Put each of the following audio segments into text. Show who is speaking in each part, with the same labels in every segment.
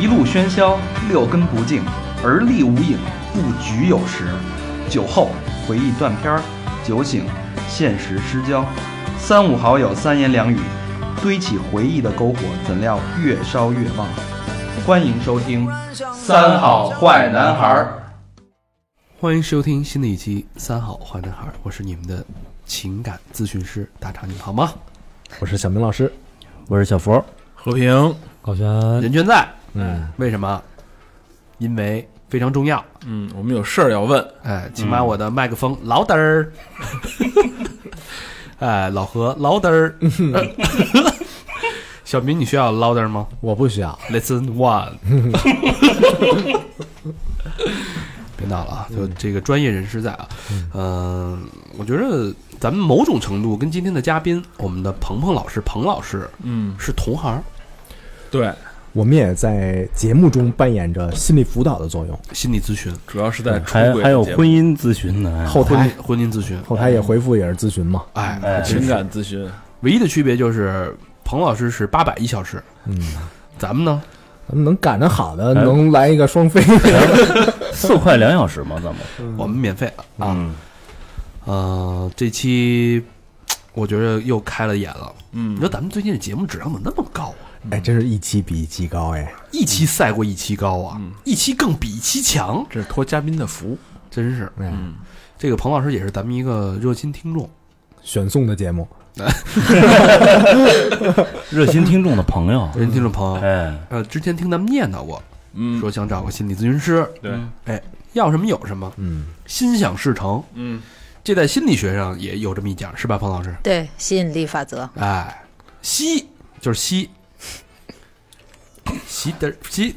Speaker 1: 一路喧嚣，六根不净，而立无影，不局有时。酒后回忆断片儿，酒醒现实失焦。三五好友三言两语，堆起回忆的篝火，怎料越烧越旺。欢迎收听《三好坏男孩儿
Speaker 2: 欢迎收听新的一期《三好坏男孩》，我是你们的情感咨询师大长，你好吗？
Speaker 3: 我是小明老师，
Speaker 4: 我是小佛，
Speaker 5: 和平，
Speaker 4: 高璇，
Speaker 2: 人圈在，
Speaker 3: 嗯，
Speaker 2: 为什么？因为非常重要。
Speaker 5: 嗯，我们有事儿要问，
Speaker 2: 哎，请把我的麦克风老嘚儿。 哎，老何老嘚儿。 小明，你需要老嘚儿吗
Speaker 3: 我不需要，
Speaker 2: ？Listen one 。别闹了啊！就这个专业人士在啊，嗯、我觉得咱们某种程度跟今天的嘉宾，我们的鹏鹏老师、彭老师
Speaker 5: 嗯，
Speaker 2: 是同行儿，
Speaker 5: 对，
Speaker 3: 我们也在节目中扮演着心理辅导的作用，
Speaker 2: 心理咨询、
Speaker 5: 主要是在出
Speaker 4: 嗯还
Speaker 5: 轨
Speaker 4: 还有
Speaker 5: 节目
Speaker 4: 婚姻咨询 呢。哎
Speaker 3: 后台
Speaker 2: 婚姻咨询。
Speaker 3: 后台也回复也是咨询嘛，
Speaker 2: 哎，
Speaker 4: 哎
Speaker 5: 情感咨询，
Speaker 2: 唯一的区别就是彭老师是八百一小时，
Speaker 3: 嗯，
Speaker 2: 咱们呢
Speaker 3: 咱们能赶上好的，
Speaker 4: 哎
Speaker 3: 能来一个双飞，
Speaker 4: 四块两小时嘛，咱们
Speaker 2: 我们免费了啊。
Speaker 4: 嗯，
Speaker 2: 呃，这期我觉得又开了眼了。你
Speaker 5: 嗯
Speaker 2: 说，咱们最近这节目质量怎么那么高啊？
Speaker 3: 哎，真是一期比一期高哎，
Speaker 2: 一期赛过一期高啊
Speaker 5: 嗯，
Speaker 2: 一期更比一期强，
Speaker 5: 这是托嘉宾的福，
Speaker 2: 真是。
Speaker 3: 嗯，
Speaker 2: 这个彭老师也是咱们一个热心听众，
Speaker 3: 选送的节目，
Speaker 4: 热心听众的 朋友，啊
Speaker 2: 热心听众朋友。
Speaker 4: 嗯哎，
Speaker 2: 呃，之前听咱们念叨过，
Speaker 5: 嗯，
Speaker 2: 说想找个心理咨询师，
Speaker 5: 对，
Speaker 2: 哎，要什么有什么，
Speaker 3: 嗯，
Speaker 2: 心想事成。
Speaker 5: 嗯，
Speaker 2: 这在心理学上也有这么一讲，是吧，彭老师？
Speaker 6: 对，吸引力法则。
Speaker 2: 哎，吸就是吸，吸的吸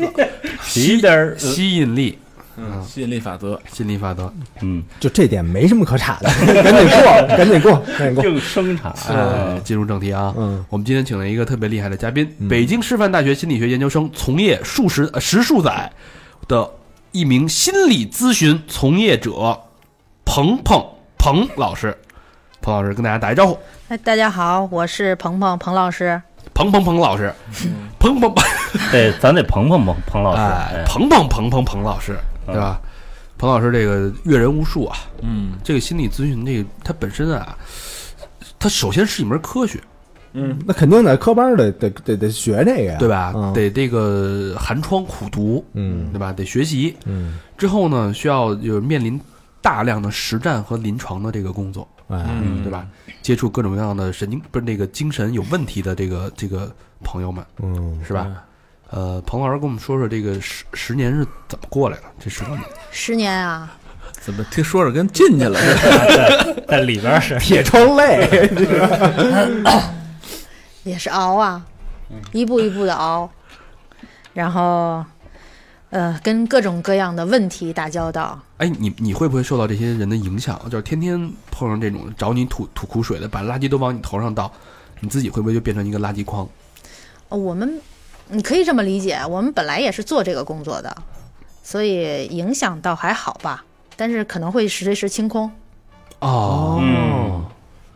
Speaker 4: 吸点儿
Speaker 2: 吸引力，
Speaker 5: 嗯，吸引力法则，
Speaker 2: 吸引力法则。
Speaker 4: 嗯，
Speaker 3: 就这点没什么可查的，赶紧过，赶紧过，赶紧过，
Speaker 4: 硬生产，
Speaker 2: 哎，进入正题啊，
Speaker 3: 嗯，
Speaker 2: 我们今天请了一个特别厉害的嘉宾，北京师范大学心理学研究生，从业数十呃十数载的一名心理咨询从业者，彭彭彭老师，彭老师跟大家打一招呼，
Speaker 6: 哎，大家好，我是鹏鹏彭老师。
Speaker 2: 彭彭彭老师，彭彭彭。
Speaker 4: 得咱得捧捧彭彭老师，
Speaker 2: 哎
Speaker 4: 哎，
Speaker 2: 彭彭彭彭彭老师，对吧？彭老师这个阅人无数啊，
Speaker 5: 嗯
Speaker 2: 这个心理咨询这个它本身啊，它首先是一门科学，
Speaker 5: 嗯，
Speaker 3: 那肯定得科班得得得得学这个呀，
Speaker 2: 对吧？
Speaker 3: 嗯
Speaker 2: 得这个寒窗苦读，
Speaker 3: 嗯
Speaker 2: 对吧？得学习
Speaker 3: 嗯，
Speaker 2: 之后呢，需要就是面临大量的实战和临床的这个工作，
Speaker 3: 哎，
Speaker 5: 嗯
Speaker 2: 对吧？接触各种各样的神经不是那个精神有问题的这个这个朋友们，
Speaker 3: 嗯，
Speaker 2: 是吧？呃，彭老师跟我们说说这个十十年是怎么过来的？这十多年，
Speaker 6: 十年啊，
Speaker 5: 怎么听说着跟进 去了似的？
Speaker 4: 在里边是
Speaker 3: 铁窗泪，
Speaker 6: 也是熬啊，一步一步的熬，然后，呃，跟各种各样的问题打交道。
Speaker 2: 哎，你你会不会受到这些人的影响？就是天天碰上这种找你吐吐苦水的，把垃圾都往你头上倒，你自己会不会就变成一个垃圾筐？
Speaker 6: 呃我们，你可以这么理解，我们本来也是做这个工作的，所以影响倒还好吧，但是可能会随时清空。
Speaker 2: 哦，
Speaker 4: 嗯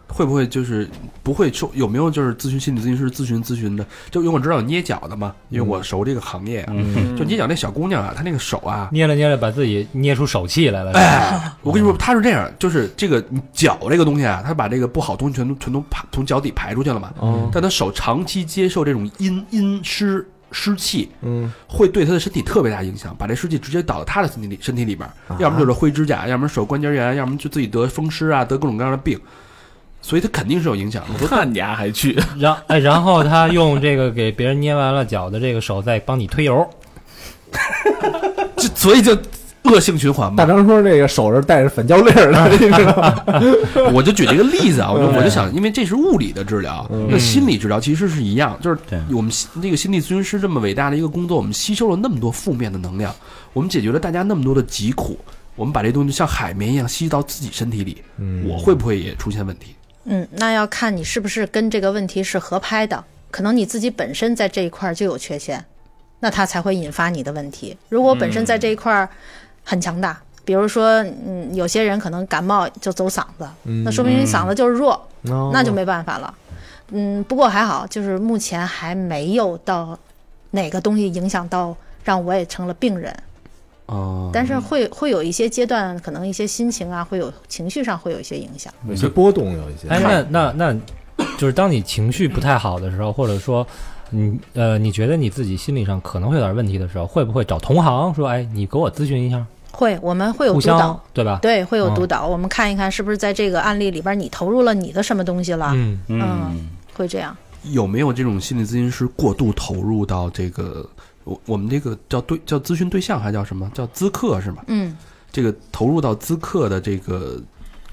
Speaker 2: 会不会就是不会受？有没有就是咨询心理咨询师咨询咨询的？就因为我知道有捏脚的嘛，因为我熟这个行业啊。
Speaker 4: 嗯，
Speaker 2: 就捏脚那小姑娘啊，她那个手啊，
Speaker 7: 捏了捏了，把自己捏出手气来了。
Speaker 2: 我跟你
Speaker 3: 哦
Speaker 2: 说，她是这样，就是这个脚这个东西啊，她把这个不好东西全都全都排从脚底排出去了嘛。
Speaker 3: 哦，
Speaker 2: 但她手长期接受这种阴阴湿湿气，
Speaker 3: 嗯，
Speaker 2: 会对他的身体特别大影响，把这湿气直接导到他的身体里身体里边儿，
Speaker 3: 啊
Speaker 2: 要么就是灰指甲，要么手关节炎，要么就自己得风湿啊，得各种各样的病，所以他肯定是有影响的。
Speaker 3: 哦
Speaker 5: 看你啊丫还 去，
Speaker 7: 然哎，然后他用这个给别人捏完了脚的这个手，再帮你推油。
Speaker 2: 这所以就恶性循环
Speaker 3: 大
Speaker 2: 嘛。
Speaker 3: 张说这个手是带着反胶粒儿的，你知道吗？
Speaker 2: 我就举这个例子啊，我就我就想，因为这是物理的治疗，那心理治疗其实是一样，就是
Speaker 4: 对
Speaker 2: 我们心那个心理咨询师这么伟大的一个工作，我们吸收了那么多负面的能量，我们解决了大家那么多的疾苦，我们把这东西像海绵一样吸到自己身体里，我会不会也出现问题？
Speaker 6: 嗯，那要看你是不是跟这个问题是合拍的，可能你自己本身在这一块儿就有缺陷，那它才会引发你的问题。如果本身在这一块儿很强大，比如说，嗯，有些人可能感冒就走嗓子，那说明你嗓子就是弱，
Speaker 3: 哦
Speaker 6: 那就没办法了。嗯，不过还好，就是目前还没有到哪个东西影响到让我也成了病人。
Speaker 2: 哦，
Speaker 6: 但是
Speaker 7: 嗯
Speaker 6: 会会有一些阶段，可能一些心情啊，会有情绪上会有一些影响。
Speaker 3: 有些波动，有一些。
Speaker 7: 哎，那那那，就是当你情绪不太好的时候，或者说你呃，你觉得你自己心理上可能会有点问题的时候，会不会找同行说，哎，你给我咨询一下，
Speaker 6: 会，我们会有
Speaker 7: 互
Speaker 6: 督
Speaker 7: 相
Speaker 6: 导，
Speaker 7: 对吧？
Speaker 6: 对，啊会有
Speaker 7: 嗯
Speaker 6: 督导，我们看一看是不是在这个案例里边你投入了你的什么东西了，
Speaker 7: 嗯，
Speaker 4: 嗯，
Speaker 6: 会这样。
Speaker 2: 有没有这种心理咨询师过度投入到这个我我们这个叫对叫咨询对象还叫什么叫咨客是吗？
Speaker 6: 嗯，
Speaker 2: 这个投入到咨客的这个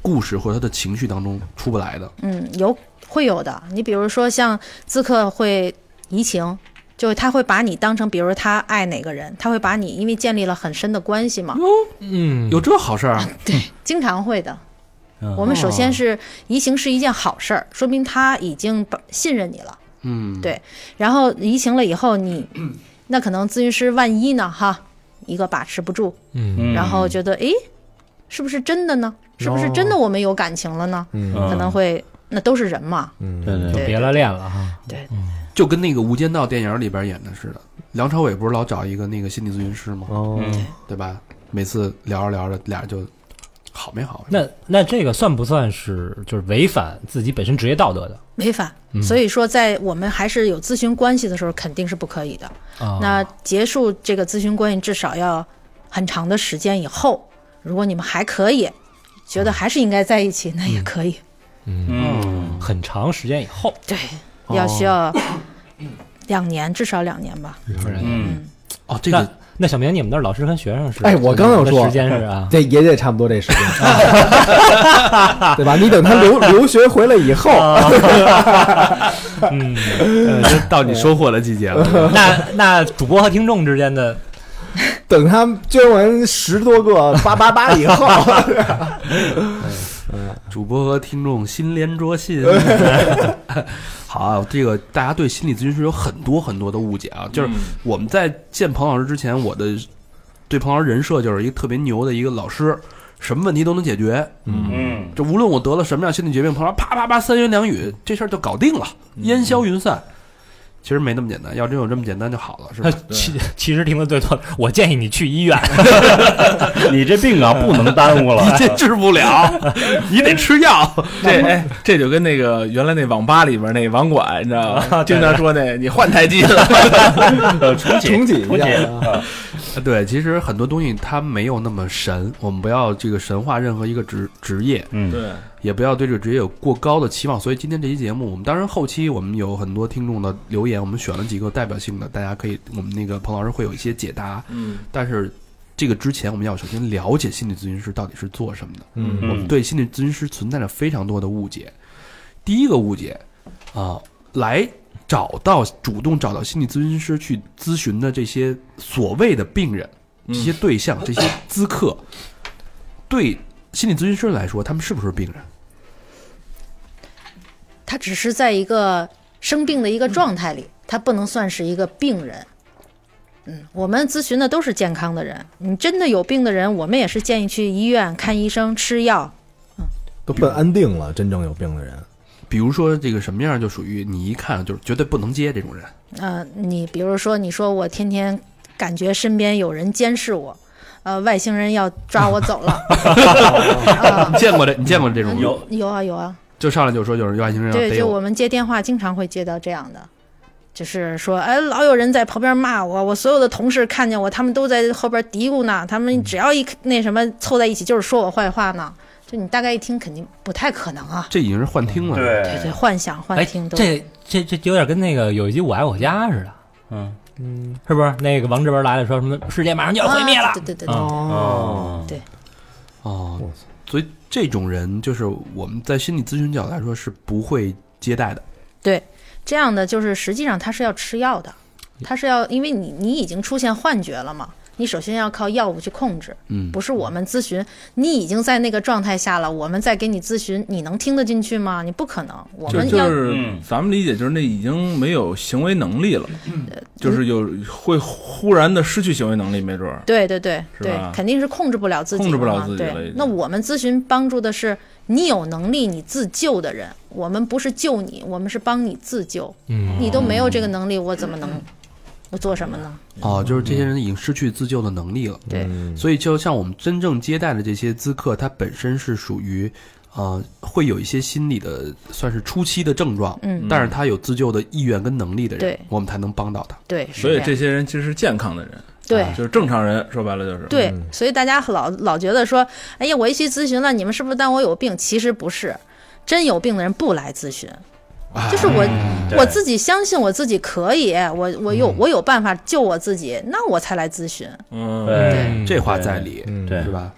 Speaker 2: 故事或者他的情绪当中出不来的，
Speaker 6: 嗯，有会有的。你比如说像咨客会移情，就是他会把你当成，比如他爱哪个人，他会把你，因为建立了很深的关系嘛，
Speaker 7: 嗯，
Speaker 2: 有这好事儿啊？
Speaker 6: 经常会的。
Speaker 4: 嗯
Speaker 6: 我们
Speaker 7: 哦
Speaker 6: 首先是移情是一件好事儿，说明他已经把信任你了。
Speaker 2: 嗯，
Speaker 6: 对然后移情了以后你，那可能咨询师万一呢，哈，一个把持不住，
Speaker 7: 嗯，
Speaker 4: 嗯
Speaker 6: 然后觉得诶，是不是真的呢？是不是真的我们有感情了呢？
Speaker 3: 哦嗯
Speaker 4: 嗯
Speaker 6: 可能会，那都是人嘛。
Speaker 3: 嗯，
Speaker 4: 对对
Speaker 7: 就
Speaker 4: 对，
Speaker 7: 别了恋了哈。
Speaker 2: 就跟那个《无间道》电影里边演的似的，梁朝伟不是老找一个那个心理咨询师吗？
Speaker 3: 哦，
Speaker 4: 嗯
Speaker 2: 对吧？每次聊着聊着，俩人就好没好？
Speaker 7: 那那这个算不算是就是违反自己本身职业道德的
Speaker 6: 违反。
Speaker 3: 嗯
Speaker 6: 所以说，在我们还是有咨询关系的时候，肯定是不可以的。
Speaker 3: 哦
Speaker 7: 啊？
Speaker 6: 那结束这个咨询关系，至少要很长的时间以后，如果你们还可以，觉得
Speaker 3: 嗯
Speaker 6: 还是应该在一起，那也可以。
Speaker 4: 嗯，
Speaker 7: 很长时间以后，
Speaker 6: 对，
Speaker 3: 哦
Speaker 6: 要需要两年，至少两年吧。
Speaker 4: 嗯，
Speaker 2: 哦，这个
Speaker 7: 那小明，你们那儿老师跟学生是？
Speaker 3: 哎我刚要说
Speaker 7: 时间是 啊，
Speaker 3: 这也得差不多这时间， 对吧？你等他 留留学回来以后，
Speaker 4: 啊
Speaker 7: 嗯，
Speaker 5: 到你收获的季节了，
Speaker 7: 那那主播和听众之间的
Speaker 3: 等他捐完十多个八八八以后，
Speaker 2: 主播和听众心连着 心。好啊，这个大家对心理咨询师有很多很多的误解
Speaker 5: 嗯
Speaker 2: 啊。就是我们在见彭老师之前，我的对彭老师人设就是一个特别牛的一个老师，什么问题都能解决。
Speaker 4: 嗯
Speaker 2: 这无论我得了什么样心理疾病，彭老师啪啪啪三言两语，这事儿就搞定了，烟消云散。其实没那么简单，要真有这么简单就好 了，是吧？
Speaker 7: 其其实听的最多，我建议你去医院。
Speaker 4: 你这病啊不能耽误了，
Speaker 2: 你 这治不了，你得吃药。
Speaker 5: 这哎，这就跟那个原来那网吧里边那网管，你知道吗？经常说那你换台机了，
Speaker 4: 呃重启
Speaker 3: 重启一
Speaker 4: 重启
Speaker 3: 下，啊
Speaker 2: 对，其实很多东西它没有那么神，我们不要这个神化任何一个职职业，
Speaker 4: 嗯，
Speaker 5: 对，
Speaker 2: 也不要对这个职业有过高的期望。所以今天这期节目，我们当然后期我们有很多听众的留言，我们选了几个代表性的，大家可以我们那个彭老师会有一些解答。
Speaker 5: 嗯，
Speaker 2: 但是这个之前，我们要首先了解心理咨询师到底是做什么的。
Speaker 3: 嗯
Speaker 2: 我们对心理咨询师存在着非常多的误解。第一个误解啊、来找到主动找到心理咨询师去咨询的这些所谓的病人、这些对象、这些咨客，对心理咨询师来说，他们是不是病人？
Speaker 6: 他只是在一个生病的一个状态里，他不能算是一个病人。嗯，我们咨询的都是健康的人，你真的有病的人，我们也是建议去医院看医生、吃药。
Speaker 3: 都奔安定了。真正有病的人，
Speaker 2: 比如说这个什么样就属于你一看就是绝对不能接 这种人，
Speaker 6: 呃，你比如说，你说我天天感觉身边有人监视我，呃，外星人要抓我走了。啊
Speaker 2: 你见过这你见过这种人吗
Speaker 4: 有
Speaker 6: 有啊有啊，
Speaker 2: 就上来就说有人有外星人要
Speaker 6: 对，
Speaker 2: 逮
Speaker 6: 就我们接电话经常会接到这样的，就是说，哎，老有人在旁边骂我，我所有的同事看见我，他们都在后边嘀咕呢，他们只要一那什么凑在一起，就是说我坏话呢。就你大概一听，肯定不太可能啊。
Speaker 2: 这已经是幻听了。，
Speaker 6: 对对，幻想幻
Speaker 7: 哎，
Speaker 6: 听都、啊
Speaker 7: 这这这有点跟那个有一集《我爱我家》似的，
Speaker 4: 嗯
Speaker 3: 嗯，
Speaker 7: 是不是？那个王志文来了，说什么世界马上就要毁灭了
Speaker 6: 啊，对对对对，
Speaker 7: 啊
Speaker 4: 哦，
Speaker 2: 哦，所以这种人就是我们在心理咨询角度来说是不会接待的。
Speaker 6: 这样的就是实际上他是要吃药的，
Speaker 5: 嗯
Speaker 6: 他是要因为你你已经出现幻觉了嘛，你首先要靠药物去控制。
Speaker 2: 嗯，
Speaker 6: 不是我们咨询，你已经在那个状态下了，我们再给你咨询，你能听得进去吗？你不可能，我
Speaker 5: 就
Speaker 6: 们
Speaker 5: 就
Speaker 6: 要
Speaker 5: 是
Speaker 4: 嗯
Speaker 5: 咱们理解就是那已经没有行为能力了，就是有会忽然的失去行为能力，没准儿。
Speaker 6: 对对对
Speaker 5: 是
Speaker 6: 对
Speaker 5: 吧，
Speaker 6: 肯定是控制不了自己的嘛，
Speaker 5: 控制不了自己了已
Speaker 6: 对
Speaker 5: 经，
Speaker 6: 那我们咨询帮助的是你有能力你自救的人，我们不是救你，我们是帮你自救。
Speaker 7: 嗯
Speaker 6: 你都没有这个能力，我怎么能我做什么呢？
Speaker 2: 哦，就是这些人已经失去自救的能力了。
Speaker 6: 对，
Speaker 3: 嗯
Speaker 4: 嗯
Speaker 2: 所以就像我们真正接待的这些咨客，他本身是属于，呃，会有一些心理的算是初期的症状，
Speaker 6: 嗯，
Speaker 2: 但是他有自救的意愿跟能力的人，
Speaker 6: 对
Speaker 2: 我们才能帮到他。
Speaker 6: 对，是
Speaker 5: 所以
Speaker 6: 样
Speaker 5: 这些啊人其实是健康的人，
Speaker 6: 对。
Speaker 5: 就是正常人，说白了就是。
Speaker 6: 对，
Speaker 4: 嗯
Speaker 6: 所以大家老老觉得说，哎呀，我一去咨询了，你们是不是当我有病？其实不是，真有病的人不来咨询，
Speaker 2: 啊
Speaker 6: 就是我、
Speaker 4: 嗯对嗯
Speaker 6: 我自己相信我自己可以，我我有、我有办法救我自己，那我才来咨询。
Speaker 5: 嗯，
Speaker 4: 对
Speaker 2: 这话在理，
Speaker 7: 嗯
Speaker 4: 对
Speaker 2: 是吧？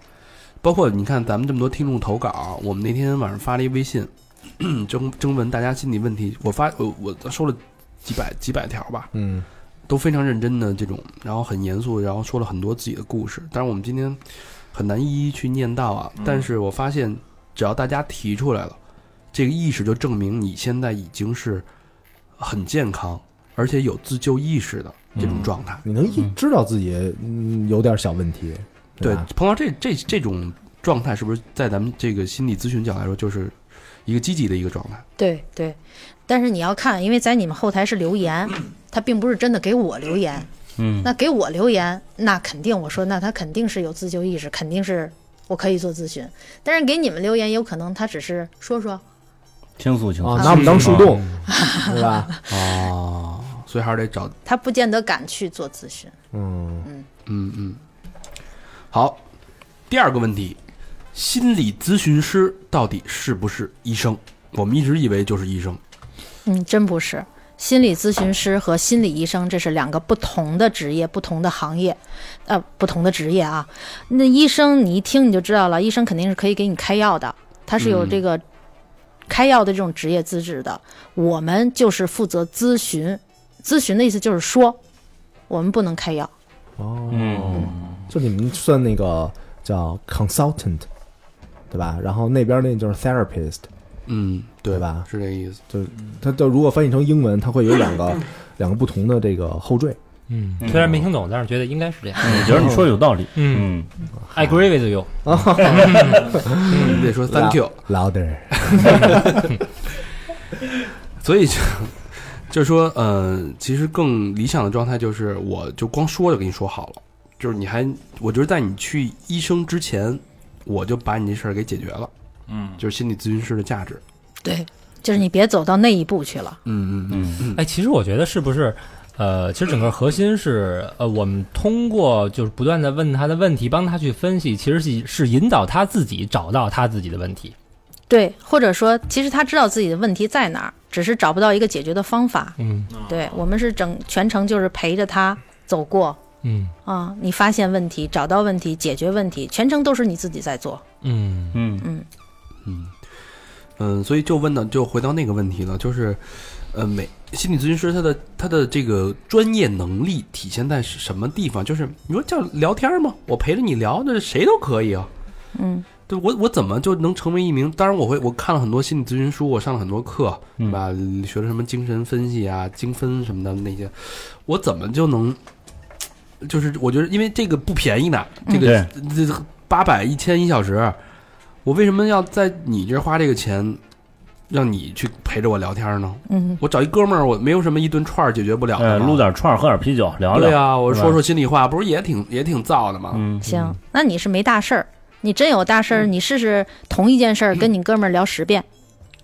Speaker 2: 包括你看咱们这么多听众投稿，我们那天晚上发了一微信， 征征问大家心理问题，我发我我收了几百几百条吧，
Speaker 3: 嗯，
Speaker 2: 都非常认真的这种，然后很严肃，然后说了很多自己的故事。但是我们今天很难一一去念到啊。但是我发现，只要大家提出来了，这个意识就证明你现在已经是很健康，而且有自救意识的这种状态。
Speaker 3: 你能一知道自己嗯有点小问题，
Speaker 2: 对
Speaker 3: 吧，
Speaker 2: 碰到这这这种状态，是不是在咱们这个心理咨询角来说，就是一个积极的一个状态？
Speaker 6: 对对，但是你要看，因为在你们后台是留言，他并不是真的给我留言。
Speaker 4: 嗯
Speaker 6: 那给我留言，那肯定我说，那他肯定是有自救意识，肯定是我可以做咨询。但是给你们留言，有可能他只是说说，
Speaker 4: 倾诉倾诉
Speaker 3: 啊，，拿我们当树洞，
Speaker 4: 嗯
Speaker 3: 对吧？
Speaker 2: 哦，所以还是得找
Speaker 6: 他不见得敢去做咨询。
Speaker 3: 嗯，
Speaker 2: 嗯，嗯，好，第二个问题，心理咨询师到底是不是医生？我们一直以为就是医生，
Speaker 6: 嗯，真不是。心理咨询师和心理医生这是两个不同的职业，不同的行业，呃，不同的职业啊。那医生你一听你就知道了，医生肯定是可以给你开药的，他是有这个开药的这种职业资质的。我们就是负责咨询，咨询的意思就是说，我们不能开药。
Speaker 4: 嗯，
Speaker 3: 就你们算那个叫 consultant，对吧？然后那边那就是 therapist，
Speaker 2: 嗯，
Speaker 3: 对吧？
Speaker 2: 是这个意思。
Speaker 3: 它就如果翻译成英文，它会有两
Speaker 6: 嗯
Speaker 3: 个两个不同的这个后缀。
Speaker 7: 嗯，虽然没听懂，但是觉得应该是这样。
Speaker 4: 我觉得你说的有道理，
Speaker 7: 嗯
Speaker 4: 嗯，
Speaker 7: ，I agree with you。
Speaker 2: 嗯你得说 thank you，
Speaker 3: Louder，
Speaker 2: 所以就 就是说，嗯、其实更理想的状态就是，我就光说就跟你说好了，就是你还，我觉得在你去医生之前，我就把你这事儿给解决了。
Speaker 5: 嗯，
Speaker 2: 就是心理咨询师的价值。
Speaker 6: 对，就是你别走到那一步去了。
Speaker 2: 嗯嗯
Speaker 7: 哎，其实我觉得是不是，呃，其实整个核心是，呃，我们通过就是不断的问他的问题，帮他去分析，其实是是引导他自己找到他自己的问题。
Speaker 6: 对，或者说，其实他知道自己的问题在哪儿，只是找不到一个解决的方法。
Speaker 7: 嗯
Speaker 6: 对我们是整全程就是陪着他走过
Speaker 7: 嗯
Speaker 6: 啊、你发现问题，找到问题，解决问题，全程都是你自己在做。
Speaker 7: 嗯
Speaker 4: 嗯
Speaker 6: 嗯，
Speaker 2: 嗯，所以就问到，就回到那个问题了，就是，呃，每心理咨询师他的他的这个专业能力体现在是什么地方？就是你说叫聊天吗？我陪着你聊，这谁都可以啊。
Speaker 6: 嗯，
Speaker 2: 对我我怎么就能成为一名？当然我会我看了很多心理咨询书，我上了很多课，对吧？学了什么精神分析啊、精分什么的那些，我怎么就能？就是我觉得，因为这个不便宜呢，这个
Speaker 4: 对，
Speaker 2: 这八百一千一小时，我为什么要在你这儿花这个钱，让你去陪着我聊天呢？
Speaker 6: 嗯，
Speaker 2: 我找一哥们儿，我没有什么一顿串儿解决不了
Speaker 4: 呃，
Speaker 2: 的吗
Speaker 4: 撸点串儿，喝点啤酒，聊
Speaker 2: 对
Speaker 4: 聊，
Speaker 2: 啊，我
Speaker 4: 是吧
Speaker 2: 说说心里话，不是也挺也挺燥的吗？
Speaker 4: 嗯，
Speaker 6: 啊行，那你是没大事儿，你真有大事儿，你试试同一件事儿
Speaker 4: 嗯
Speaker 6: 跟你哥们儿聊十遍，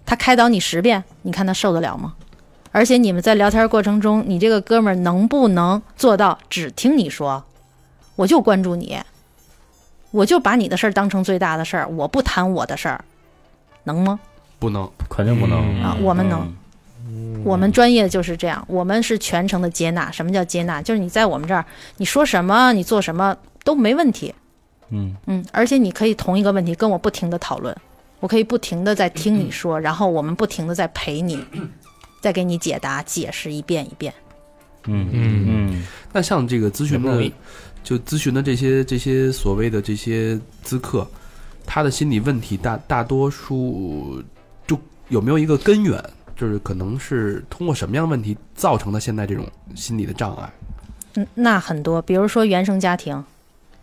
Speaker 6: 他开导你十遍，你看他受得了吗？而且你们在聊天过程中，你这个哥们儿能不能做到只听你说，我就关注你，我就把你的事儿当成最大的事儿，我不谈我的事儿，能吗？
Speaker 2: 不能，
Speaker 4: 肯定不能，
Speaker 6: 啊，我们能。
Speaker 4: 嗯
Speaker 6: 我们专业就是这样，我们是全程的接纳。什么叫接纳？就是你在我们这儿，你说什么，你做什么都没问题。
Speaker 4: 嗯
Speaker 6: 嗯，而且你可以同一个问题跟我不停的讨论，我可以不停的在听
Speaker 4: 嗯
Speaker 6: 你说，然后我们不停的在陪 你，再给你解答、解释一遍一遍。
Speaker 4: 嗯
Speaker 7: 嗯，
Speaker 4: 嗯
Speaker 2: 那像这个咨询
Speaker 7: 也不容
Speaker 2: 的
Speaker 7: 易，
Speaker 2: 就咨询的这些这些所谓的这些咨客，他的心理问题大大多数就有没有一个根源，就是可能是通过什么样的问题造成的现在这种心理的障碍？
Speaker 6: 嗯，那很多，比如说原生家庭，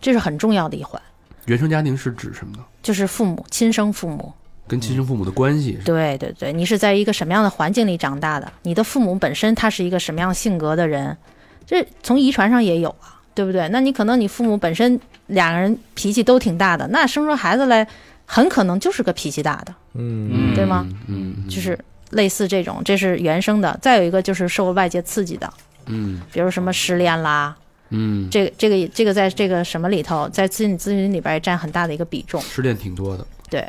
Speaker 6: 这是很重要的一环，
Speaker 2: 原生家庭是指什么呢？
Speaker 6: 就是父母、亲生父母。
Speaker 2: 跟亲生父母的关系是吧？
Speaker 6: 对对对，你是在一个什么样的环境里长大的？你的父母本身他是一个什么样性格的人？这从遗传上也有啊，对不对？那你可能你父母本身两个人脾气都挺大的，那生出孩子来很可能就是个脾气大的，
Speaker 3: 嗯
Speaker 6: 对吗？
Speaker 2: 嗯，嗯
Speaker 6: 就是类似这种，这是原生的。再有一个就是受外界刺激的，
Speaker 2: 嗯
Speaker 6: 比如什么失恋啦，
Speaker 2: 嗯，
Speaker 6: 这个这个这个在这个什么里头，在心理咨询里边也占很大的一个比重。
Speaker 2: 失恋挺多的，
Speaker 6: 对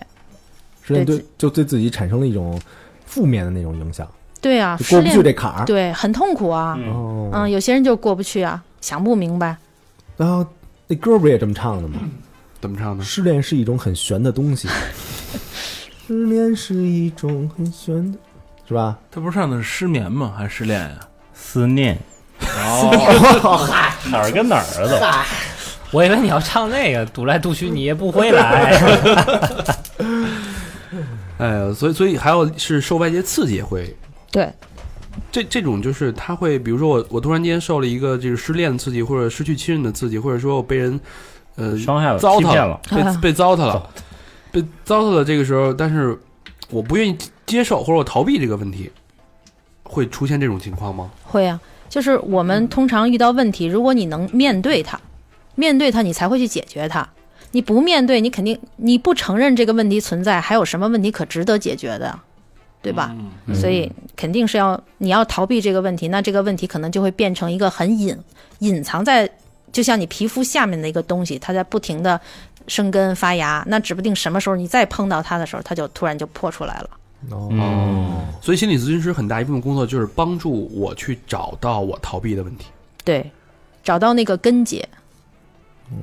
Speaker 3: 实际上对
Speaker 6: 对
Speaker 3: 就对自己产生了一种负面的那种影响，
Speaker 6: 对啊，
Speaker 3: 就
Speaker 6: 失
Speaker 3: 过不去
Speaker 6: 恋
Speaker 3: 这坎儿。
Speaker 6: 对很痛苦啊，
Speaker 4: 嗯
Speaker 3: 哦，
Speaker 6: 嗯，有些人就过不去啊，想不明白。
Speaker 3: 然后那歌儿不也这么唱的吗？
Speaker 2: 怎么唱
Speaker 6: 嗯
Speaker 2: 的？
Speaker 3: 失恋是一种很玄的 东西，失恋是一种很玄的，是吧？
Speaker 5: 他不是上的是失眠吗？还是失恋呀？
Speaker 4: 思念
Speaker 5: 哦，
Speaker 4: 哪儿啊跟哪儿了都？
Speaker 7: 我以为你要唱那个“堵来堵去你也不回来
Speaker 2: 哎呀，所以所以还有是受外界刺激也会
Speaker 6: 对，
Speaker 2: 这这种就是他会，比如说我我突然间受了一个就是失恋的刺激，或者失去亲人的刺激，或者说我被人呃
Speaker 4: 伤害了，
Speaker 2: 糟
Speaker 4: 欺
Speaker 2: 蹋
Speaker 4: 骗了，
Speaker 2: 被被糟蹋了，被糟蹋了。这个时候，但是我不愿意接受，或者我逃避这个问题，会出现这种情况吗？
Speaker 6: 会啊，就是我们通常遇到问题，如果你能面对它，面对它，你才会去解决它。你不面对，你肯定你不承认这个问题存在，还有什么问题可值得解决的，对吧？所以肯定是要你要逃避这个问题，那这个问题可能就会变成一个很隐隐藏在，就像你皮肤下面的一个东西，它在不停的生根发芽，那指不定什么时候你再碰到它的时候，它就突然就破出来了。
Speaker 3: 哦，
Speaker 4: 嗯，
Speaker 2: 所以心理咨询师很大一部分工作就是帮助我去找到我逃避的问题。
Speaker 6: 对，找到那个根结，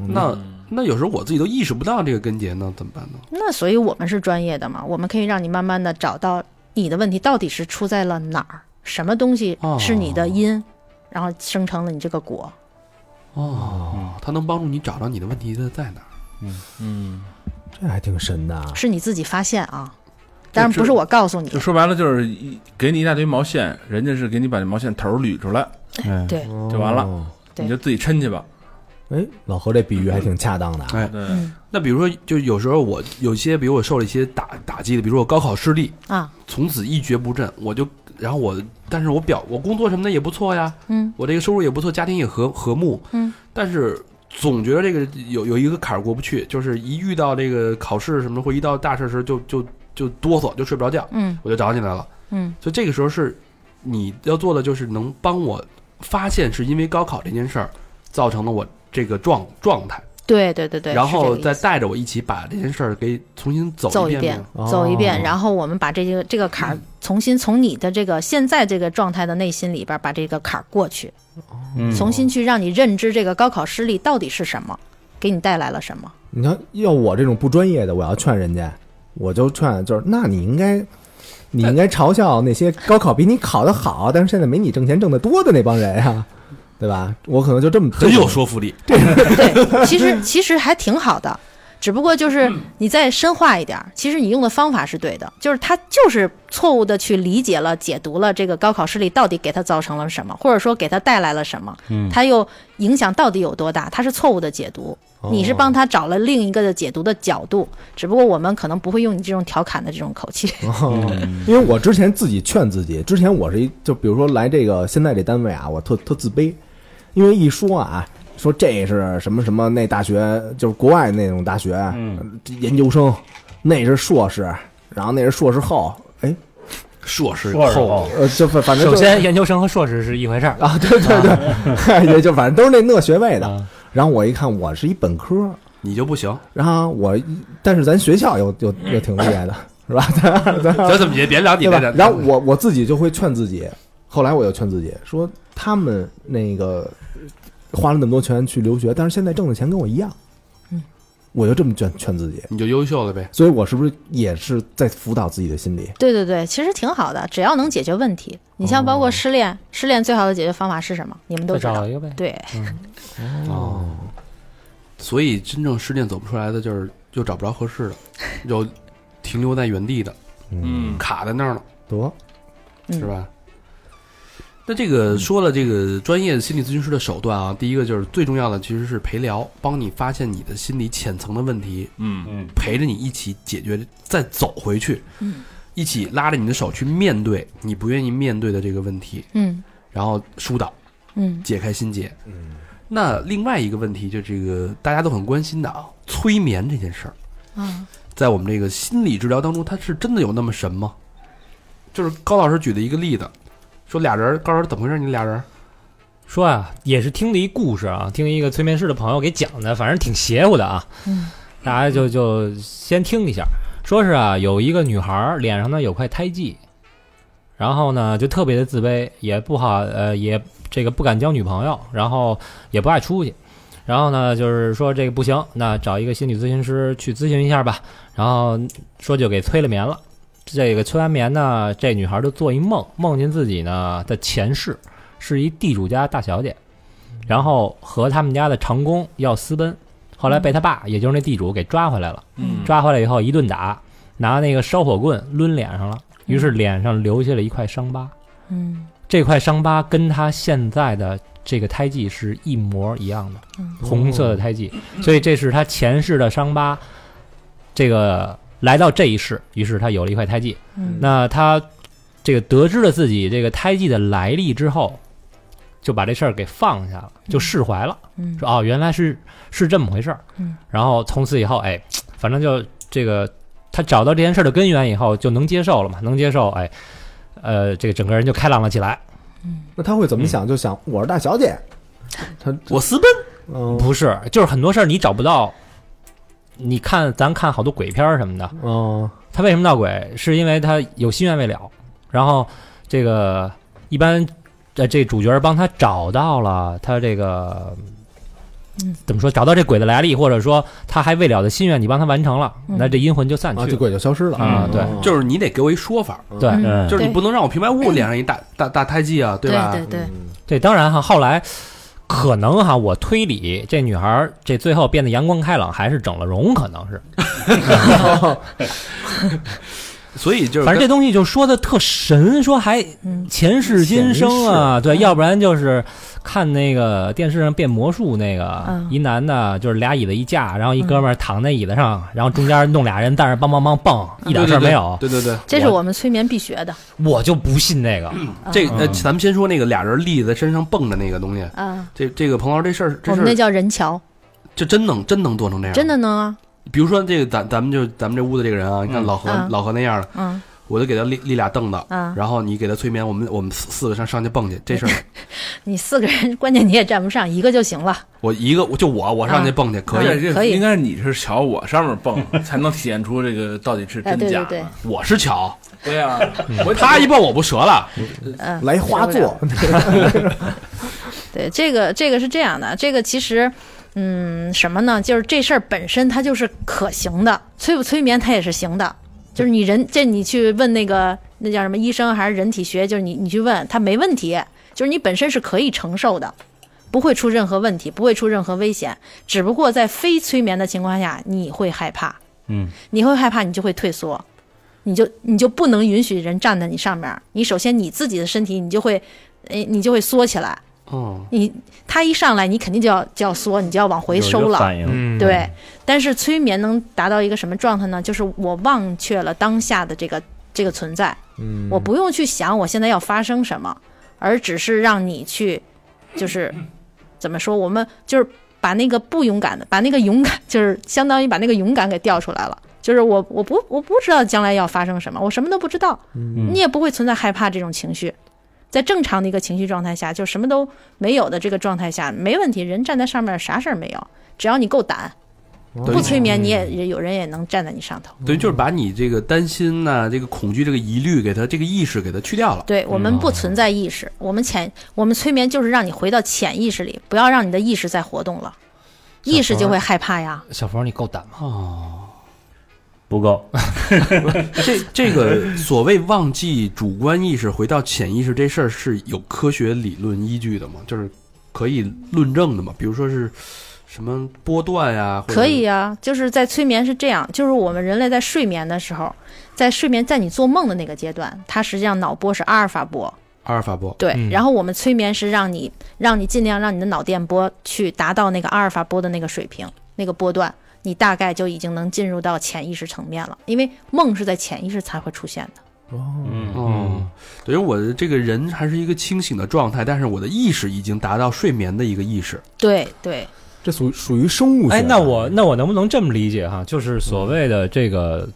Speaker 2: 那那有时候我自己都意识不到这个根结呢，怎么办呢？
Speaker 6: 那所以我们是专业的嘛，我们可以让你慢慢的找到你的问题到底是出在了哪儿，什么东西是你的因，然后生成了你这个果。
Speaker 2: 哦，它能帮助你找到你的问题的在哪儿。
Speaker 5: 嗯，
Speaker 3: 这还挺神的啊。
Speaker 6: 是你自己发现啊。当然
Speaker 5: 这
Speaker 6: 不是我告诉你
Speaker 5: 就，说白了就是一给你一大堆毛线，人家是给你把这毛线头儿捋出来，
Speaker 4: 哎
Speaker 6: 对，
Speaker 5: 就完了
Speaker 3: 哦
Speaker 6: 对
Speaker 5: 你就自己抻去吧。
Speaker 3: 哎，老何这比喻还挺恰当的啊。
Speaker 2: 哎，
Speaker 5: 对，
Speaker 6: 嗯
Speaker 2: 那比如说，就有时候我有些，比如我受了一些打打击的，比如说我高考失利，
Speaker 6: 啊，
Speaker 2: 从此一蹶不振，我就，然后我，但是我表我工作什么的也不错呀，
Speaker 6: 嗯
Speaker 2: 我这个收入也不错，家庭也和和睦，
Speaker 6: 嗯，
Speaker 2: 但是总觉得这个有有一个坎儿过不去，就是一遇到这个考试什么的，或一到大事儿时候就就就哆嗦，就睡不着觉，
Speaker 6: 嗯
Speaker 2: 我就找你来了。
Speaker 6: 嗯
Speaker 2: 所以这个时候是你要做的就是能帮我发现是因为高考这件事儿造成了我这个状状态，
Speaker 6: 对对对对，
Speaker 2: 然
Speaker 6: 是这
Speaker 2: 后
Speaker 6: 个意
Speaker 2: 再
Speaker 6: 思
Speaker 2: 带着我一起把这件事儿给重新走
Speaker 6: 走
Speaker 2: 一
Speaker 6: 一
Speaker 2: 遍
Speaker 6: 遍
Speaker 2: 呗。，
Speaker 3: 哦
Speaker 6: 走一遍，然后我们把这个这个坎儿重新从你的这个现在这个状态的内心里边儿把这个坎儿过去，重新去让你认知这个高考失利到底是什么，给你带来了什么。
Speaker 3: 你看，要我这种不专业的，我要劝人家，我就劝，就是那你应该，你应该嘲笑那些高考比你考得好，但是现在没你挣钱挣得多的那帮人啊，对吧？我可能就这么
Speaker 2: 很有说服力，
Speaker 6: 对，其实其实还挺好的，只不过就是你再深化一点儿，其实你用的方法是对的，就是他就是错误的去理解了、解读了这个高考失利到底给他造成了什么，或者说给他带来了什么，他又影响到底有多大，他是错误的解读。你是帮他找了另一个的解读的角度，只不过我们可能不会用你这种调侃的这种口气。
Speaker 3: 因为我之前自己劝自己，之前我是一就比如说来这个现在这单位啊，我特特自卑，因为一说啊，说这是什么什么那大学，就是国外那种大学，嗯、研究生，那是硕士，然后那是硕士后，哎，
Speaker 2: 硕士
Speaker 4: 说着
Speaker 2: 后
Speaker 4: 哦
Speaker 3: 呃，就反”。反正
Speaker 7: 首
Speaker 3: 就
Speaker 7: 先，研究生和硕士是一回事儿，
Speaker 3: 啊， 对对对， 也就反正都是那那学位
Speaker 7: 啊
Speaker 3: 的。然后我一看，我是一本科，
Speaker 2: 你就不行，
Speaker 3: 然后我一但是咱学校又又又挺厉害的，是吧？咱咱
Speaker 2: 咱怎么也别聊你
Speaker 3: 对
Speaker 2: 这
Speaker 3: 吧
Speaker 2: 个。？
Speaker 3: 然后我我自己就会劝自己，后来我就劝自己说，他们那个花了那么多钱去留学，但是现在挣的钱跟我一样，
Speaker 6: 嗯，
Speaker 3: 我就这么劝劝自己，
Speaker 2: 你就优秀了呗。
Speaker 3: 所以我是不是也是在辅导自己的心理？
Speaker 6: 对对对，其实挺好的，只要能解决问题。你像包括失恋，失恋最好的解决方法是什么？你们都
Speaker 7: 再
Speaker 6: 知道
Speaker 7: 找。一个呗。
Speaker 6: 对，
Speaker 2: 哦，所以真正失恋走不出来的，就是又找不着合适的，有停留在原地的，
Speaker 5: 嗯，
Speaker 2: 卡在那儿了，
Speaker 3: 得，
Speaker 6: 嗯
Speaker 2: 是吧？那这个说了这个专业心理咨询师的手段啊，第一个就是最重要的其实是陪聊，帮你发现你的心理浅层的问题，
Speaker 5: 嗯，
Speaker 2: 陪着你一起解决，再走回去，
Speaker 6: 嗯
Speaker 2: 一起拉着你的手去面对你不愿意面对的这个问题，
Speaker 6: 嗯。
Speaker 2: 然后疏导，
Speaker 6: 嗯
Speaker 2: 解开心结。嗯，那另外一个问题，就这个大家都很关心的啊，催眠这件事儿，
Speaker 6: 啊，
Speaker 2: 在我们这个心理治疗当中，它是真的有那么神吗？就是高老师举的一个例子，说俩人，高老师怎么回事？你俩人
Speaker 7: 说啊，也是听的一故事啊，听一个催眠师的朋友给讲的，反正挺邪乎的啊。
Speaker 6: 嗯，
Speaker 7: 大家就就先听一下，说是啊，有一个女孩儿脸上呢有块胎记，然后呢就特别的自卑，也不好呃也这个不敢交女朋友，然后也不爱出去，然后呢就是说这个不行，那找一个心理咨询师去咨询一下吧，然后说就给催了眠了。这个催完眠呢，这女孩儿就做一梦，梦见自己呢的前世是一地主家大小姐，然后和他们家的长工要私奔，后来被他爸，也就是那地主给抓回来了。
Speaker 5: 嗯，
Speaker 7: 抓回来以后一顿打，拿那个烧火棍抡脸上了，于是脸上留下了一块伤疤。
Speaker 6: 嗯
Speaker 7: 这块伤疤跟他现在的这个胎记是一模一样的，
Speaker 6: 嗯
Speaker 3: 哦
Speaker 7: 红色的胎记，所以这是他前世的伤疤。这个来到这一世，于是他有了一块胎记。
Speaker 6: 嗯，
Speaker 7: 那他这个得知了自己这个胎记的来历之后，就把这事儿给放下了，就释怀了，
Speaker 6: 嗯
Speaker 7: 说哦，原来是是这么回事儿。
Speaker 6: 嗯，
Speaker 7: 然后从此以后，哎，反正就这个他找到这件事儿的根源以后，就能接受了嘛，能接受，哎，呃，这个整个人就开朗了起来。
Speaker 3: 那他会怎么
Speaker 7: 嗯
Speaker 3: 想？就想我是大小姐，他
Speaker 2: 我私奔，
Speaker 3: 嗯
Speaker 7: 不是，就是很多事儿你找不到。你看，咱看好多鬼片儿什么的，
Speaker 3: 嗯
Speaker 7: 他为什么闹鬼？是因为他有心愿未了，然后这个一般呃这主角帮他找到了他这个。
Speaker 6: 嗯
Speaker 7: 怎么说？找到这鬼的来历，或者说他还未了的心愿，你帮他完成了，
Speaker 6: 嗯
Speaker 7: 那这阴魂就散去
Speaker 3: 啊，
Speaker 7: 了。
Speaker 3: 这鬼就消失了
Speaker 7: 啊对
Speaker 3: 嗯
Speaker 2: 就是你得给我一说法，
Speaker 7: 对，
Speaker 6: 嗯
Speaker 4: 嗯
Speaker 2: 就是你不能让我平白无故脸上一大大大胎记啊，
Speaker 6: 对
Speaker 2: 吧？
Speaker 6: 对对，
Speaker 7: 这当然哈，后来可能哈，我推理这女孩儿这最后变得阳光开朗，还是整了容，可能是。
Speaker 2: 所以就是
Speaker 7: 反正这
Speaker 2: 跟
Speaker 7: 东西就说的特神，说还
Speaker 6: 嗯
Speaker 7: 前世今生啊，对，要不然就是看那个电视上变魔术那个
Speaker 6: 嗯，
Speaker 7: 一男的，就是俩椅子一架，然后一哥们儿躺在椅子上，然后中间弄俩人在那儿梆梆梆蹦，一点事儿没有。
Speaker 2: 对对对，
Speaker 6: 这是我们催眠必学的
Speaker 7: 我就不信那个，
Speaker 6: 啊
Speaker 2: 这呃，咱们先说那个俩人立在身上蹦的那个东西，
Speaker 6: 啊，
Speaker 2: 这这个彭老师这事儿，这哎
Speaker 6: 我哦
Speaker 2: 事
Speaker 6: 们那
Speaker 2: 儿
Speaker 6: 叫人桥，
Speaker 2: 就真能真能做成这样，
Speaker 6: 真的。能啊，
Speaker 2: 比如说这个咱咱们就咱们这屋子这个人啊，你看老何、
Speaker 6: 嗯
Speaker 2: 老何那样的，
Speaker 6: 嗯
Speaker 2: 我就给他立立俩凳子，
Speaker 6: 啊，
Speaker 2: 然后你给他催眠，我们我们四四个上上去蹦去，这事儿
Speaker 6: 你四个人， 关键你也站不上，一个就行了，
Speaker 2: 我一个我就我我上去蹦去、可
Speaker 6: 啊
Speaker 2: 以，
Speaker 5: 这
Speaker 6: 可以
Speaker 5: 应该是你是瞧我上面蹦，才能体现出这个到底是
Speaker 6: 哎，
Speaker 5: 真
Speaker 6: 对
Speaker 5: 假
Speaker 6: 对
Speaker 5: 嘛。
Speaker 6: 对，
Speaker 2: 我是巧，
Speaker 5: 对呀，我
Speaker 2: 他一蹦我不折了，
Speaker 6: 嗯，
Speaker 3: 呃来 花
Speaker 6: 受不了
Speaker 3: 座，
Speaker 6: 对，这个这个是这样的，这个其实，嗯，什么呢？就是这事儿本身它就是可行的，催不催眠它也是行的，就是你人这你去问那个那叫什么医生还是人体学，就是你你去问他没问题，就是你本身是可以承受的，不会出任何问题，不会出任何危险，只不过在非催眠的情况下你会害怕，
Speaker 4: 嗯，
Speaker 6: 你会害怕，你就会退缩。你就你就不能允许人站在你上面儿，你首先你自己的身体，你就会，诶，你就会缩起来，
Speaker 4: 哦
Speaker 2: 嗯，
Speaker 6: 你他一上来，你肯定就要就要缩，你就要往回收
Speaker 4: 有一个
Speaker 6: 了。
Speaker 4: 反应，
Speaker 7: 嗯，
Speaker 6: 对，但是催眠能达到一个什么状态呢？就是我忘却了当下的这个这个存在，
Speaker 3: 嗯
Speaker 6: 我不用去想我现在要发生什么，而只是让你去，就是怎么说，我们就是把那个不勇敢的，把那个勇敢，就是相当于把那个勇敢给调出来了。就是我我不我不知道将来要发生什么，我什么都不知道，你也不会存在害怕这种情绪。在正常的一个情绪状态下，就什么都没有的这个状态下，没问题。人站在上面啥事儿没有，只要你够胆，
Speaker 2: 哦对
Speaker 6: 不催眠你也也有人也能站在你上头。
Speaker 2: 对，就是把你这个担心呐、这个恐惧、这个疑虑给他这个意识给他去掉了，
Speaker 6: 对我们不存在意识，我们潜我们催眠就是让你回到潜意识里，不要让你的意识再活动了，意识就会害怕呀。
Speaker 7: 小冯，你够胆吗？
Speaker 4: 不够，
Speaker 2: 这这个所谓忘记主观意识回到潜意识这事儿是有科学理论依据的吗？就是可以论证的吗？比如说是什么波段呀、或者
Speaker 6: 可以呀、就是在催眠是这样，就是我们人类在睡眠的时候，在睡眠在你做梦的那个阶段，它实际上脑波是阿尔法波，
Speaker 2: 阿尔法波，
Speaker 6: 对，
Speaker 7: 嗯
Speaker 6: 然后我们催眠是让你让你尽量让你的脑电波去达到那个阿尔法波的那个水平，那个波段，你大概就已经能进入到潜意识层面了，因为梦是在潜意识才会出现的。
Speaker 2: 嗯，等于我的这个人还是一个清醒的状态，但是我的意识已经达到睡眠的一个意识。
Speaker 6: 对对，
Speaker 3: 这属于属于生物学。啊
Speaker 7: 哎，那我那我能不能这么理解哈？就是所谓的这个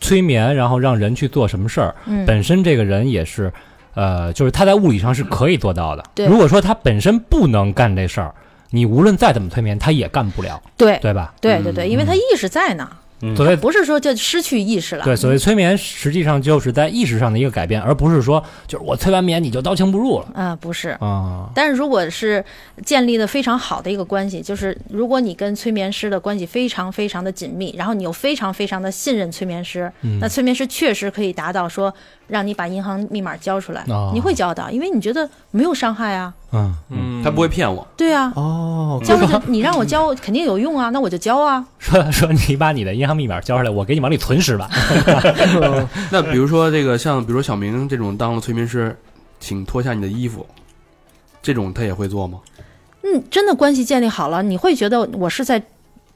Speaker 7: 催眠，然后让人去做什么事儿，
Speaker 6: 嗯，
Speaker 7: 本身这个人也是，呃，就是他在物理上是可以做到的。
Speaker 6: 对
Speaker 7: 如果说他本身不能干这事儿，你无论再怎么催眠，他也干不了，
Speaker 6: 对
Speaker 7: 对吧？
Speaker 6: 对对对，因为他意识在那儿，
Speaker 7: 所谓
Speaker 6: 哎嗯不是嗯说就失去意识了。
Speaker 7: 对，所谓催眠，实际上就是在意识上的一个改变，而不是说就是我催完眠你就刀枪不入了
Speaker 6: 啊、不是。
Speaker 7: 啊。
Speaker 6: 但是如果是建立的非常好的一个关系，就是如果你跟催眠师的关系非常非常的紧密，然后你又非常非常的信任催眠师，
Speaker 3: 嗯
Speaker 6: 那催眠师确实可以达到说让你把银行密码交出来，
Speaker 3: 啊
Speaker 7: 哦
Speaker 6: 你会交的，因为你觉得没有伤害啊，
Speaker 7: 嗯，
Speaker 5: 嗯，
Speaker 2: 他不会骗我，
Speaker 6: 对啊，
Speaker 3: 哦，
Speaker 6: 交了就你让我交肯定有用啊，那我就交啊，
Speaker 7: 说说你把你的银行密码交出来，我给你往里存十万。
Speaker 2: 那比如说这个像，比如说小明这种当了催眠师，请脱下你的衣服，这种他也会做吗？
Speaker 6: 嗯，真的关系建立好了，你会觉得我是在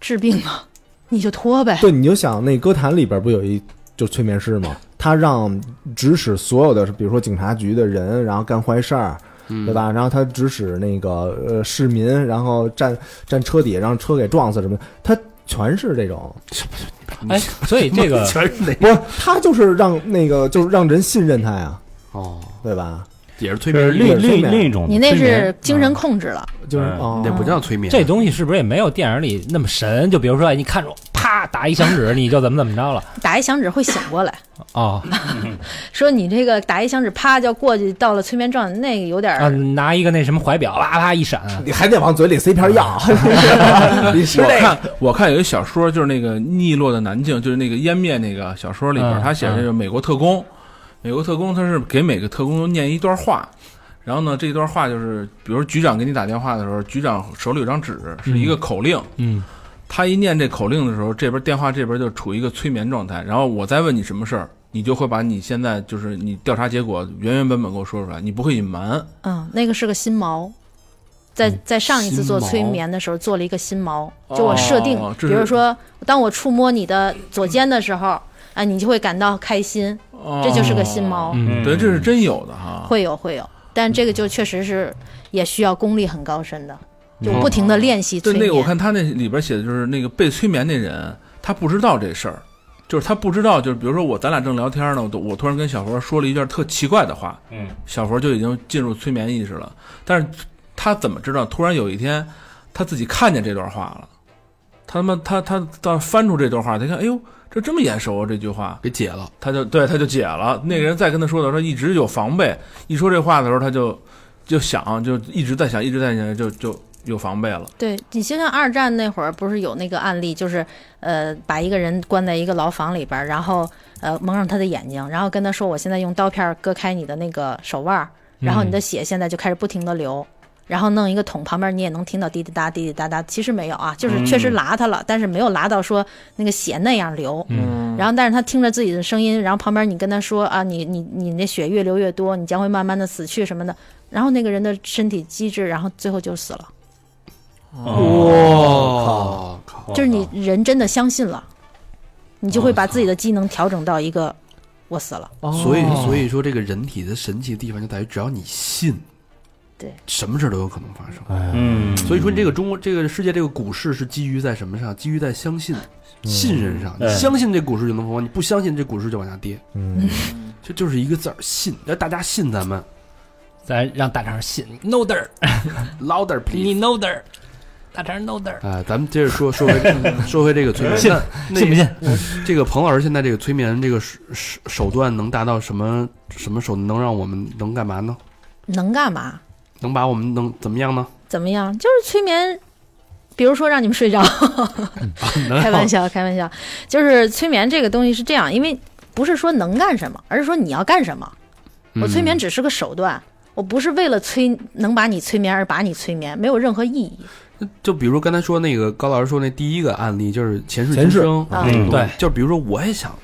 Speaker 6: 治病啊，你就拖呗，
Speaker 3: 对，你就想那歌坛里边不有一就催眠师吗？他让指使所有的，比如说警察局的人，然后干坏事儿，
Speaker 2: 嗯
Speaker 3: 对吧？然后他指使那个呃市民，然后站站车底，让车给撞死什么的，他全是这种，
Speaker 6: 嗯
Speaker 7: 哎，所以 这个
Speaker 2: 全是那
Speaker 3: 不是他就是让那个就是让人信任他呀，
Speaker 2: 哦，
Speaker 3: 对吧？
Speaker 2: 也是催
Speaker 4: 就是
Speaker 2: 眠，
Speaker 4: 另另另一种
Speaker 6: 你那
Speaker 4: 催眠
Speaker 6: 是
Speaker 3: 嗯
Speaker 6: 精神控制了，
Speaker 3: 就是
Speaker 4: 嗯
Speaker 3: 哦
Speaker 2: 那，不叫催眠，
Speaker 7: 这东西是不是也没有电影里那么神？就比如说，哎，你看着我啪打一响指，你就怎么怎么着了
Speaker 6: 打一响指会醒过来。
Speaker 7: 哦
Speaker 6: 说你这个打一响指，啪就过去到了催眠状态，那个有点
Speaker 7: 啊，
Speaker 6: 儿
Speaker 7: 拿一个那什么怀表，啪啪一闪，
Speaker 3: 你还得往嘴里塞片药，你吃
Speaker 5: 我
Speaker 3: 这个
Speaker 5: 看我看有一小说，就是那个《逆落的南境》，就是那个湮灭那个小说里边
Speaker 7: 嗯，
Speaker 5: 他写的是美国特工，美国特工他是给每个特工都念一段话，然后呢，这段话就是，比如局长给你打电话的时候，局长手里有张纸，是一个口令，
Speaker 7: 嗯，
Speaker 5: 他一念这口令的时候，这边电话这边就处于一个催眠状态，然后我再问你什么事儿，你就会把你现在就是你调查结果原原本本给我说出来，你不会隐瞒。
Speaker 6: 嗯，那个是个心锚。在在上一次做
Speaker 2: 心锚
Speaker 6: 催眠的时候做了一个心锚，
Speaker 5: 哦
Speaker 6: 就我设定，
Speaker 5: 这
Speaker 6: 比
Speaker 5: 是
Speaker 6: 如说当我触摸你的左肩的时候，啊，你就会感到开心，
Speaker 5: 哦
Speaker 6: 这就是个心锚，
Speaker 7: 嗯
Speaker 4: 嗯
Speaker 5: 对，这是真有的哈。
Speaker 6: 会有会有，但这个就确实是也需要功力很高深的，就不停的练习
Speaker 5: 对，
Speaker 6: 催
Speaker 5: 那
Speaker 6: 眠。
Speaker 5: 个我看他那里边写的就是那个被催眠那人，他不知道这事儿，就是他不知道，就是比如说我咱俩正聊天呢，我都我突然跟小佛说了一段特奇怪的话，
Speaker 4: 嗯，
Speaker 5: 小佛就已经进入催眠意识了，但是他怎么知道？突然有一天，他自己看见这段话了，他他妈他他他翻出这段话，他看，哎呦，这这么眼熟啊，这句话，
Speaker 2: 给解了。
Speaker 5: 他就对他就解了。那个人再跟他说的时候，一直有防备，一说这话的时候，他就就想，就一直在想，一直在想，就就有防备了。
Speaker 6: 对你就像二战那会儿，不是有那个案例，就是呃，把一个人关在一个牢房里边儿，然后呃蒙上他的眼睛，然后跟他说：“我现在用刀片儿割开你的那个手腕儿，然后你的血现在就开始不停的流。然后弄一个桶，旁边你也能听到滴滴答滴滴答答。其实没有啊，就是确实拉他了，但是没有拉到说那个血那样流。
Speaker 5: 嗯
Speaker 6: 然后，但是他听着自己的声音，然后旁边你跟他说啊，你你你那血越流越多，你将会慢慢的死去什么的。然后那个人的身体机制，然后最后就死了。
Speaker 1: 哦
Speaker 2: 哇
Speaker 4: 哦
Speaker 2: 靠！
Speaker 6: 就是你人真的相信了，你就会把自己的机能调整到一个我死了。
Speaker 1: 哦
Speaker 2: 所以所以说，这个人体的神奇的地方就在于，只要你信，
Speaker 6: 对，
Speaker 2: 什么事儿都有可能发生。
Speaker 4: 嗯，
Speaker 2: 所以说，这个中国这个世界这个股市是基于在什么上？基于在相信、信任上。你
Speaker 4: 哎
Speaker 2: 相信这股市就能疯狂，你不相信这股市就往下跌。
Speaker 3: 嗯，
Speaker 2: 这就是一个字儿信。要大家信咱们
Speaker 7: 咱让大肠信 no there，
Speaker 2: ，louder
Speaker 7: 你
Speaker 2: please。
Speaker 7: no there，大肠 no there，
Speaker 2: 啊，咱们接着说说回 说回这个催眠，
Speaker 4: 信
Speaker 2: 那
Speaker 7: 信不信？
Speaker 2: 这个彭老师现在这个催眠这个手手手段能达到什么什么手能让我们能干嘛呢？
Speaker 6: 能干嘛？
Speaker 2: 能把我们能怎么样呢？
Speaker 6: 怎么样？就是催眠，比如说让你们睡着，
Speaker 2: 能
Speaker 6: 开玩笑，开玩笑。就是催眠这个东西是这样，因为不是说能干什么，而是说你要干什么。
Speaker 2: 嗯
Speaker 6: 我哦催眠只是个手段，我不是为了催能把你催眠而把你催眠，没有任何意义。
Speaker 2: 就比如刚才说那个高老师说那第一个案例，就是前世今
Speaker 3: 前世
Speaker 2: 生，
Speaker 6: 啊
Speaker 4: 嗯
Speaker 2: 对，就比如说我也想，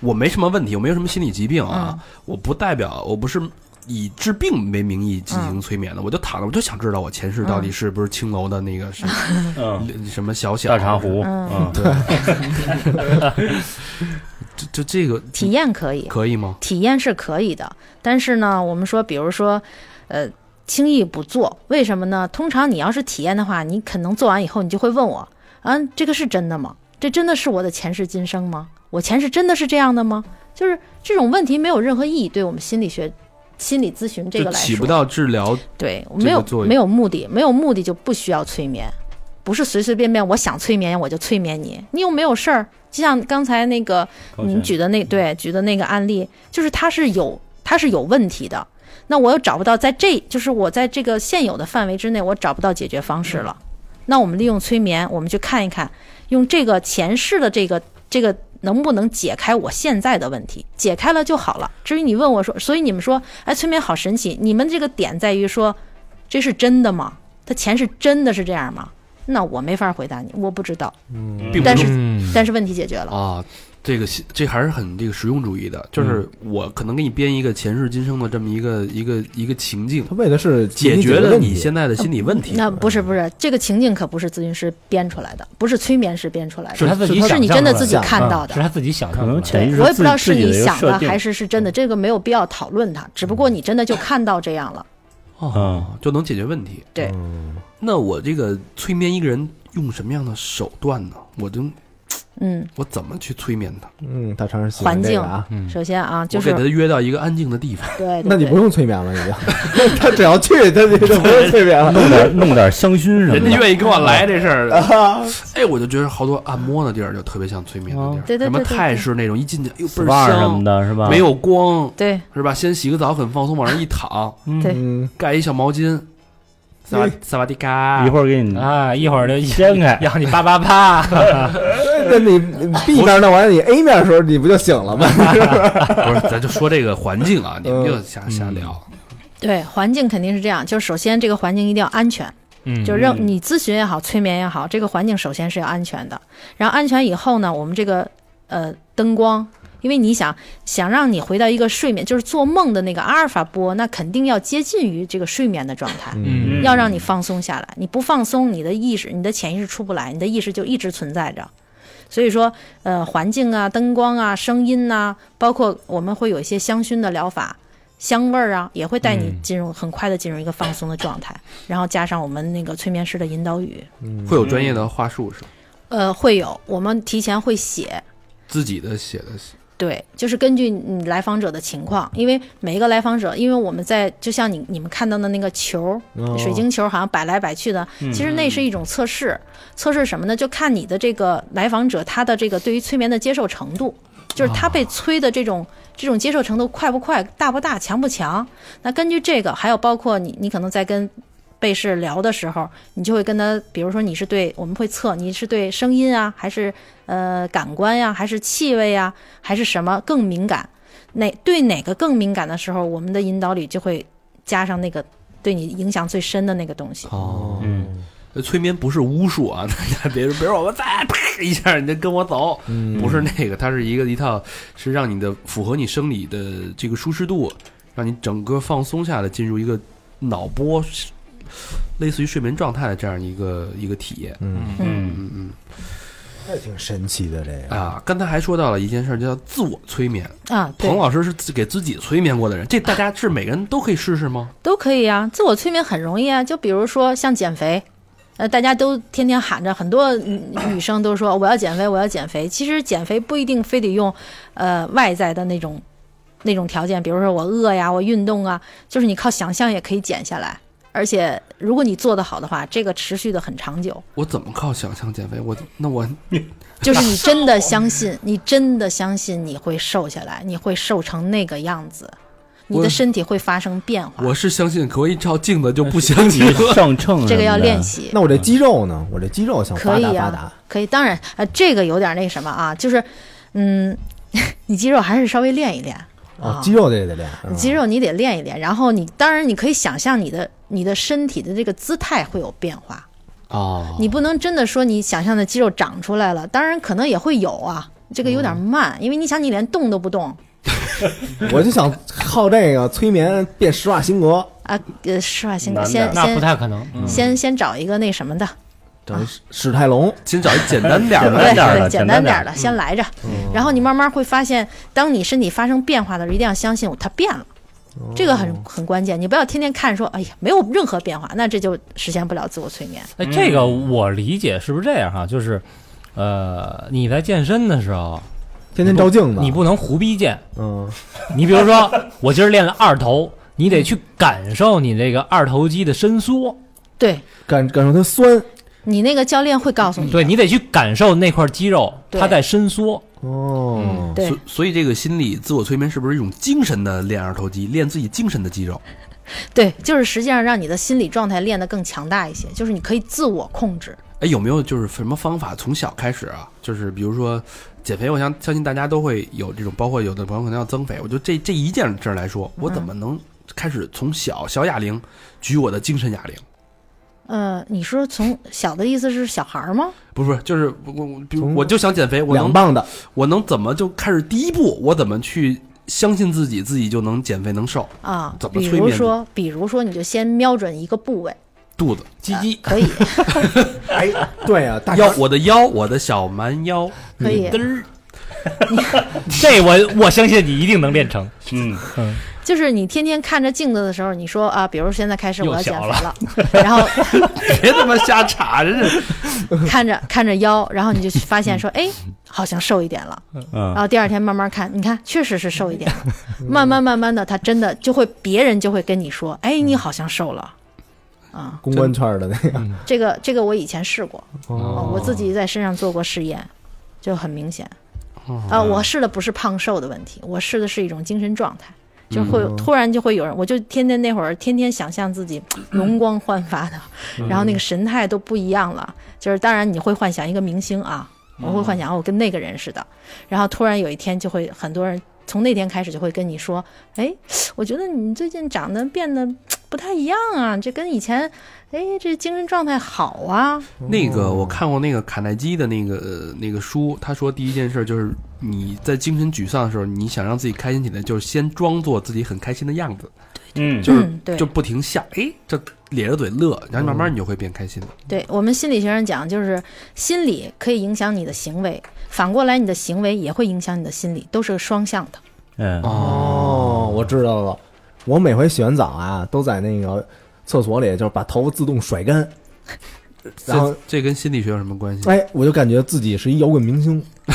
Speaker 2: 我没什么问题，我没有什么心理疾病啊，
Speaker 6: 嗯
Speaker 2: 我不代表我不是以治病为名义进行催眠的，我就躺着，我就想知道我前世到底是不是青楼的那个什么、
Speaker 4: 嗯，
Speaker 2: 什么小小
Speaker 4: 大茶壶，
Speaker 6: 嗯
Speaker 4: 嗯，
Speaker 2: 这这这个
Speaker 6: 体验可以，
Speaker 2: 可以吗？
Speaker 6: 体验是可以的，但是呢，我们说，比如说，呃，轻易不做，为什么呢？通常你要是体验的话，你可能做完以后，你就会问我，啊，这个是真的吗？这真的是我的前世今生吗？我前世真的是这样的吗？就是这种问题没有任何意义，对我们心理学、心理咨询这个
Speaker 2: 就
Speaker 6: 来说，
Speaker 2: 起不到治疗，
Speaker 6: 对，
Speaker 2: 这
Speaker 6: 没有
Speaker 2: 个作用
Speaker 6: 没有目的，没有目的就不需要催眠，不是随随便便我想催眠我就催眠你，你又没有事儿。就像刚才那个
Speaker 4: 高
Speaker 6: 你
Speaker 4: 悬
Speaker 6: 举的那
Speaker 2: 嗯
Speaker 6: 对举的那个案例，就是它是有它是有问题的，那我又找不到在这就是我在这个现有的范围之内，我找不到解决方式了。
Speaker 2: 嗯
Speaker 6: 那我们利用催眠，我们去看一看，用这个前世的这个这个能不能解开我现在的问题？解开了就好了。至于你问我说，所以你们说，哎，催眠好神奇，你们这个点在于说，这是真的吗？他前世真的是这样吗？那我没法回答你，我不知道。
Speaker 2: 并不
Speaker 6: 但
Speaker 2: 是
Speaker 6: 是
Speaker 7: 嗯，
Speaker 6: 但是问题解决了，
Speaker 2: 啊，这个西这还是很这个实用主义的，就是
Speaker 6: 嗯
Speaker 2: 我可能给你编一个前世今生的这么一个一个一个情境，
Speaker 3: 他为的是
Speaker 2: 解
Speaker 3: 决
Speaker 2: 决了
Speaker 3: 问
Speaker 2: 你
Speaker 3: 题
Speaker 2: 现在的心理问题。
Speaker 6: 那不是不是，这个情境可不是咨询师编出来的，不是催眠师编出来的，
Speaker 7: 是他自己
Speaker 6: 是你真的自己
Speaker 7: 想象出来嗯
Speaker 6: 看到的
Speaker 7: 是。他自己想
Speaker 4: 可
Speaker 7: 象出来
Speaker 4: 能
Speaker 7: 的
Speaker 4: 潜意识
Speaker 6: 我也不知道
Speaker 4: 自
Speaker 6: 是
Speaker 4: 己
Speaker 6: 你
Speaker 4: 的一个
Speaker 6: 想的
Speaker 4: 设定
Speaker 6: 还是是真的，这个没有必要讨论它。只不过你真的就看到这样了，
Speaker 4: 嗯
Speaker 2: 哦，就能解决问题。
Speaker 6: 对
Speaker 2: 那我这个催眠一个人用什么样的手段呢？我就
Speaker 6: 嗯，
Speaker 2: 我怎么去催眠他？
Speaker 3: 嗯，大肠是喜欢这个啊，
Speaker 6: 首先啊，就
Speaker 2: 我
Speaker 6: 是
Speaker 2: 给他约到一个安静的地方，
Speaker 6: 对，对
Speaker 3: 那你
Speaker 6: 对
Speaker 3: 不用催眠了，已 经，他只要去，他就就不用催眠了。
Speaker 4: 弄点弄点香薰什
Speaker 2: 人
Speaker 4: 么
Speaker 2: 家
Speaker 4: 的，
Speaker 2: 愿意跟我来这事 儿，
Speaker 6: 啊
Speaker 2: 哎，我就觉得好多按摩的地儿就特别像催眠的地儿，
Speaker 6: 哦对对对
Speaker 2: 什么
Speaker 6: 对对
Speaker 2: 泰式那种，一进去哎呦倍儿
Speaker 4: 腕儿什么
Speaker 2: 香，
Speaker 4: 的，是吧？
Speaker 2: 没，有光
Speaker 6: 对
Speaker 2: 是吧？先洗个澡，很放松，往上一躺，
Speaker 6: 对
Speaker 3: 嗯，
Speaker 2: 盖一小毛巾，萨瓦萨瓦迪卡，
Speaker 4: 一会儿给你
Speaker 7: 啊，一会儿就
Speaker 4: 掀开，
Speaker 7: 让你叭叭叭，
Speaker 3: 那你你 B 面弄完，你 A 面的时候你不就醒了吗？
Speaker 7: 嗯
Speaker 2: 不是，咱就说这个环境啊，你们就瞎瞎聊。
Speaker 6: 对，环境肯定是这样。就是首先这个环境一定要安全，
Speaker 7: 嗯，
Speaker 6: 就是让你咨询也好，催眠也好，这个环境首先是要安全的。然后安全以后呢，我们这个呃灯光，因为你想想让你回到一个睡眠，就是做梦的那个阿尔法波，那肯定要接近于这个睡眠的状态。
Speaker 7: 嗯
Speaker 6: 要让你放松下来。你不放松，你的意识、你的潜意识出不来，你的意识就一直存在着。所以说，呃，环境啊、灯光啊、声音呐、包括我们会有一些香薰的疗法，香味儿啊，也会带你进入、很快的进入一个放松的状态。然后加上我们那个催眠师的引导语，
Speaker 2: 嗯会有专业的话术是吧
Speaker 6: 呃，会有我们提前会写，
Speaker 2: 自己的写的
Speaker 6: 对，就是根据你来访者的情况，因为每一个来访者，因为我们在就像你你们看到的那个球
Speaker 7: 嗯
Speaker 6: 儿，
Speaker 3: 哦
Speaker 6: 水晶球儿好像摆来摆去的，其实那是一种测试。测试什么呢？就看你的这个来访者他的这个对于催眠的接受程度，就是他被催的这种、这种接受程度快不快、大不大、强不强。那根据这个，还有包括你你可能在跟被试聊的时候，你就会跟他，比如说你是对我们会测你是对声音啊，还是呃感官呀、还是气味呀、还是什么更敏感？哪对哪个更敏感的时候，我们的引导里就会加上那个对你影响最深的那个东西。
Speaker 2: 哦。
Speaker 4: 嗯，
Speaker 2: 呃催眠不是巫术啊， 大家别别说我再啪一下你就跟我走，不是那个，它是一个一套是让你的符合你生理的这个舒适度，让你整个放松下来，进入一个脑波类似于睡眠状态的这样一个一个体验。
Speaker 6: 嗯，
Speaker 2: 嗯嗯
Speaker 3: 这挺神奇的这
Speaker 2: 嗯啊，刚才还说到了一件事儿，叫自我催眠。
Speaker 6: 啊，对
Speaker 2: 彭，老师是自给自己催眠过的人，这大家是每个人都可以试试吗？
Speaker 6: 都可以啊。自我催眠很容易啊，就比如说像减肥，呃，大家都天天喊着，很多女女生都说我要减肥，我要减肥。其实减肥不一定非得用呃外在的那种那种条件，比如说我饿呀，我运动啊，就是你靠想象也可以减下来。而且如果你做得好的话，这个持续的很长久。
Speaker 2: 我怎么靠想象减肥？我那我
Speaker 6: 就是你真的相信，你真的相信你会瘦下来，你会瘦成那个样子，你
Speaker 2: 我
Speaker 6: 的身体会发生变化。
Speaker 2: 我是相信，可我一照镜子就不相信
Speaker 4: 你
Speaker 2: 了。
Speaker 4: 上秤
Speaker 6: 这个要练
Speaker 4: 习，
Speaker 6: 习
Speaker 3: 那，我这肌肉呢？我这肌肉想
Speaker 6: 可
Speaker 3: 发达
Speaker 6: 以
Speaker 3: 发达
Speaker 6: 啊，，可以。当然，呃，这个有点那什么啊，就是，嗯， 你肌肉还是稍微练一练
Speaker 3: 哦，肌肉这也 得练，
Speaker 6: 你肌
Speaker 3: 肉
Speaker 6: 肉你得练一练，然后你当然你可以想象你的你的身体的这个姿态会有变化，
Speaker 2: 哦，
Speaker 6: 你不能真的说你想象的肌肉长出来了，当然可能也会有啊，这个有点慢，因为你想你连动都不动，
Speaker 3: 我就想靠这个催眠变施瓦辛格，
Speaker 6: 啊，呃，施瓦辛格
Speaker 4: 难
Speaker 6: 先
Speaker 4: 点
Speaker 7: 那不
Speaker 6: 先
Speaker 7: 太可能，
Speaker 6: 先先找一个那什么的，
Speaker 5: 等于是
Speaker 3: 史泰龙，
Speaker 2: 先找一简单点儿的。
Speaker 4: 简单点儿的
Speaker 6: 对，
Speaker 4: 简
Speaker 6: 简
Speaker 4: 单
Speaker 6: 单
Speaker 4: 点
Speaker 6: 点
Speaker 4: 儿
Speaker 6: 儿的，先来着。然后你慢慢会发现，当你身体发生变化的时候，一定要相信我，它变了。这个很很关键，你不要天天看说，哎呀，没有任何变化，那这就实现不了自我催眠。
Speaker 2: 嗯
Speaker 7: 哎，这个我理解是不是这样哈？啊就是，呃，你在健身的时候，
Speaker 3: 天天照镜子，
Speaker 7: 你不能胡逼健。
Speaker 3: 嗯，
Speaker 7: 你比如 说，我今儿练了二头，你得去感受你这个二头肌的伸缩，
Speaker 6: 对
Speaker 3: 感感受它酸，
Speaker 6: 你那个教练会告诉你，
Speaker 7: 对你得去感受那块肌肉
Speaker 6: 对
Speaker 7: 它在伸缩。嗯
Speaker 3: 哦，
Speaker 6: 对
Speaker 2: 所所以这个心理自我催眠是不是一种精神的练二头肌，练自己精神的肌肉？
Speaker 6: 对，就是实际上让你的心理状态练得更强大一些，就是你可以自我控制。
Speaker 2: 哎，有没有就是什么方法从小开始啊？就是比如说减肥，我相相信大家都会有这种，包括有的朋友可能要增肥。我就这这一件事儿来说，我怎么能开始从小小哑铃举我的精神哑铃？
Speaker 6: 呃，你说从小的意思是小孩儿吗？
Speaker 2: 不是，就是我我我比如
Speaker 3: 从
Speaker 2: 我就想减肥，我
Speaker 3: 两
Speaker 2: 能
Speaker 3: 磅的，
Speaker 2: 我能怎么就开始第一步？我怎么去相信自己，自己就能减肥能瘦？
Speaker 6: 啊
Speaker 2: 怎，么
Speaker 6: 比
Speaker 2: 催眠
Speaker 6: 如
Speaker 2: 的
Speaker 6: 说，比如说，你就先瞄准一个部位，
Speaker 2: 肚子、
Speaker 7: 鸡鸡
Speaker 6: 可以，
Speaker 3: 哎，对啊，大
Speaker 2: 腰
Speaker 3: 家，
Speaker 2: 我的腰，我的小蛮腰，
Speaker 6: 可以，
Speaker 2: 嘚儿，
Speaker 7: 这我我相信你一定能练成。
Speaker 4: 嗯，
Speaker 6: 就是你天天看着镜子的时候，你说啊，比如现在开始
Speaker 7: 又
Speaker 6: 我要
Speaker 7: 小
Speaker 6: 减肥了，然后
Speaker 2: 别他妈瞎查，真是。
Speaker 6: 看着看着腰，然后你就去发现 说，哎，好像瘦一点了。然
Speaker 4: 嗯，
Speaker 6: 后第二天慢慢看，你看确实是瘦一点了，慢慢慢慢的，他真的就会，别人就会跟你说，哎，
Speaker 7: 嗯
Speaker 6: 你好像瘦了。啊、
Speaker 3: 公关圈的那个，
Speaker 6: 这个这个我以前试过，啊
Speaker 3: 嗯哦，
Speaker 6: 我自己在身上做过试验，就很明显。
Speaker 3: 哦
Speaker 6: 啊，我试的不是胖瘦的问题，我试的是一种精神状态，就会
Speaker 3: 嗯
Speaker 6: 突然就会有人，我就天天那会儿天天想象自 己容光焕发的，
Speaker 3: 嗯
Speaker 6: 然后那个神态都不一样了。就是当然你会幻想一个明星啊，
Speaker 3: 嗯
Speaker 6: 我会幻想我跟那个人似的，然后突然有一天就会很多人。从那天开始就会跟你说，哎，我觉得你最近长得变得不太一样啊，这跟以前，哎，这精神状态好啊，
Speaker 2: 那个我看过那个卡耐基的那个、呃那个书，他说第一件事就是你在精神沮丧的时候，你想让自己开心起来，就是先装作自己很开心的样子，
Speaker 4: 嗯，
Speaker 2: 就是、
Speaker 6: 嗯对
Speaker 2: 就不停笑，哎，这咧着嘴乐，然后慢慢你就会变开心的。
Speaker 6: 对我们心理学上讲，就是心理可以影响你的行为，反过来你的行为也会影响你的心理，都是双向的。
Speaker 4: 嗯，
Speaker 3: 哦，我知道了，我每回洗完澡啊，都在那个厕所里，就是把头发自动甩干，然后
Speaker 2: 这这跟心理学有什么关系？
Speaker 3: 嗯哎，我就感觉自己是一摇滚明星，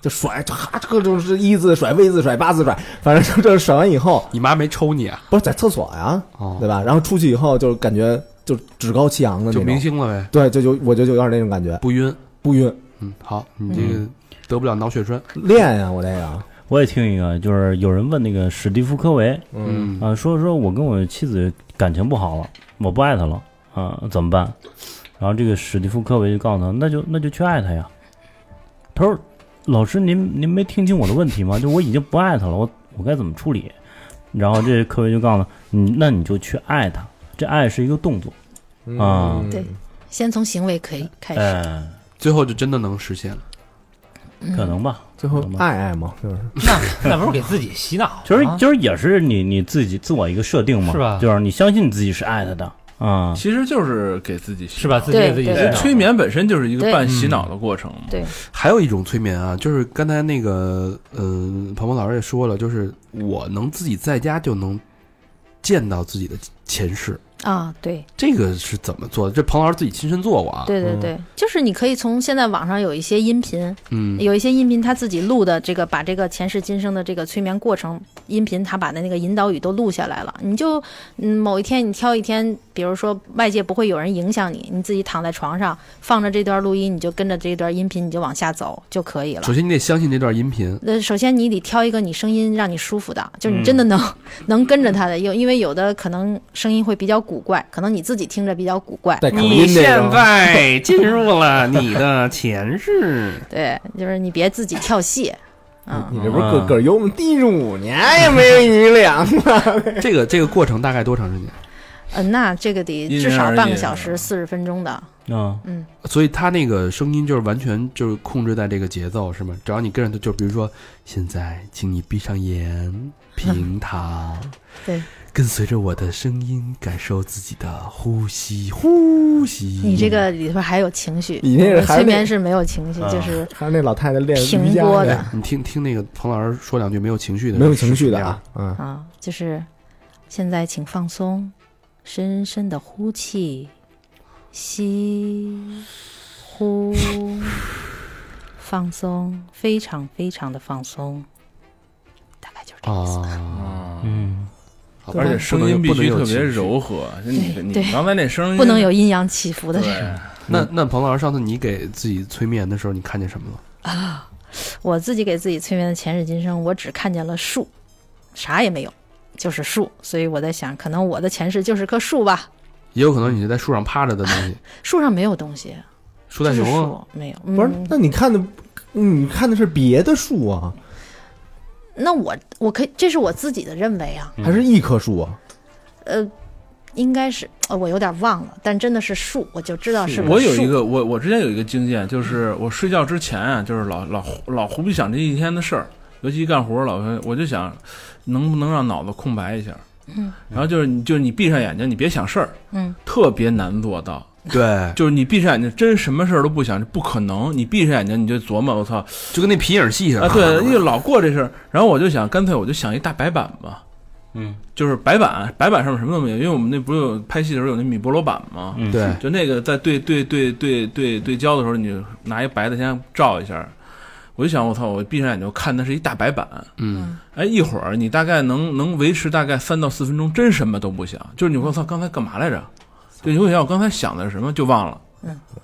Speaker 3: 就甩，哈，各种是一字甩、V 字甩、八字甩，反正就这甩完以后，
Speaker 2: 你妈没抽你啊？
Speaker 3: 不是在厕所呀、
Speaker 2: 哦
Speaker 3: 对吧？然后出去以后，就感觉就趾高气扬的那
Speaker 2: 就
Speaker 3: 种，
Speaker 2: 明星了呗，
Speaker 3: 对，就就我就就有点那种感觉，
Speaker 2: 不晕。
Speaker 3: 不晕，
Speaker 2: 嗯，好，你这个得不了脑血栓。
Speaker 3: 练呀、我这个，
Speaker 4: 我也听一个，就是有人问那个史蒂夫·科维
Speaker 2: 嗯，
Speaker 4: 啊，说说我跟我妻子感情不好了，我不爱她了啊，怎么办？然后这个史蒂夫·科维就告诉他，那就那就去爱她呀。他说：“老师，您您没听清我的问题吗？就我已经不爱她了，我我该怎么处理？”然后这科维就告诉他：“你那你就去爱她，这爱是一个动作。
Speaker 3: 嗯
Speaker 4: 啊
Speaker 6: 对先从行为可以开始，
Speaker 4: 哎，
Speaker 2: 最后就真的能实现了。
Speaker 6: 嗯
Speaker 4: 可能吧。
Speaker 3: 最后
Speaker 4: 可能吧
Speaker 3: 爱爱嘛，就是
Speaker 7: 那那不是给自己洗脑？
Speaker 4: 其实
Speaker 7: 啊
Speaker 4: 就是也是你你自己自我一个设定嘛，
Speaker 7: 是吧
Speaker 4: 就是你相信你自己是爱他的啊，
Speaker 5: 其实就是给自己
Speaker 7: 是
Speaker 5: 洗脑
Speaker 7: 吧？自己给
Speaker 6: 对
Speaker 7: 自己
Speaker 6: 对
Speaker 7: 洗
Speaker 5: 哎
Speaker 7: 脑
Speaker 5: 催眠本身就是一个
Speaker 6: 对嗯
Speaker 5: 半洗脑的过程嘛。
Speaker 6: 对，
Speaker 2: 还有一种催眠啊，就是刚才那个，嗯、鹏鹏老师也说了，就是我能自己在家就能见到自己的前世，
Speaker 6: 啊，对
Speaker 2: 这个是怎么做的？这彭老师自己亲身做过啊。，
Speaker 6: 对
Speaker 4: 嗯
Speaker 6: 对对，就是你可以从现在网上有一些音频，
Speaker 2: 嗯，
Speaker 6: 有一些音频他自己录的这个，把这个前世今生的这个催眠过程音频，他把的那个引导语都录下来了。你就嗯，某一天你挑一天，比如说外界不会有人影响你，你自己躺在床上放着这段录音，你就跟着这段音频你就往下走就可以了
Speaker 2: 首。先你得相信这段音 频，
Speaker 6: 呃，首先你得挑一个你声音让你舒服的，就是你真的能、能跟着他的，因因为有的可能声音会比较古怪，可能你自己听着比较古怪，
Speaker 3: 带口音那种，
Speaker 4: 在进入了你的前世，
Speaker 6: 对，就是你别自己跳戏，嗯，
Speaker 3: 你这不
Speaker 2: 啊
Speaker 3: 是个个有我们第十五年也没你两
Speaker 2: 这个这个过程大概多长时间？
Speaker 6: 呃，那这个得
Speaker 5: 因
Speaker 6: 至
Speaker 5: 人
Speaker 6: 少
Speaker 5: 而
Speaker 6: 半个
Speaker 5: 异
Speaker 6: 小
Speaker 5: 啊
Speaker 6: 时，四十分钟的，
Speaker 4: 啊，
Speaker 6: 嗯，
Speaker 2: 所以他那个声音就是完全就是控制在这个节奏是吗？只要你跟着 他，就比如说现在，请你闭上眼，平躺，
Speaker 6: 对，
Speaker 2: 跟随着我的声音，感受自己的呼吸，呼吸。
Speaker 6: 你这个里头还有情绪，
Speaker 3: 你那是
Speaker 6: 我们
Speaker 3: 还是
Speaker 6: 催
Speaker 3: 那
Speaker 6: 眠是没有情绪，就是
Speaker 3: 还是那老太太练
Speaker 6: 平
Speaker 3: 瑜伽
Speaker 6: 播
Speaker 3: 那
Speaker 6: 的
Speaker 3: 个
Speaker 2: 你听听那个彭老师说两句没有情绪的，
Speaker 3: 没有情绪的啊，嗯，
Speaker 6: 啊，就是现在请放松，深深的呼气，吸，呼，放松，非常非常的放松，大概就是这意思。
Speaker 2: 啊，
Speaker 4: 嗯，
Speaker 2: 好吧
Speaker 5: 而且声音必须特别。柔和。你
Speaker 6: 对
Speaker 5: 你
Speaker 6: 对
Speaker 5: 刚才那声音
Speaker 6: 不能有阴阳起伏的这
Speaker 5: 对
Speaker 6: 种。
Speaker 2: 不能有那那彭老师，上次你给自己催眠的时候，你看见什么了？
Speaker 6: 我自己给自己催眠的前世今生，我只看见了树，啥也没有，就是树。所以我在想，可能我的前世就是棵树吧。
Speaker 2: 也有可能你是在树上趴着的东西，
Speaker 6: 树上没有东西，
Speaker 2: 树
Speaker 6: 就
Speaker 2: 袋
Speaker 6: 是
Speaker 2: 熊啊。
Speaker 6: 树没有。
Speaker 3: 不是
Speaker 6: 嗯，
Speaker 3: 那你看的，嗯你看的是别的树啊，
Speaker 6: 那我我可以，这是我自己的认为啊，
Speaker 2: 嗯
Speaker 3: 还是一棵树啊？
Speaker 6: 呃，应该是呃我有点忘了，但真的是树，我就知道是
Speaker 5: 我有
Speaker 6: 树
Speaker 5: 一个，我我之前有一个经验，就是我睡觉之前啊，就是老老老胡逼想这一天的事儿，尤其干活老我就想，能不能让脑子空白一下？
Speaker 6: 嗯，
Speaker 5: 然后就是你就是你闭上眼睛，你别想事儿，
Speaker 6: 嗯，
Speaker 5: 特别难做到。
Speaker 2: 对，
Speaker 5: 就是你闭上眼睛，真什么事儿都不想，这不可能。你闭上眼睛你就琢磨，我操啊！
Speaker 2: 就跟那皮影戏似的。
Speaker 5: 对， 因为老过这事儿。然后我就想，干脆我就想一大白板吧。
Speaker 4: 嗯，
Speaker 5: 就是白板，白板上面什么都没有，因为我们那不是有拍戏的时候有那米波罗板吗？
Speaker 4: 嗯
Speaker 2: 对，
Speaker 5: 就那个在对对对对对对焦的时候，你就拿一白的先照一下。我就想，我操，我闭上眼睛看它是一大白板，
Speaker 2: 嗯，
Speaker 5: 哎，一会儿你大概能能维持大概三到四分钟，真什么都不想，就是你会我操，刚才干嘛来着？对，你会想我刚才想的是什么，就忘了。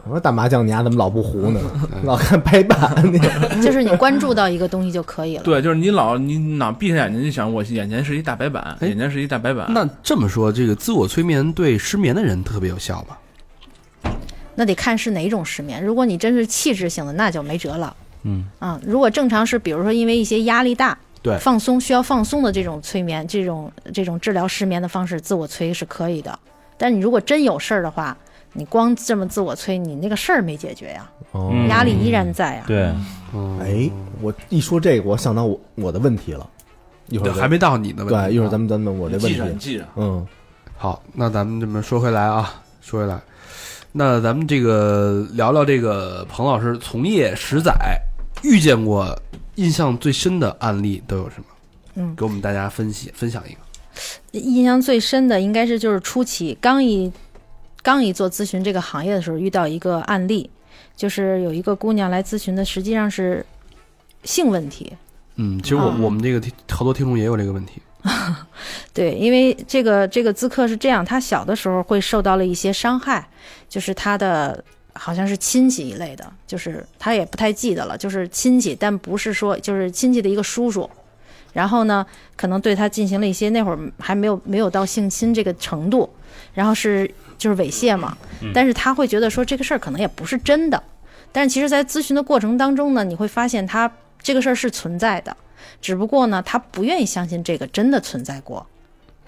Speaker 3: 我说打麻将，你丫怎么老不胡呢？
Speaker 2: 嗯
Speaker 3: 老看白板，你
Speaker 6: 就是你关注到一个东西就可以了。
Speaker 5: 对，就是你老你哪闭上眼睛就想，我眼前是一大白板，
Speaker 2: 哎
Speaker 5: 眼前是一大白板。
Speaker 2: 那这么说，这个自我催眠对失眠的人特别有效吧？
Speaker 6: 那得看是哪种失眠。如果你真是器质性的，那就没辙了。
Speaker 4: 嗯
Speaker 6: 啊，如果正常是，比如说因为一些压力大，
Speaker 2: 对
Speaker 6: 放松需要放松的这种催眠，这种这种治疗失眠的方式，自我催是可以的。但你如果真有事儿的话，你光这么自我催，你那个事儿没解决呀、
Speaker 3: 哦
Speaker 4: 嗯
Speaker 6: 压力依然在啊呀、
Speaker 4: 对，
Speaker 2: 嗯
Speaker 3: 哎，我一说这个，我想到我我的问题了，一会
Speaker 2: 对，
Speaker 3: 儿咱
Speaker 2: 还没到你的问题啊。
Speaker 3: 对，一会儿咱们咱们我这问
Speaker 5: 记着，你
Speaker 3: 题，
Speaker 5: 记着。
Speaker 3: 嗯，
Speaker 2: 好，那咱们这么说回来啊，说回来，那咱们这个聊聊这个彭老师从业十载遇见过印象最深的案例都有什么？
Speaker 6: 嗯
Speaker 2: 给我们大家分析分享一个。
Speaker 6: 印象最深的应该是就是初期刚一刚一做咨询这个行业的时候，遇到一个案例，就是有一个姑娘来咨询的，实际上是性问题。
Speaker 2: 嗯，其实我、
Speaker 6: 啊
Speaker 2: 我们这个听好多听众也有这个问题。
Speaker 6: 对，因为这个这个咨客是这样，他小的时候会受到了一些伤害，就是他的好像是亲戚一类的，就是他也不太记得了，就是亲戚，但不是说就是亲戚的一个叔叔。然后呢，可能对他进行了一些那会儿还没有没有到性侵这个程度，然后是就是猥亵嘛，
Speaker 5: 嗯
Speaker 6: 但是他会觉得说这个事儿可能也不是真的，但是其实，在咨询的过程当中呢，你会发现他这个事儿是存在的，只不过呢，他不愿意相信这个真的存在过，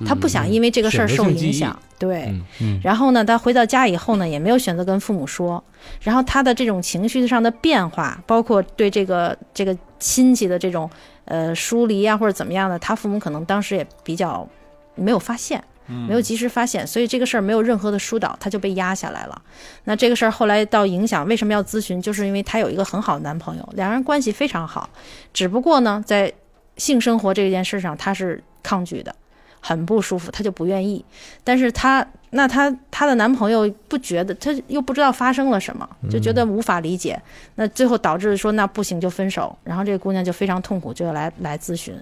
Speaker 6: 他不想因为这个事儿受影响，对。
Speaker 5: 嗯
Speaker 4: 嗯
Speaker 6: 然后呢，他回到家以后呢，也没有选择跟父母说。然后他的这种情绪上的变化，包括对这个这个亲戚的这种呃疏离啊，或者怎么样的，他父母可能当时也比较没有发现，没有及时发现，所以这个事儿没有任何的疏导，他就被压下来了。那这个事儿后来到影响，为什么要咨询？就是因为她有一个很好的男朋友，两人关系非常好，只不过呢，在性生活这件事上，她是抗拒的，很不舒服，她就不愿意。但是她那她她的男朋友不觉得，她又不知道发生了什么，就觉得无法理解。那最后导致说那不行就分手，然后这个姑娘就非常痛苦，就来来咨询。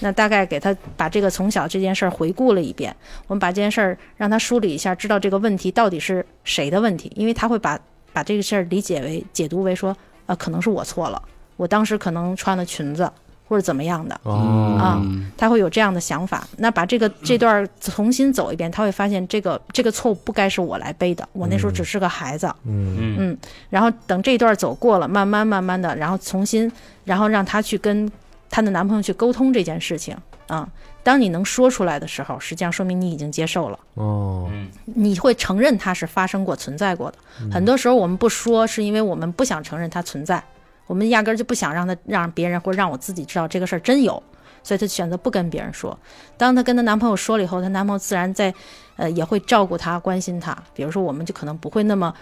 Speaker 6: 那大概给她把这个从小这件事儿回顾了一遍，我们把这件事儿让她梳理一下，知道这个问题到底是谁的问题，因为她会把把这个事儿理解为解读为说，呃，可能是我错了，我当时可能穿了裙子或者怎么样的，
Speaker 3: 哦，
Speaker 6: 啊
Speaker 2: 嗯，
Speaker 6: 他会有这样的想法。那把这个这段儿重新走一遍，他会发现这个这个错误不该是我来背的，我那时候只是个孩子。
Speaker 3: 嗯，
Speaker 4: 嗯
Speaker 6: 嗯，然后等这一段走过了，慢慢慢慢的，然后重新，然后让她去跟她的男朋友去沟通这件事情啊。当你能说出来的时候，实际上说明你已经接受了，嗯
Speaker 3: 哦，
Speaker 6: 你会承认它是发生过、存在过的。很多时候我们不说，是因为我们不想承认它存在，我们压根儿就不想让它让别人或让我自己知道这个事儿真有。所以她选择不跟别人说。当她跟她男朋友说了以后，她男朋友自然在，呃，也会照顾她、关心她。比如说，我们就可能不会那么。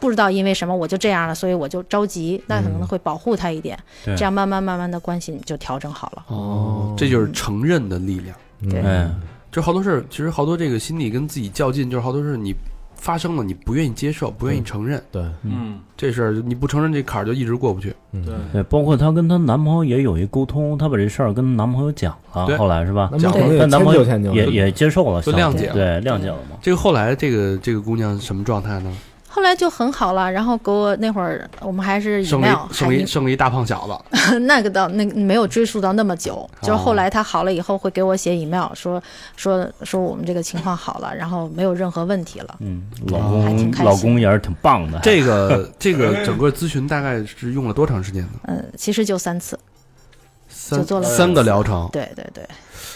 Speaker 6: 不知道因为什么我就这样了，所以我就着急，那可能会保护她一点，
Speaker 4: 对
Speaker 6: 这样慢慢慢慢的关系就调整好了。
Speaker 2: 嗯哦，这就是承认的力量。
Speaker 3: 嗯
Speaker 6: 对
Speaker 4: 哎，
Speaker 2: 就是好多事儿，其实好多这个心理跟自己较劲，就是好多事儿你发生了，你不愿意接受，不愿意承认、
Speaker 3: 对，
Speaker 5: 嗯，
Speaker 2: 这事儿，你不承认这坎儿就一直过不去。
Speaker 5: 对，
Speaker 4: 对，呃包括她跟她男朋友也有一沟通，她把这事儿跟男朋友讲
Speaker 2: 对
Speaker 4: 了，后来是吧？
Speaker 3: 那
Speaker 6: 对
Speaker 3: 朋友
Speaker 4: 但男
Speaker 3: 迁
Speaker 4: 朋
Speaker 3: 就
Speaker 4: 友
Speaker 3: 迁就，
Speaker 4: 也也接受了，
Speaker 2: 就
Speaker 4: 想
Speaker 2: 谅解了
Speaker 4: 对谅解了嘛。
Speaker 2: 这个后来这个这个姑娘什么状态呢？
Speaker 6: 后来就很好了，然后给我那会儿我们还是饮
Speaker 2: 生了
Speaker 6: 料，
Speaker 2: 一生
Speaker 6: 还
Speaker 2: 了一生了一哦大胖小子，
Speaker 6: 那个到那个没有追溯到那么久，就是后来他好了以后会给我写 email 说说说我们这个情况好了，然后没有任何问题了。
Speaker 4: 嗯，老
Speaker 2: 哦
Speaker 6: 还挺
Speaker 4: 公
Speaker 6: 开心
Speaker 4: 老公也是挺棒的，
Speaker 2: 这个这个整个咨询大概是用了多长时间呢？
Speaker 6: 嗯，其实就三次，
Speaker 2: 三
Speaker 6: 就做了两次
Speaker 2: 三个疗程，
Speaker 6: 对对对，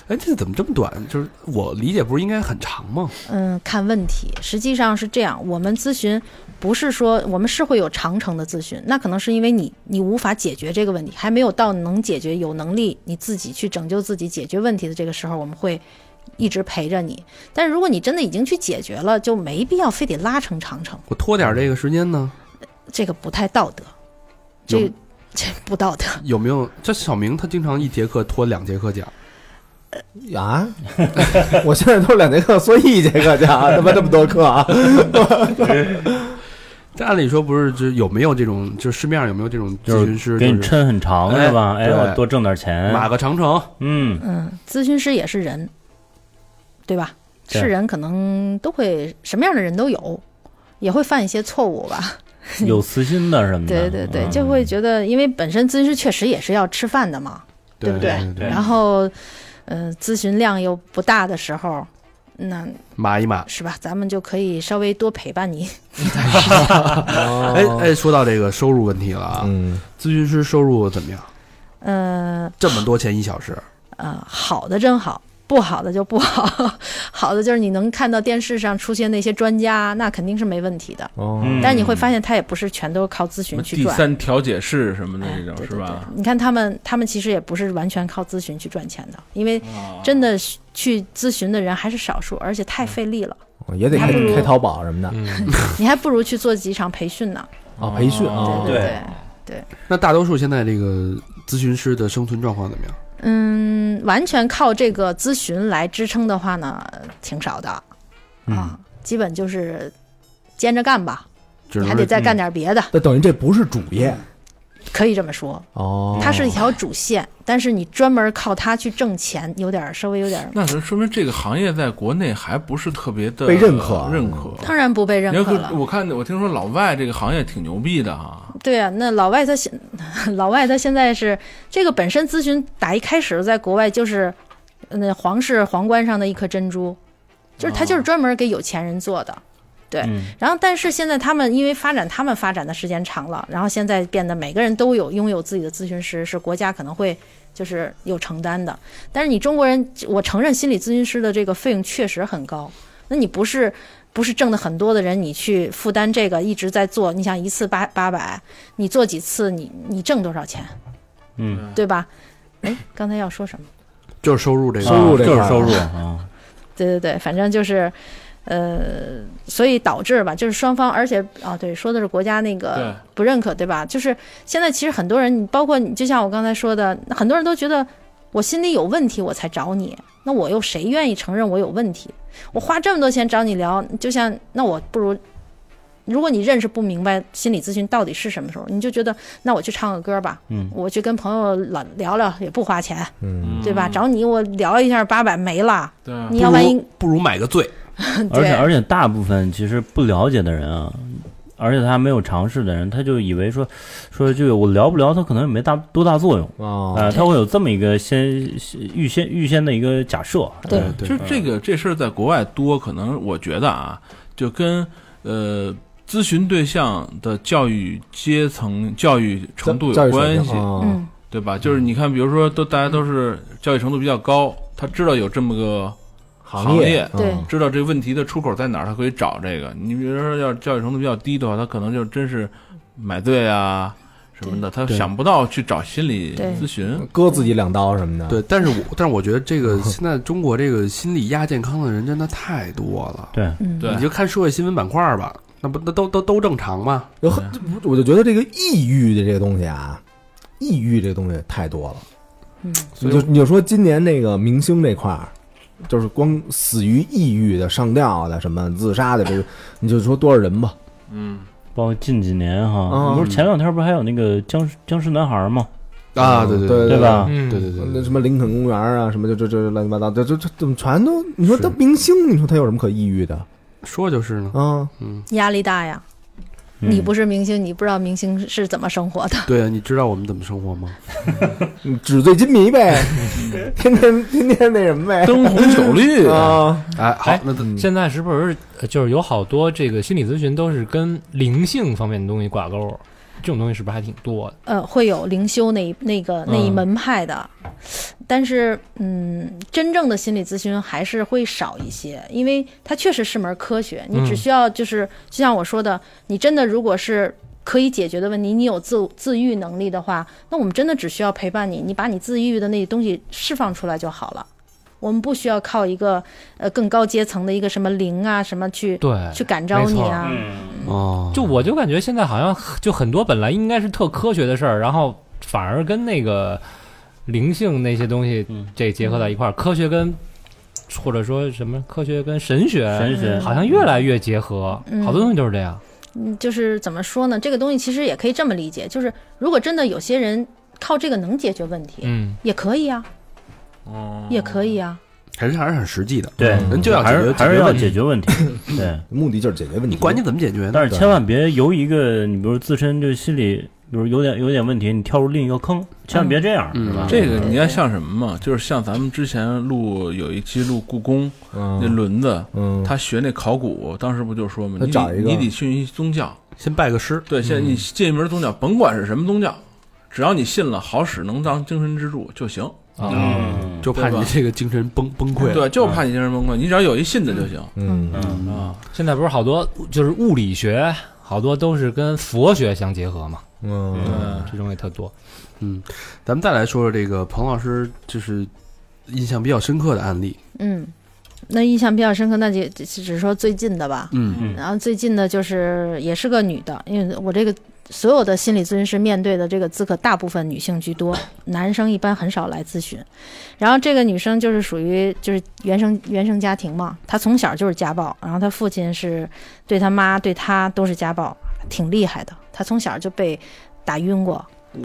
Speaker 2: 哎，这怎么这么短？就是我理解不是应该很长吗？
Speaker 6: 嗯，看问题，实际上是这样，我们咨询不是说我们是会有长程的咨询，那可能是因为你你无法解决这个问题，还没有到能解决、有能力你自己去拯救自己、解决问题的这个时候，我们会一直陪着你。但是如果你真的已经去解决了，就没必要非得拉成长程。
Speaker 2: 我拖点儿这个时间呢？
Speaker 6: 这个不太道德，
Speaker 2: 有
Speaker 6: 这这不道德。
Speaker 2: 有没有？这小明他经常一节课拖两节课讲，
Speaker 3: 啊！ 我现在都是两节课，所以一节课讲他妈这么多课啊！
Speaker 2: 这按理说不是，就是有没有这种，就是市面上有没有这种咨询师，
Speaker 4: 给你
Speaker 2: 就是
Speaker 4: 抻很长是吧？
Speaker 2: 哎
Speaker 4: 哎，我
Speaker 2: 对
Speaker 4: 多挣点钱，
Speaker 2: 马个长城，
Speaker 4: 嗯，
Speaker 6: 嗯，咨询师也是人，对吧？
Speaker 4: 对
Speaker 6: 是人，可能都会什么样的人都有，也会犯一些错误吧。
Speaker 4: 有私心的什么
Speaker 6: 对对
Speaker 4: 的，
Speaker 6: 对，
Speaker 4: 嗯
Speaker 6: 就会觉得，因为本身咨询师确实也是要吃饭的嘛，
Speaker 2: 对
Speaker 6: 不
Speaker 2: 对
Speaker 4: 对
Speaker 6: 然后，呃，咨询量又不大的时候，那
Speaker 2: 码一码。
Speaker 6: 是吧？咱们就可以稍微多陪伴你。
Speaker 2: 哎哎，说到这个收入问题了啊，
Speaker 3: 嗯，
Speaker 2: 咨询师收入怎么样？
Speaker 6: 呃，
Speaker 2: 这么多钱一小时，
Speaker 6: 呃，好的真好，不好的就不好。 好的就是你能看到电视上出现那些专家，那肯定是没问题的。
Speaker 3: 哦，
Speaker 4: 嗯
Speaker 6: 但是你会发现，他也不是全都靠咨
Speaker 5: 什
Speaker 6: 询
Speaker 5: 么
Speaker 6: 去
Speaker 5: 第
Speaker 6: 赚。
Speaker 5: 三调解室什么的
Speaker 6: 哎
Speaker 5: 这种
Speaker 6: 对
Speaker 5: 是
Speaker 6: 对对
Speaker 5: 吧？，
Speaker 6: 你看他们，他们其实也不是完全靠咨询去赚钱的，因为
Speaker 5: 哦
Speaker 6: 真的是去咨询的人还是少数，而且太费力了。
Speaker 3: 也得开
Speaker 6: 还不如
Speaker 3: 开淘宝什么的
Speaker 6: 你还不如去做几场培训呢。
Speaker 3: 啊，培训
Speaker 5: 哦
Speaker 3: 啊，
Speaker 6: 对
Speaker 4: 对
Speaker 2: 那大多数现在这个咨询师的生存状况怎么样？
Speaker 6: 嗯，完全靠这个咨询来支撑的话呢，挺少的啊，
Speaker 4: 嗯
Speaker 6: 基本就是兼着干吧，
Speaker 2: 只
Speaker 6: 你还
Speaker 2: 能
Speaker 6: 得再干点别的，
Speaker 3: 那等于这不是主业
Speaker 6: 可以这么说。
Speaker 3: 哦，
Speaker 6: 它是一条主线，但是你专门靠它去挣钱，有点儿稍微有点儿，
Speaker 5: 那就说明这个行业在国内还不是特别的
Speaker 3: 被认可
Speaker 5: 认可。
Speaker 6: 当然不被认
Speaker 5: 你要
Speaker 6: 可
Speaker 5: 跟
Speaker 6: 了。
Speaker 5: 我看我听说老外这个行业挺牛逼的哈，
Speaker 6: 对啊，那老外他现老外他现在是这个本身咨询打一开始在国外就是那皇室皇冠上的一颗珍珠，就是他就是专门给有钱人做的。对，
Speaker 4: 嗯
Speaker 6: 然后但是现在他们因为发展，他们发展的时间长了，然后现在变得每个人都有拥有自己的咨询师，是国家可能会就是有承担的。但是你中国人，我承认心理咨询师的这个费用确实很高，那你不是。不是挣的很多的人，你去负担这个一直在做，你想一次八八百，你做几次，你你挣多少钱，
Speaker 4: 嗯，
Speaker 6: 对吧？哎，刚才要说什么？
Speaker 2: 就是收入这个
Speaker 3: 收入
Speaker 4: 啊
Speaker 3: 这
Speaker 4: 就是
Speaker 3: 块儿
Speaker 4: 收 入啊，
Speaker 6: 对对对，反正就是，呃，所以导致吧，就是双方，而且啊，对，说的是国家那
Speaker 5: 对
Speaker 6: 个不认可，对吧？就是现在其实很多人，你包括你，就像我刚才说的，很多人都觉得我心里有问题我才找你，那我又谁愿意承认我有问题？我花这么多钱找你聊，就像那我不如。如果你认识不明白心理咨询到底是什么时候，你就觉得那我去唱个歌吧，
Speaker 4: 嗯
Speaker 6: 我去跟朋友老聊聊也不花钱，
Speaker 3: 嗯，
Speaker 6: 对吧？找你我聊一下八百没了，
Speaker 5: 对，
Speaker 6: 你
Speaker 2: 不
Speaker 6: 要万一
Speaker 2: 如不如买个醉，
Speaker 4: 嗯而
Speaker 6: 对
Speaker 4: 且而且大部分其实不了解的人啊，而且他还没有尝试的人，他就以为说说这个我聊不聊，他可能也没大多大作用
Speaker 3: 哦，
Speaker 4: 啊，他会有这么一个先先预先预先的一个假设，
Speaker 6: 对
Speaker 4: 呃
Speaker 5: 就是这
Speaker 6: 嗯
Speaker 5: 个这事儿在国外多，可能我觉得啊，就跟呃咨询对象的教育阶层、教育程度
Speaker 3: 教
Speaker 5: 有
Speaker 3: 育水
Speaker 5: 关
Speaker 3: 平
Speaker 5: 系，
Speaker 3: 哦
Speaker 6: 嗯，
Speaker 5: 对吧？就是你看，比如说都大家都是教育程度比较高，他知道有这么个行
Speaker 3: 业
Speaker 6: 对
Speaker 3: 嗯
Speaker 5: 知道这个问题的出口在哪儿，他可以找这个。你比如说，要是教育程度比较低的话，他可能就真是买醉啊，什么的，他
Speaker 4: 对
Speaker 5: 想不到去找心理
Speaker 6: 对
Speaker 5: 咨询。
Speaker 3: 割自己两刀什么的。
Speaker 2: 对，但是我但是我觉得这个现在中国这个心理亚健康的人真的太多了。
Speaker 4: 对，
Speaker 6: 嗯，
Speaker 5: 对
Speaker 2: 你就看社会新闻板块儿吧，那不那都都都正常嘛？
Speaker 3: 有很，我就觉得这个抑郁的这个东西啊，抑郁这个东西太多了。
Speaker 6: 嗯，
Speaker 3: 你就你就说今年那个明星这块儿，就是光死于抑郁的、上吊的、什么自杀的，这个你就说多少人吧。
Speaker 5: 嗯，
Speaker 4: 包括近几年哈，
Speaker 3: 嗯
Speaker 4: 不是前两天不是还有那个僵尸僵尸男孩吗？
Speaker 2: 啊，对
Speaker 3: 对
Speaker 4: 对吧？
Speaker 7: 嗯，
Speaker 2: 对对对
Speaker 3: 那
Speaker 2: 对，
Speaker 3: 什么林肯公园啊，什么就这这乱七八糟，这这这怎么全都？你说他明星，你说他有什么可抑郁的
Speaker 2: 说就是呢，
Speaker 3: 啊？
Speaker 2: 嗯，
Speaker 6: 压力大呀。
Speaker 4: 嗯
Speaker 6: 你不是明星，你不知道明星是怎么生活的。
Speaker 2: 对啊，你知道我们怎么生活吗？
Speaker 3: 你纸醉金迷呗，天天天天那什么呗
Speaker 5: 灯红酒绿
Speaker 3: 啊，
Speaker 2: 哎，好
Speaker 7: 哎，
Speaker 2: 那咱
Speaker 7: 现在是不是呃就是有好多这个心理咨询都是跟灵性方面的东西挂钩？这种东西是不是还挺多的？
Speaker 6: 呃，会有灵修那一那个那一
Speaker 7: 嗯
Speaker 6: 门派的，但是嗯，真正的心理咨询还是会少一些，因为它确实是门科学，你只
Speaker 7: 嗯
Speaker 6: 需要就是、就像我说的，你真的如果是。可以解决的问题，你有自自愈能力的话，那我们真的只需要陪伴你，你把你自愈的那些东西释放出来就好了。我们不需要靠一个呃更高阶层的一个什么灵啊什么去
Speaker 7: 对，
Speaker 6: 去感召你啊，
Speaker 2: 哦，
Speaker 7: 就我就感觉现在好像就很多本来应该是特科学的事儿，然后反而跟那个灵性那些东西
Speaker 4: 嗯
Speaker 7: 这结合在一块儿，科学跟或者说什么科学跟神学
Speaker 4: 神嗯学
Speaker 7: 好像越来越结合，
Speaker 6: 嗯
Speaker 7: 好多东西都是这样。
Speaker 6: 嗯，就是怎么说呢？这个东西其实也可以这么理解，就是如果真的有些人靠这个能解决问题，
Speaker 7: 嗯，
Speaker 6: 也可以啊，
Speaker 5: 哦
Speaker 6: 也可以啊。
Speaker 2: 还是还是很实际的，
Speaker 4: 对，
Speaker 2: 人嗯就要
Speaker 4: 还
Speaker 2: 解
Speaker 4: 是
Speaker 2: 决
Speaker 4: 还是要
Speaker 2: 问题，
Speaker 4: 解决问题。对，
Speaker 3: 目的就是解决问题。
Speaker 2: 你管你怎么解决呢？
Speaker 4: 但是千万别由一个你比如自身就心理，比如有点有点问题，你跳入另一个坑，千万别这样，
Speaker 2: 嗯
Speaker 4: 是吧？
Speaker 5: 这个你看像什么嘛？就是像咱们之前录有一期录故宫那
Speaker 3: 嗯
Speaker 5: 轮子，
Speaker 3: 嗯，
Speaker 5: 他学那考古，当时不就说嘛，
Speaker 3: 他
Speaker 5: 你
Speaker 3: 找
Speaker 5: 得
Speaker 3: 一个嗯
Speaker 5: 你得信一宗教，
Speaker 2: 先拜个师，
Speaker 5: 对，现在你进一门宗教，甭管是什么宗教，只要你信了，好使能当精神支柱就行。
Speaker 4: 嗯，
Speaker 2: 就怕
Speaker 5: 对
Speaker 2: 你
Speaker 5: 吧
Speaker 2: 这个精神崩崩溃。
Speaker 5: 对，就怕你精神崩溃，你只要有一信的就行
Speaker 3: 嗯
Speaker 4: 嗯，
Speaker 5: 啊。
Speaker 7: 现在不是好多就是物理学，好多都是跟佛学相结合嘛，
Speaker 3: 嗯，
Speaker 5: 嗯，
Speaker 7: 这种也特多。
Speaker 2: 嗯，咱们再来说说这个彭老师，就是印象比较深刻的案例。
Speaker 6: 嗯，那印象比较深刻，那就只只说最近的吧。
Speaker 2: 嗯
Speaker 4: 嗯
Speaker 6: 然后最近的就是也是个女的，因为我这个所有的心理咨询师面对的这个咨客大部分女性居多，男生一般很少来咨询。然后这个女生就是属于就是原生原生家庭嘛，她从小就是家暴，然后她父亲是对她妈对她都是家暴，挺厉害的。她从小就被打晕过，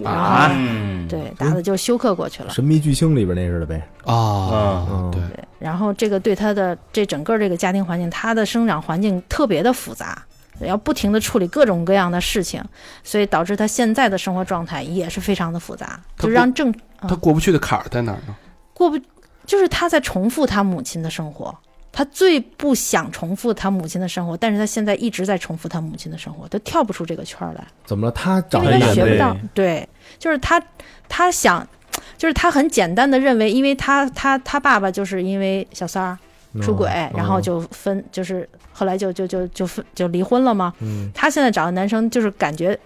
Speaker 2: 啊
Speaker 4: 嗯，
Speaker 6: 对，打的就休克过去了。
Speaker 3: 神秘巨星里边那似的呗。
Speaker 2: 啊，
Speaker 3: 嗯，
Speaker 2: 对
Speaker 6: 然后这个对他的这整个这个家庭环境，他的生长环境特别的复杂，要不停的处理各种各样的事情，所以导致他现在的生活状态也是非常的复杂，
Speaker 2: 他
Speaker 6: 就让正
Speaker 2: 他过不去的坎儿在哪儿呢？
Speaker 6: 过不就是他在重复他母亲的生活。他最不想重复他母亲的生活，但是他现在一直在重复他母亲的生活，他跳不出这个圈儿来。
Speaker 3: 怎么了？他长
Speaker 6: 因
Speaker 3: 得
Speaker 6: 为他
Speaker 4: 也
Speaker 6: 学
Speaker 4: 被
Speaker 6: 不到，对，就是他他想，就是他很简单的认为，因为他他他爸爸就是因为小三儿
Speaker 3: 嗯哦
Speaker 6: 出轨，然后就分，就是后来就就就就分就离婚了嘛。
Speaker 3: 嗯
Speaker 6: 他现在找的男生就是感觉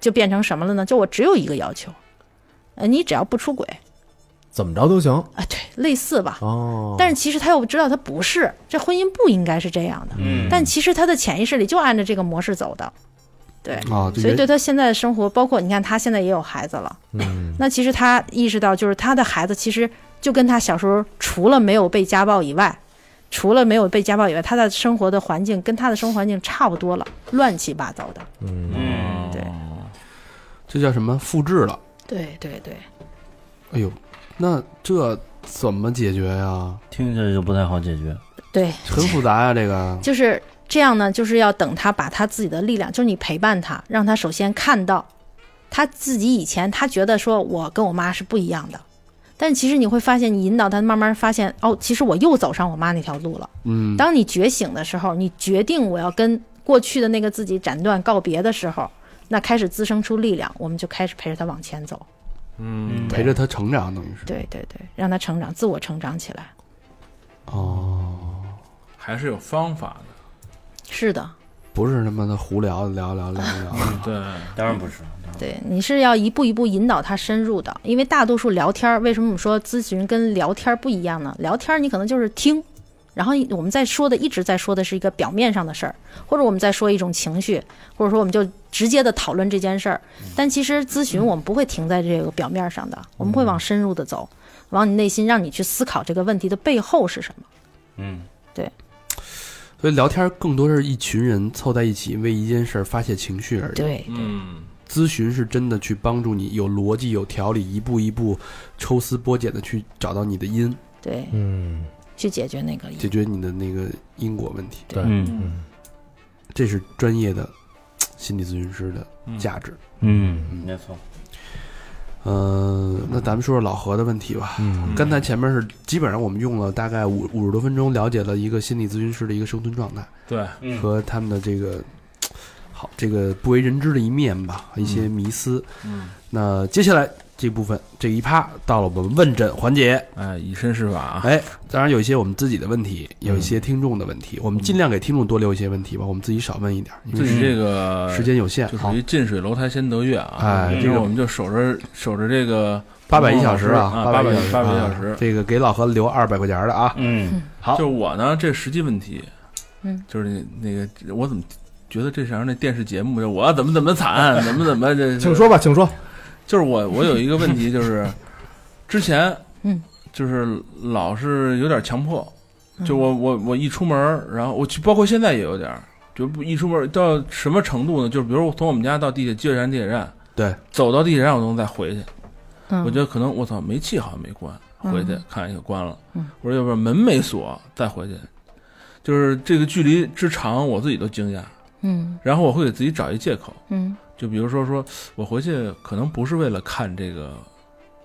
Speaker 6: 就变成什么了呢？就我只有一个要求，呃，你只要不出轨
Speaker 3: 怎么着都行
Speaker 6: 啊，对，类似吧。
Speaker 3: 哦。
Speaker 6: 但是其实他又知道他不是，这婚姻不应该是这样的。
Speaker 4: 嗯，
Speaker 6: 但其实他的潜意识里就按着这个模式走的，对。
Speaker 2: 啊，就
Speaker 6: 所以
Speaker 2: 原
Speaker 6: 对他现在的生活，包括你看他现在也有孩子了，
Speaker 3: 嗯
Speaker 6: 那其实他意识到，就是他的孩子其实就跟他小时候除了没有被家暴以外，除了没有被家暴以外，他的生活的环境跟他的生活环境差不多了，乱七八糟的。
Speaker 3: 嗯，
Speaker 6: 对
Speaker 2: 这叫什么复制了？
Speaker 6: 对对对，
Speaker 2: 哎呦，那这怎么解决呀？
Speaker 4: 听起来就不太好解决。
Speaker 6: 对，
Speaker 2: 很复杂呀，这个。
Speaker 6: 就是这样呢，就是要等他把他自己的力量，就是你陪伴他，让他首先看到他自己以前他觉得说我跟我妈是不一样的，但其实你会发现，你引导他慢慢发现，哦，其实我又走上我妈那条路了。
Speaker 2: 嗯，
Speaker 6: 当你觉醒的时候，你决定我要跟过去的那个自己斩断告别的时候，那开始滋生出力量，我们就开始陪着他往前走。
Speaker 5: 嗯，
Speaker 2: 陪着他成长，等于是。
Speaker 6: 对对对，让他成长，自我成长起来。
Speaker 2: 哦，
Speaker 5: 还是有方法的。
Speaker 6: 是的，
Speaker 2: 不是他妈的胡聊聊聊聊聊，
Speaker 5: 对，
Speaker 4: 当然不是，
Speaker 6: 对，你是要一步一步引导他深入的，因为大多数聊天儿，为什么我们说咨询跟聊天儿不一样呢？聊天儿你可能就是听，然后我们在说的一直在说的是一个表面上的事儿，或者我们在说一种情绪，或者说我们就直接的讨论这件事儿。但其实咨询我们不会停在这个表面上的，我们会往深入的走，往你内心，让你去思考这个问题的背后是什么。
Speaker 4: 嗯，
Speaker 2: 所以聊天更多是一群人凑在一起为一件事儿发泄情绪而已。
Speaker 6: 对，
Speaker 5: 嗯，
Speaker 2: 咨询是真的去帮助你有逻辑、有条理，一步一步抽丝剥茧的去找到你的因，
Speaker 6: 对，
Speaker 3: 嗯，
Speaker 6: 去解决那个
Speaker 2: 解决你的那个因果问题。
Speaker 3: 对
Speaker 4: 嗯
Speaker 2: 这是专业的心理咨询师的价值。
Speaker 4: 嗯，没错，
Speaker 2: 嗯、那咱们说说老何的问题吧。
Speaker 3: 嗯
Speaker 2: 刚才前面是基本上我们用了大概五五十多分钟，了解了一个心理咨询师的一个生存状态
Speaker 5: 对，
Speaker 4: 嗯
Speaker 2: 和他们的这个好这个不为人知的一面吧，一些迷思。
Speaker 5: 嗯，
Speaker 2: 那接下来这部分这一趴到了我们问诊环节，
Speaker 5: 哎，以身试法啊，
Speaker 2: 哎，当然有一些我们自己的问题，有一些听众的问题，我们尽量给听众多留一些问题吧，我们自己少问一点，因
Speaker 5: 嗯自
Speaker 2: 为
Speaker 5: 己这个
Speaker 2: 嗯时间有限啊
Speaker 5: 就。
Speaker 2: 好
Speaker 5: 属，于近水楼台先得月啊，
Speaker 2: 哎
Speaker 5: 就是我们就守着守着这个
Speaker 2: 八百一小时
Speaker 5: 时
Speaker 2: 啊，
Speaker 5: 八
Speaker 2: 百
Speaker 5: 百
Speaker 2: 一
Speaker 5: 八百一
Speaker 2: 啊
Speaker 5: 小时，
Speaker 2: 这个给老何留二百块钱的啊，
Speaker 4: 嗯
Speaker 2: 好
Speaker 5: 就是我呢，这实际问题，
Speaker 6: 嗯，
Speaker 5: 就是那那个我怎么觉得这像那电视节目，就我怎么怎么惨，怎么怎么这，
Speaker 3: 请说吧，请说。
Speaker 5: 就是我我有一个问题，就是 之前
Speaker 6: 嗯，
Speaker 5: 就是老是有点强迫，就我我我一出门儿，然后我去，包括现在也有点儿，就不一出门儿到什么程度呢？就是比如我从我们家到地铁接站地铁站，
Speaker 2: 对，
Speaker 5: 走到地铁站我都能再回去，
Speaker 6: 嗯，
Speaker 5: 我觉得可能我操煤气好像没关，回去
Speaker 6: 嗯
Speaker 5: 看一下关了
Speaker 6: 嗯，
Speaker 5: 我说要不然门没锁再回去，就是这个距离之长我自己都惊讶，
Speaker 6: 嗯
Speaker 5: 然后我会给自己找一借口，
Speaker 6: 嗯
Speaker 5: 就比如说说我回去可能不是为了看这个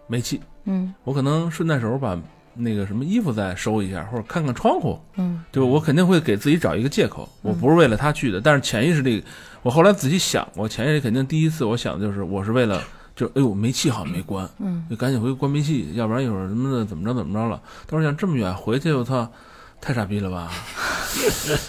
Speaker 5: 煤气，
Speaker 6: 嗯
Speaker 5: 我可能顺带手把那个什么衣服再收一下，或者看看窗户，
Speaker 6: 嗯
Speaker 5: 对吧？我肯定会给自己找一个借口，我不是为了他去的。但是潜意识里，我后来仔细想，我潜意识里肯定第一次我想的就是我是为了，就是哎呦煤气好像没关，
Speaker 6: 嗯
Speaker 5: 就赶紧回去关煤气，要不然一会儿他妈的怎么着怎么着了。当时想这么远回去，我操，太傻逼 了吧！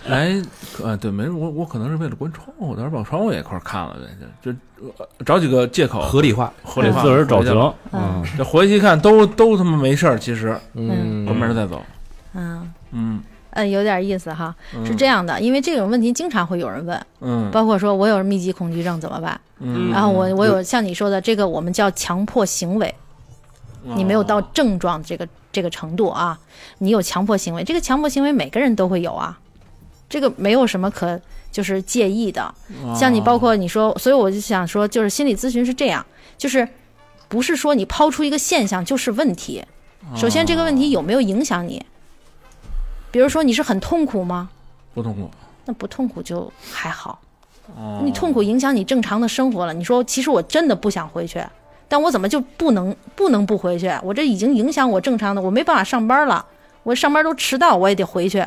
Speaker 5: 来，啊对，没事，我我可能是为了关窗户，当时把窗户也一块儿看了呗，就就呃找几个借口
Speaker 2: 合理化。
Speaker 5: 合理化，
Speaker 4: 自个儿找
Speaker 5: 回去了
Speaker 4: 辙，
Speaker 6: 嗯
Speaker 4: 嗯，
Speaker 5: 这回去一看，都都他妈没事儿，其实
Speaker 6: 嗯
Speaker 5: 我明儿再走，
Speaker 6: 嗯
Speaker 5: 嗯，
Speaker 6: 嗯，有点意思哈。
Speaker 5: 嗯
Speaker 6: 是这，样的，因为这种问题经常会有人问，
Speaker 5: 嗯，
Speaker 6: 包啊括说我有密集恐惧症怎么办？
Speaker 5: 嗯
Speaker 6: 然后我我有像你说的这个，我们叫强迫行为，你没有到
Speaker 5: 哦
Speaker 6: 症状这个这个程度啊，你有强迫行为，这个强迫行为每个人都会有啊，这个没有什么可就是介意的。
Speaker 5: 哦嗯
Speaker 6: 像你包括你说，所以我就想说，就是心理咨询是这样，就是不是说你抛出一个现象就是问题，
Speaker 5: 哦
Speaker 6: 首先这个问题有没有影响你？比如说你是很痛苦吗？
Speaker 5: 不痛苦，
Speaker 6: 那不痛苦就还好。你痛苦影响你正常的生活了。你说，其实我真的不想回去，但我怎么就不能不能不回去？我这已经影响我正常的，我没办法上班了，我上班都迟到，我也得回去。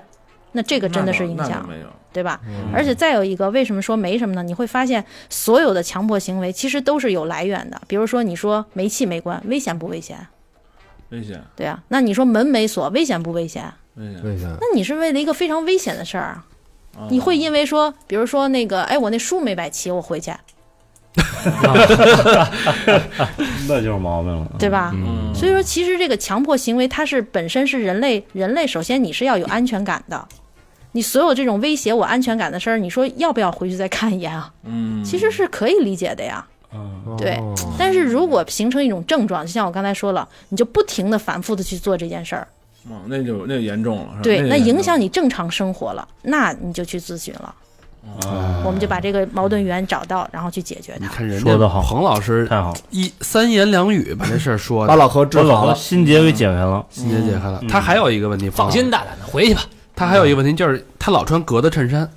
Speaker 6: 那这个真的是影
Speaker 5: 那倒
Speaker 6: 响，
Speaker 5: 没嗯有，
Speaker 6: 对吧？而且再有一个，为什么说没什么呢？你会发现，所有的强迫行为其实都是有来源的。比如说，你说煤气没关，危险不危险？
Speaker 5: 危险
Speaker 6: 对啊，那你说门没锁，危险不危险？
Speaker 5: 危险，
Speaker 3: 为啥？
Speaker 6: 那你是为了一个非常危险的事儿啊。
Speaker 5: 哦
Speaker 6: 你会因为说，比如说那个，哎，我那书没摆齐，我回去，
Speaker 5: 嗯
Speaker 4: 那就是毛病了，
Speaker 6: 对吧？
Speaker 5: 嗯
Speaker 6: 所以说，其实这个强迫行为，它是本身是人类，人类首先你是要有安全感的。你所有这种威胁我安全感的事儿，你说要不要回去再看一眼啊？
Speaker 5: 嗯，
Speaker 6: 其实是可以理解的呀。
Speaker 4: 嗯，
Speaker 6: 对
Speaker 3: 哦
Speaker 6: 但是如果形成一种症状，就像我刚才说了，你就不停的反复的去做这件事儿，
Speaker 5: 哦那就那就严重啊了，是吧
Speaker 6: 对，那
Speaker 5: 就严重
Speaker 6: 影响你正常生活了，那你就去咨询了。
Speaker 5: 啊
Speaker 6: 我们就把这个矛盾源找到，然后去解决
Speaker 2: 你
Speaker 6: 它。
Speaker 2: 看人家
Speaker 4: 说得好
Speaker 2: 彭老师
Speaker 4: 太好了，
Speaker 2: 一三言两语把这事儿说
Speaker 3: 把
Speaker 2: 的，
Speaker 3: 老何治
Speaker 4: 我老
Speaker 3: 好
Speaker 4: 何
Speaker 3: 了，
Speaker 4: 心结给解开了，
Speaker 2: 心结解开
Speaker 5: 嗯
Speaker 2: 了。他还有一个问题，
Speaker 7: 放心
Speaker 2: 的，
Speaker 7: 大胆的回去吧。
Speaker 2: 他还有一个问题就是他老穿格子衬衫，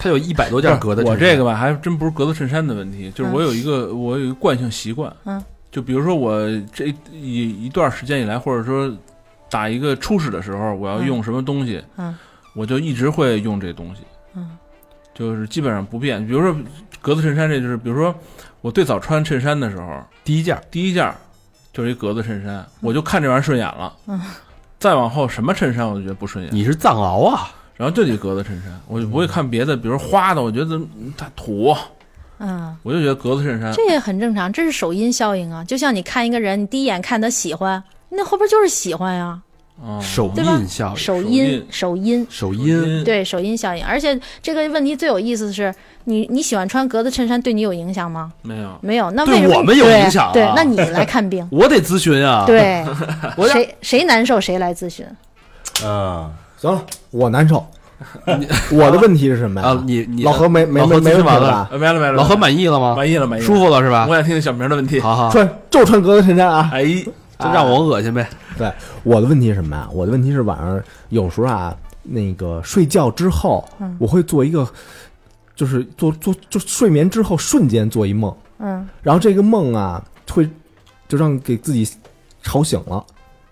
Speaker 2: 他有一百多件格子
Speaker 5: 我
Speaker 2: 衬衫。
Speaker 5: 这个吧，还真不是格子衬衫的问题，就是
Speaker 6: 嗯
Speaker 5: 我有一个我有一个惯性习惯，
Speaker 6: 嗯，
Speaker 5: 就比如说我这一一段时间以来，或者说打一个初始的时候，我要
Speaker 6: 嗯
Speaker 5: 用什么东西，
Speaker 6: 嗯，
Speaker 5: 我就一直会用这东西，
Speaker 6: 嗯，
Speaker 5: 就是基本上不变。比如说格子衬衫，这就是比如说我最早穿衬衫的时候，
Speaker 2: 第一件儿，
Speaker 5: 第一件儿就是一格子衬
Speaker 6: 嗯
Speaker 5: 衫，我就看这玩意儿顺眼了，嗯，再往后什么衬衫我就觉得不顺眼，
Speaker 2: 你是藏獒啊？
Speaker 5: 然后这就格子衬衫，我就不会看别的，比如花的，我觉得嗯它土，
Speaker 6: 嗯，
Speaker 5: 我就觉得格子衬衫。
Speaker 6: 这也很正常，这是首因效应啊。就像你看一个人，你第一眼看他喜欢，那后边就是喜欢呀、
Speaker 5: 嗯
Speaker 2: 手
Speaker 6: 对吧
Speaker 2: 印效应，
Speaker 6: 首因，首因，
Speaker 2: 哦手
Speaker 5: 手
Speaker 2: 印，
Speaker 5: 印，
Speaker 6: 对，首因效应。而且这个问题最有意思的是，你你喜欢穿格子衬衫，对你有影响吗？
Speaker 5: 没有，
Speaker 6: 没有，那
Speaker 2: 对
Speaker 6: 为什么
Speaker 2: 我们有
Speaker 6: 对
Speaker 2: 影响啊，
Speaker 6: 对，那你来看病
Speaker 2: 我得咨询 啊。，
Speaker 6: 对，
Speaker 2: 我要
Speaker 6: 谁谁难受谁来咨询。
Speaker 4: 嗯，
Speaker 3: 行了，我难受。我的问题是什么呀？
Speaker 2: 啊，你你
Speaker 3: 老何没没
Speaker 2: 老何
Speaker 3: 没没
Speaker 2: 咨询
Speaker 3: 问题
Speaker 2: 完了
Speaker 3: 吧？
Speaker 5: 呃没了没了，
Speaker 2: 啊老何满意了吗？
Speaker 5: 满意了满意了，
Speaker 2: 舒。服了是吧
Speaker 5: 我？想听听小明的问题。
Speaker 2: 好好，
Speaker 3: 穿就穿格子衬衫啊！
Speaker 5: 哎，
Speaker 2: 就让我恶心呗。
Speaker 3: 对，我的问题是什么呀？我的问题是晚上有时候啊，那个睡觉之后，我会做一个，就是做做就睡眠之后瞬间做一梦，
Speaker 6: 嗯，
Speaker 3: 然后这个梦啊，会就让给自己吵醒了。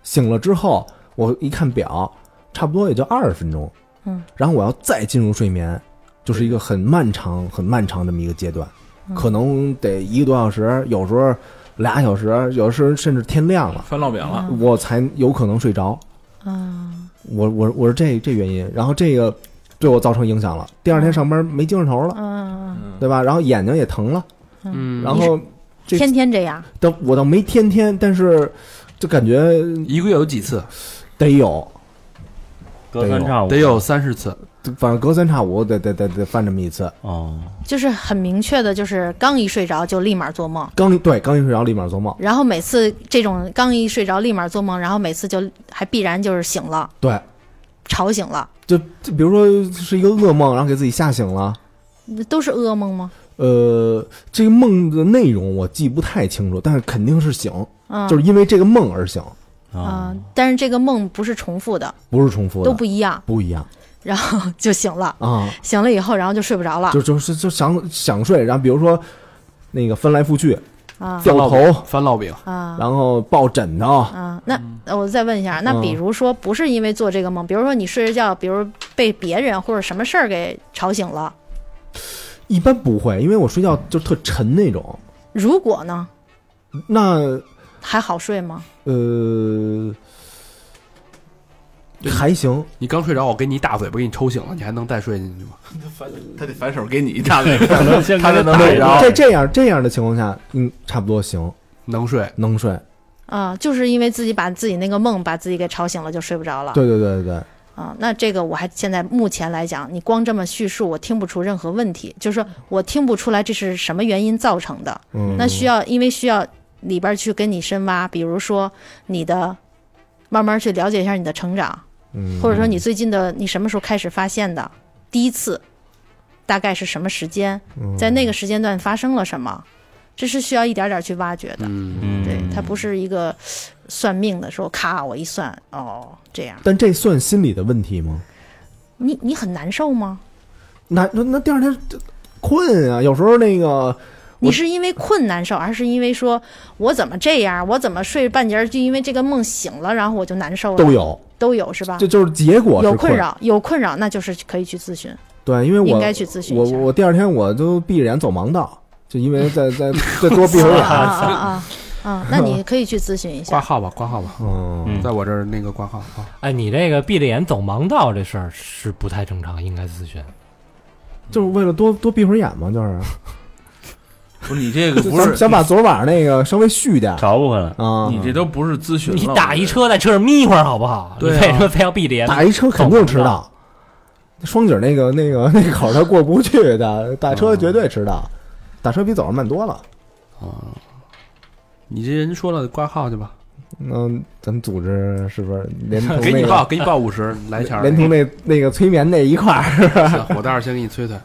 Speaker 3: 醒了之后，我一看表，差不多也就二十分钟。
Speaker 6: 嗯，
Speaker 3: 然后我要再进入睡眠，就是一个很漫长、很漫长这么一个阶段，可能得一个多小时，有时候俩小时，有时候甚至天亮了，
Speaker 5: 翻烙饼了，
Speaker 3: 我才有可能睡着。
Speaker 6: 啊，
Speaker 3: 我我我是这这原因，然后这个对我造成影响了。第二天上班没精神头了，
Speaker 6: 嗯，
Speaker 3: 对吧？然后眼睛也疼了，
Speaker 2: 嗯，
Speaker 3: 然后这
Speaker 6: 天天这样，
Speaker 3: 倒我倒没天天，但是就感觉
Speaker 2: 一个月有几次？
Speaker 3: 得有，
Speaker 4: 隔三差五
Speaker 2: 得有三十次。
Speaker 3: 反正隔三差五得得得得犯这么一次。
Speaker 4: 哦，
Speaker 6: 就是很明确的，就是刚一睡着就立马做梦，
Speaker 3: 刚一对刚一睡着立马做梦，
Speaker 6: 然后每次这种刚一睡着立马做梦，然后每次就还必然就是醒了，
Speaker 3: 对，
Speaker 6: 吵醒了，
Speaker 3: 就就比如说是一个噩梦，然后给自己吓醒了。
Speaker 6: 都是噩梦吗？
Speaker 3: 呃，这个梦的内容我记不太清楚，但是肯定是醒，
Speaker 6: 嗯，
Speaker 3: 就是因为这个梦而醒，
Speaker 6: 啊、但是这个梦不是重复的，
Speaker 3: 不是重复的，
Speaker 6: 都不一样，
Speaker 3: 不一样
Speaker 6: 然后就醒了，
Speaker 3: 啊。
Speaker 6: 醒了以后，然后就睡不着了
Speaker 3: 就就是就想想睡，然后比如说那个翻来覆去
Speaker 6: 啊
Speaker 3: 掉头，
Speaker 2: 翻烙饼，
Speaker 6: 啊
Speaker 3: 然后抱枕头，
Speaker 6: 啊！那呃我再问一下，那
Speaker 3: 嗯
Speaker 6: 比如说不是因为做这个梦，比如说你睡着觉，比如被别人或者什么事儿给吵醒了，
Speaker 3: 一般不会，因为我睡觉就特沉那种。
Speaker 6: 如果呢，
Speaker 3: 那
Speaker 6: 还好睡吗？
Speaker 3: 呃，还行，
Speaker 2: 你刚睡着，我给你一大嘴巴，给你抽醒了，你还能再睡进去吗？
Speaker 5: 他得反手给你一 大嘴，
Speaker 4: 可能 先
Speaker 5: 他就能睡着。
Speaker 3: 在这样这样的情况下，嗯，差不多行，
Speaker 2: 能睡，
Speaker 3: 能睡。
Speaker 6: 啊、就是因为自己把自己那个梦把自己给吵醒了，就睡不着了。
Speaker 3: 对对对对对，
Speaker 6: 啊、那这个我还现在目前来讲，你光这么叙述，我听不出任何问题，就是说我听不出来这是什么原因造成的。
Speaker 3: 嗯，
Speaker 6: 那需要，因为需要里边儿去跟你深挖，比如说你的，慢慢去了解一下你的成长，
Speaker 3: 嗯
Speaker 6: 或者说你最近的你什么时候开始发现的，第一次，大概是什么时间，
Speaker 3: 嗯
Speaker 6: 在那个时间段发生了什么，这是需要一点儿点儿去挖掘的。
Speaker 4: 嗯，
Speaker 6: 对，它不是一个算命的说咔我一算哦这样，
Speaker 3: 但这算心理的问题吗？
Speaker 6: 你你很难受吗？
Speaker 3: 那那那第二天就困啊，有时候那个
Speaker 6: 你是因为困难受，而是因为说我怎么这样，我怎么睡半截儿就因为这个梦醒了，然后我就难受了，
Speaker 3: 都有，
Speaker 6: 都有是吧？
Speaker 3: 这就是结果是
Speaker 6: 有困扰，有困扰，那就是可以去咨询。
Speaker 3: 对，因为我
Speaker 6: 应该去咨询一
Speaker 3: 我
Speaker 6: 下
Speaker 3: 我我第二天我都闭着眼走盲道，就因为再再再多 闭会
Speaker 6: 啊
Speaker 3: 儿
Speaker 6: 啊
Speaker 3: 眼。
Speaker 6: 啊啊啊！那你可以去咨询一下。
Speaker 2: 挂号吧，挂号吧，
Speaker 3: 嗯，
Speaker 4: 嗯
Speaker 2: 在我这儿那个挂号啊，
Speaker 7: 哎，你这个闭着眼走盲道这事儿是不太正常，应该咨询。
Speaker 3: 就是为了多多闭会儿眼嘛， 就是
Speaker 5: 不是你这个不
Speaker 3: 想
Speaker 5: 是
Speaker 3: 想把昨儿晚上那个稍微续点儿
Speaker 4: 找不回来。
Speaker 3: 啊。
Speaker 2: 嗯
Speaker 5: 你这都不是咨询了，
Speaker 7: 你打一车在车上眯一会儿好不好？
Speaker 2: 对啊
Speaker 7: 你为什么非要闭着眼？
Speaker 3: 打一车肯定迟到，双井那个那个那 个口儿他过不去的，打车绝对迟到，打车比走着慢多了。
Speaker 2: 你这人说了挂号去吧，
Speaker 3: 嗯，咱们组织是不是连 同
Speaker 2: 给
Speaker 3: 嗯那
Speaker 2: 你报，
Speaker 3: 个
Speaker 2: 给你报五十，来钱儿。
Speaker 3: 连同那那个催眠那一块儿？
Speaker 2: 行我待会儿先给你催催。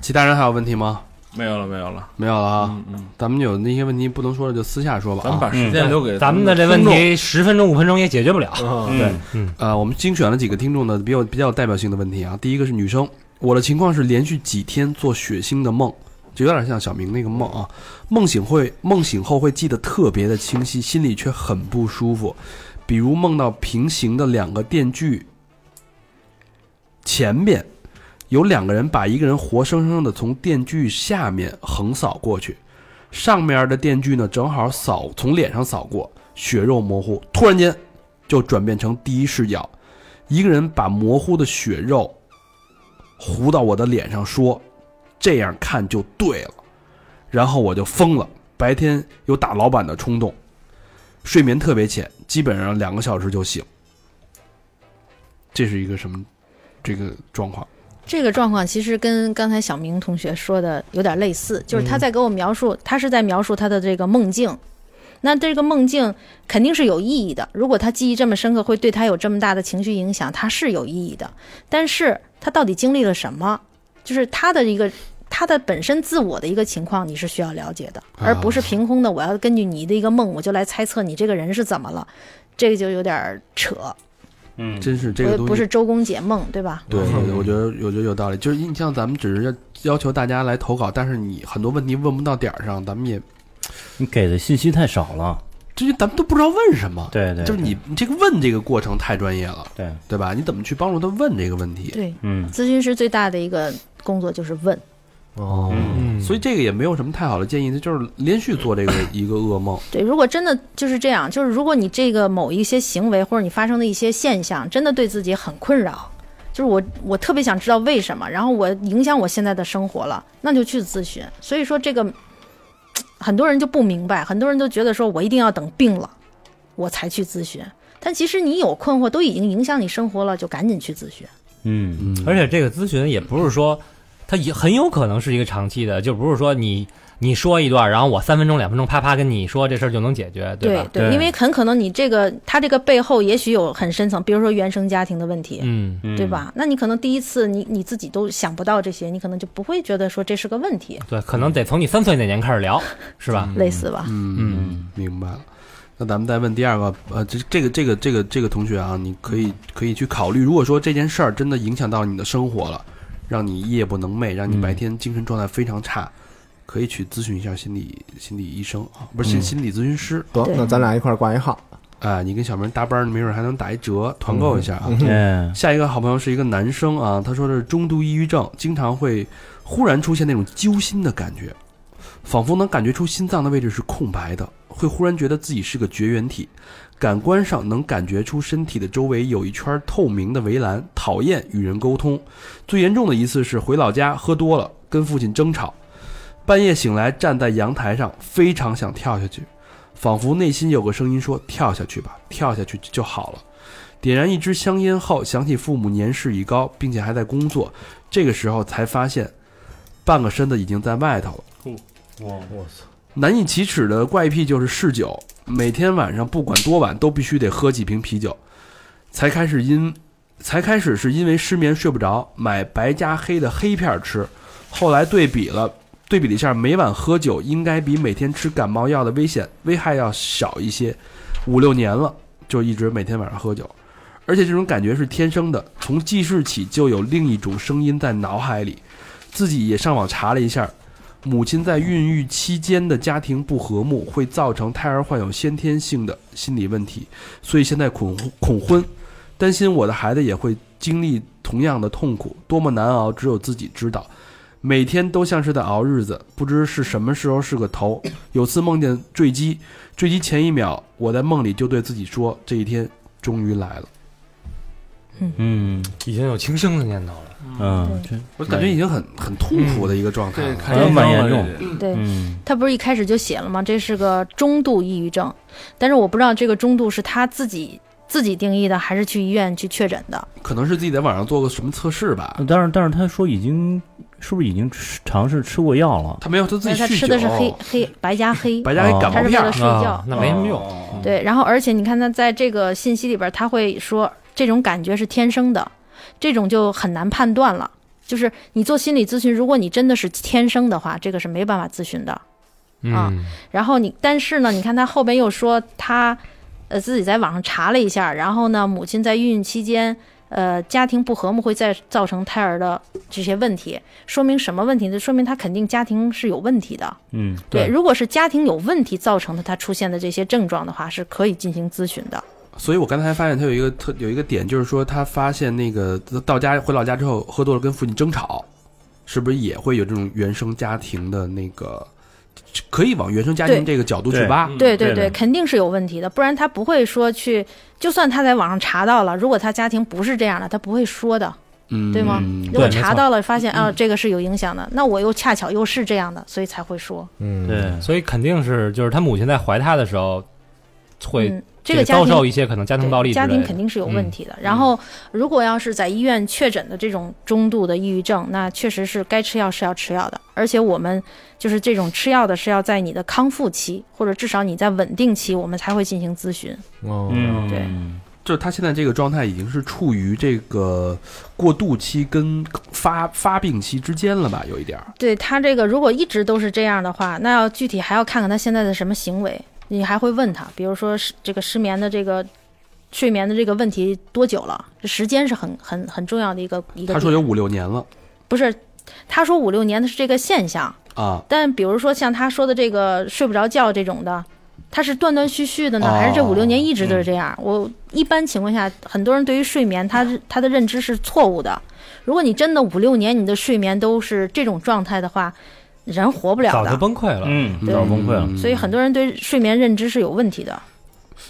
Speaker 2: 其他人还有问题吗？
Speaker 5: 没有了没有了。
Speaker 2: 没有了啊，
Speaker 5: 嗯嗯，
Speaker 2: 咱们有那些问题不能说了，就私下说吧
Speaker 5: 咱们
Speaker 2: 啊。
Speaker 5: 把时间留给
Speaker 7: 嗯咱们的这问题十分钟五分钟也解决不了。
Speaker 3: 嗯
Speaker 4: 对，
Speaker 2: 呃，我们精选了几个听众的比较比较有代表性的问题啊。第一个是女生，我的情况是连续几天做血腥的梦，就有点像小明那个梦啊。梦醒会梦醒后会记得特别的清晰，心里却很不舒服。比如梦到平行的两个电锯前边有两个人把一个人活生生的从电锯下面横扫过去，上面的电锯呢正好扫从脸上扫过，血肉模糊，突然间就转变成第一视角，一个人把模糊的血肉糊到我的脸上，说：“这样看就对了。”然后我就疯了，白天有打老板的冲动，睡眠特别浅，基本上两个小时就醒。这是一个什么这个状况？
Speaker 6: 这个状况其实跟刚才小明同学说的有点类似，就是他在给我描述，他是在描述他的这个梦境。那这个梦境肯定是有意义的，如果他记忆这么深刻，会对他有这么大的情绪影响，他是有意义的。但是他到底经历了什么，就是他的一个他的本身自我的一个情况，你是需要了解的，而不是凭空的。我要根据你的一个梦，我就来猜测你这个人是怎么了，这个就有点扯，
Speaker 4: 嗯
Speaker 2: 真是这
Speaker 6: 我
Speaker 2: 个
Speaker 6: 也
Speaker 2: 东西
Speaker 6: 不是周公解梦，对吧？
Speaker 2: 对，
Speaker 5: 嗯
Speaker 2: 我觉得我觉得有道理。就是你像咱们只是要要求大家来投稿，但是你很多问题问不到点儿上，咱们也
Speaker 4: 你给的信息太少了。
Speaker 2: 这就咱们都不知道问什么。
Speaker 4: 对对，
Speaker 2: 就是你你这个问这个过程太专业了，
Speaker 4: 对，
Speaker 2: 对吧？你怎么去帮助他问这个问题？
Speaker 6: 对，
Speaker 4: 嗯
Speaker 6: 咨询师最大的一个工作就是问，
Speaker 3: 哦，
Speaker 5: 嗯
Speaker 2: 所以这个也没有什么太好的建议，就是连续做这个一个噩 梦。
Speaker 6: 对，如果真的就是这样，就是如果你这个某一些行为或者你发生的一些现象，真的对自己很困扰，就是我我特别想知道为什么，然后我影响我现在的生活了，那就去咨询。所以说这个嘖很多人就不明白，很多人都觉得说我一定要等病了我才去咨询，但其实你有困惑都已经影响你生活了，就赶紧去咨询。
Speaker 4: 嗯
Speaker 2: 嗯
Speaker 7: 而且这个咨询也不是说，它也很有可能是一个长期的，就不是说你你说一段，然后我三分钟两分钟啪啪跟你说这事儿就能解决，吧？
Speaker 6: 对，
Speaker 4: 对
Speaker 6: 因为很可能你这个他这个背后也许有很深层，比如说原生家庭的问题，
Speaker 7: 嗯，
Speaker 4: 嗯，
Speaker 6: 对？吧？那你可能第一次你你自己都想不到这些，你可能就不会觉得说这是个问题，
Speaker 7: 对，可能得从你三岁那年开始聊，是吧？
Speaker 6: 类似吧？
Speaker 2: 嗯，明白了。那咱们再问第二个，呃，这这个这个这个这个同学啊，你可以可以去考虑，如果说这件事儿真的影响到你的生活了，让你夜不能寐，让你白天精神状态非常差，可以去咨询一下心理心理医生啊，不是心、
Speaker 4: 嗯
Speaker 2: 心理咨询师
Speaker 3: 得，
Speaker 6: 对
Speaker 3: 那咱俩一块儿挂一号，
Speaker 2: 啊、你跟小明搭班儿，没准还能打一折，团购一下啊。
Speaker 4: 嗯
Speaker 2: 下一个好朋友是一个男生啊，他说的是中度抑郁症，经常会忽然出现那种揪心的感觉，仿佛能感觉出心脏的位置是空白的，会忽然觉得自己是个绝缘体，感官上能感觉出身体的周围有一圈透明的围栏，讨厌与人沟通。最严重的一次是回老家喝多了，跟父亲争吵，半夜醒来站在阳台上，非常想跳下去，仿佛内心有个声音说：“跳下去吧，跳下去就好了。”点燃一支香烟后，想起父母年事已高，并且还在工作，这个时候才发现，半个身子已经在外头了。
Speaker 3: 哦我操，
Speaker 2: 难以启齿的怪癖就是嗜酒，每天晚上不管多晚都必须得喝几瓶啤酒，才开始因才开始是因为失眠睡不着，买白加黑的黑片儿吃，后来对比了对比了一下，每晚喝酒应该比每天吃感冒药的危险危害要小一些，五六年了就一直每天晚上喝酒，而且这种感觉是天生的，从记事起就有另一种声音在脑海里，自己也上网查了一下，母亲在孕育期间的家庭不和睦，会造成胎儿患有先天性的心理问题，所以现在恐恐婚，担心我的孩子也会经历同样的痛苦，多么难熬，只有自己知道。每天都像是在熬日子，不知是什么时候是个头。有次梦见坠机，坠机前一秒，我在梦里就对自己说：“这一天终于来了。
Speaker 4: 嗯
Speaker 7: 已经有轻生的念头了，
Speaker 4: 嗯，这”
Speaker 2: 我感觉已经很很痛苦的一个状态
Speaker 5: 这
Speaker 2: 了。
Speaker 5: 嗯看医生
Speaker 4: 蛮严
Speaker 5: 了
Speaker 4: 重
Speaker 5: 这
Speaker 6: 对、
Speaker 4: 嗯
Speaker 6: 他不是一开始就写了吗？这是个中度抑郁症，但是我不知道这个中度是他自己自己定义的，还是去医院去确诊的。
Speaker 2: 可能是自己在网上做个什么测试吧。
Speaker 5: 嗯
Speaker 4: 但是但是他说已经是不是已经吃尝试吃过药了？
Speaker 2: 他没有，他自
Speaker 6: 因为
Speaker 2: 己
Speaker 6: 他吃
Speaker 2: 酗酒，
Speaker 6: 的是黑黑白加黑，
Speaker 2: 白加黑感
Speaker 6: 他
Speaker 2: 冒
Speaker 6: 是为
Speaker 2: 片儿
Speaker 6: 了睡觉
Speaker 7: 啊。那没什么用。
Speaker 6: 对，然后而且你看他在这个信息里边儿，他会说这种感觉是天生的，这种就很难判断了。就是你做心理咨询，如果你真的是天生的话，这个是没办法咨询的。啊
Speaker 7: 嗯，
Speaker 6: 然后你，但是呢，你看他后边又说他，呃，自己在网上查了一下，然后呢，母亲在孕期间，呃，家庭不和睦会再造成胎儿的这些问题，说明什么问题呢？说明他肯定家庭是有问题的。
Speaker 4: 嗯
Speaker 6: 对，如果是家庭有问题造成的，他出现的这些症状的话，是可以进行咨询的。
Speaker 2: 所以我刚才发现他有一个特有一个点，就是说他发现那个到家回老家之后喝多了跟父亲争吵，是不是也会有这种原生家庭的那个可以往原生家庭这个角度去
Speaker 4: 对
Speaker 2: 挖。
Speaker 5: 嗯
Speaker 6: 对对
Speaker 4: 对
Speaker 6: 对，
Speaker 4: 的
Speaker 6: 肯定是有问题的，不然他不会说去，就算他在网上查到了，如果他家庭不是这样的，他不会说的，
Speaker 2: 嗯，
Speaker 6: 对吗？如
Speaker 7: 对
Speaker 6: 果
Speaker 7: 没
Speaker 6: 查
Speaker 7: 错嗯
Speaker 6: 到了，发现啊这个是有影响的，那我又恰巧又是这样的，所以才会说，
Speaker 3: 嗯，
Speaker 4: 对，
Speaker 7: 所以肯定是就是他母亲在怀他的时候会
Speaker 6: 嗯，这个家
Speaker 7: 遭
Speaker 6: 庭
Speaker 7: 受一些可能家庭
Speaker 6: 对
Speaker 7: 暴力之
Speaker 6: 家
Speaker 7: 类的，嗯
Speaker 6: 庭肯定是有问题的。然后，如果要是在医院确诊的这种中度的抑郁症，那确实是该吃药是要吃药的，而且我们就是这种吃药的是要在你的康复期或者至少你在稳定期，我们才会进行咨询。
Speaker 3: 哦，
Speaker 4: 嗯，
Speaker 6: 对
Speaker 2: 就是他现在这个状态已经是处于这个过渡期跟发发病期之间了吧，有一点儿。
Speaker 6: 对他这个如果一直都是这样的话，那要具体还要看看他现在的什么行为，你还会问他，比如说是这个失眠的这个。睡眠的这个问题多久了？这时间是很很很重要的一个一个点。
Speaker 2: 他说有五六年了
Speaker 6: 不是，他说五六年的是这个现象，
Speaker 2: 啊，
Speaker 6: 但比如说像他说的这个睡不着觉这种的，他是断断续续的呢，
Speaker 2: 哦
Speaker 6: 还是这五六年一直都是这样？我一般情况下，很多人对于睡眠，他是他的认知是错误的。如果你真的五六年你的睡眠都是这种状态的话，人活不了
Speaker 7: 早就
Speaker 6: 的。
Speaker 7: 崩溃了。
Speaker 4: 嗯，
Speaker 6: 对
Speaker 4: 早崩溃了，
Speaker 2: 嗯
Speaker 6: 所以很多人对睡眠认知是有问题的。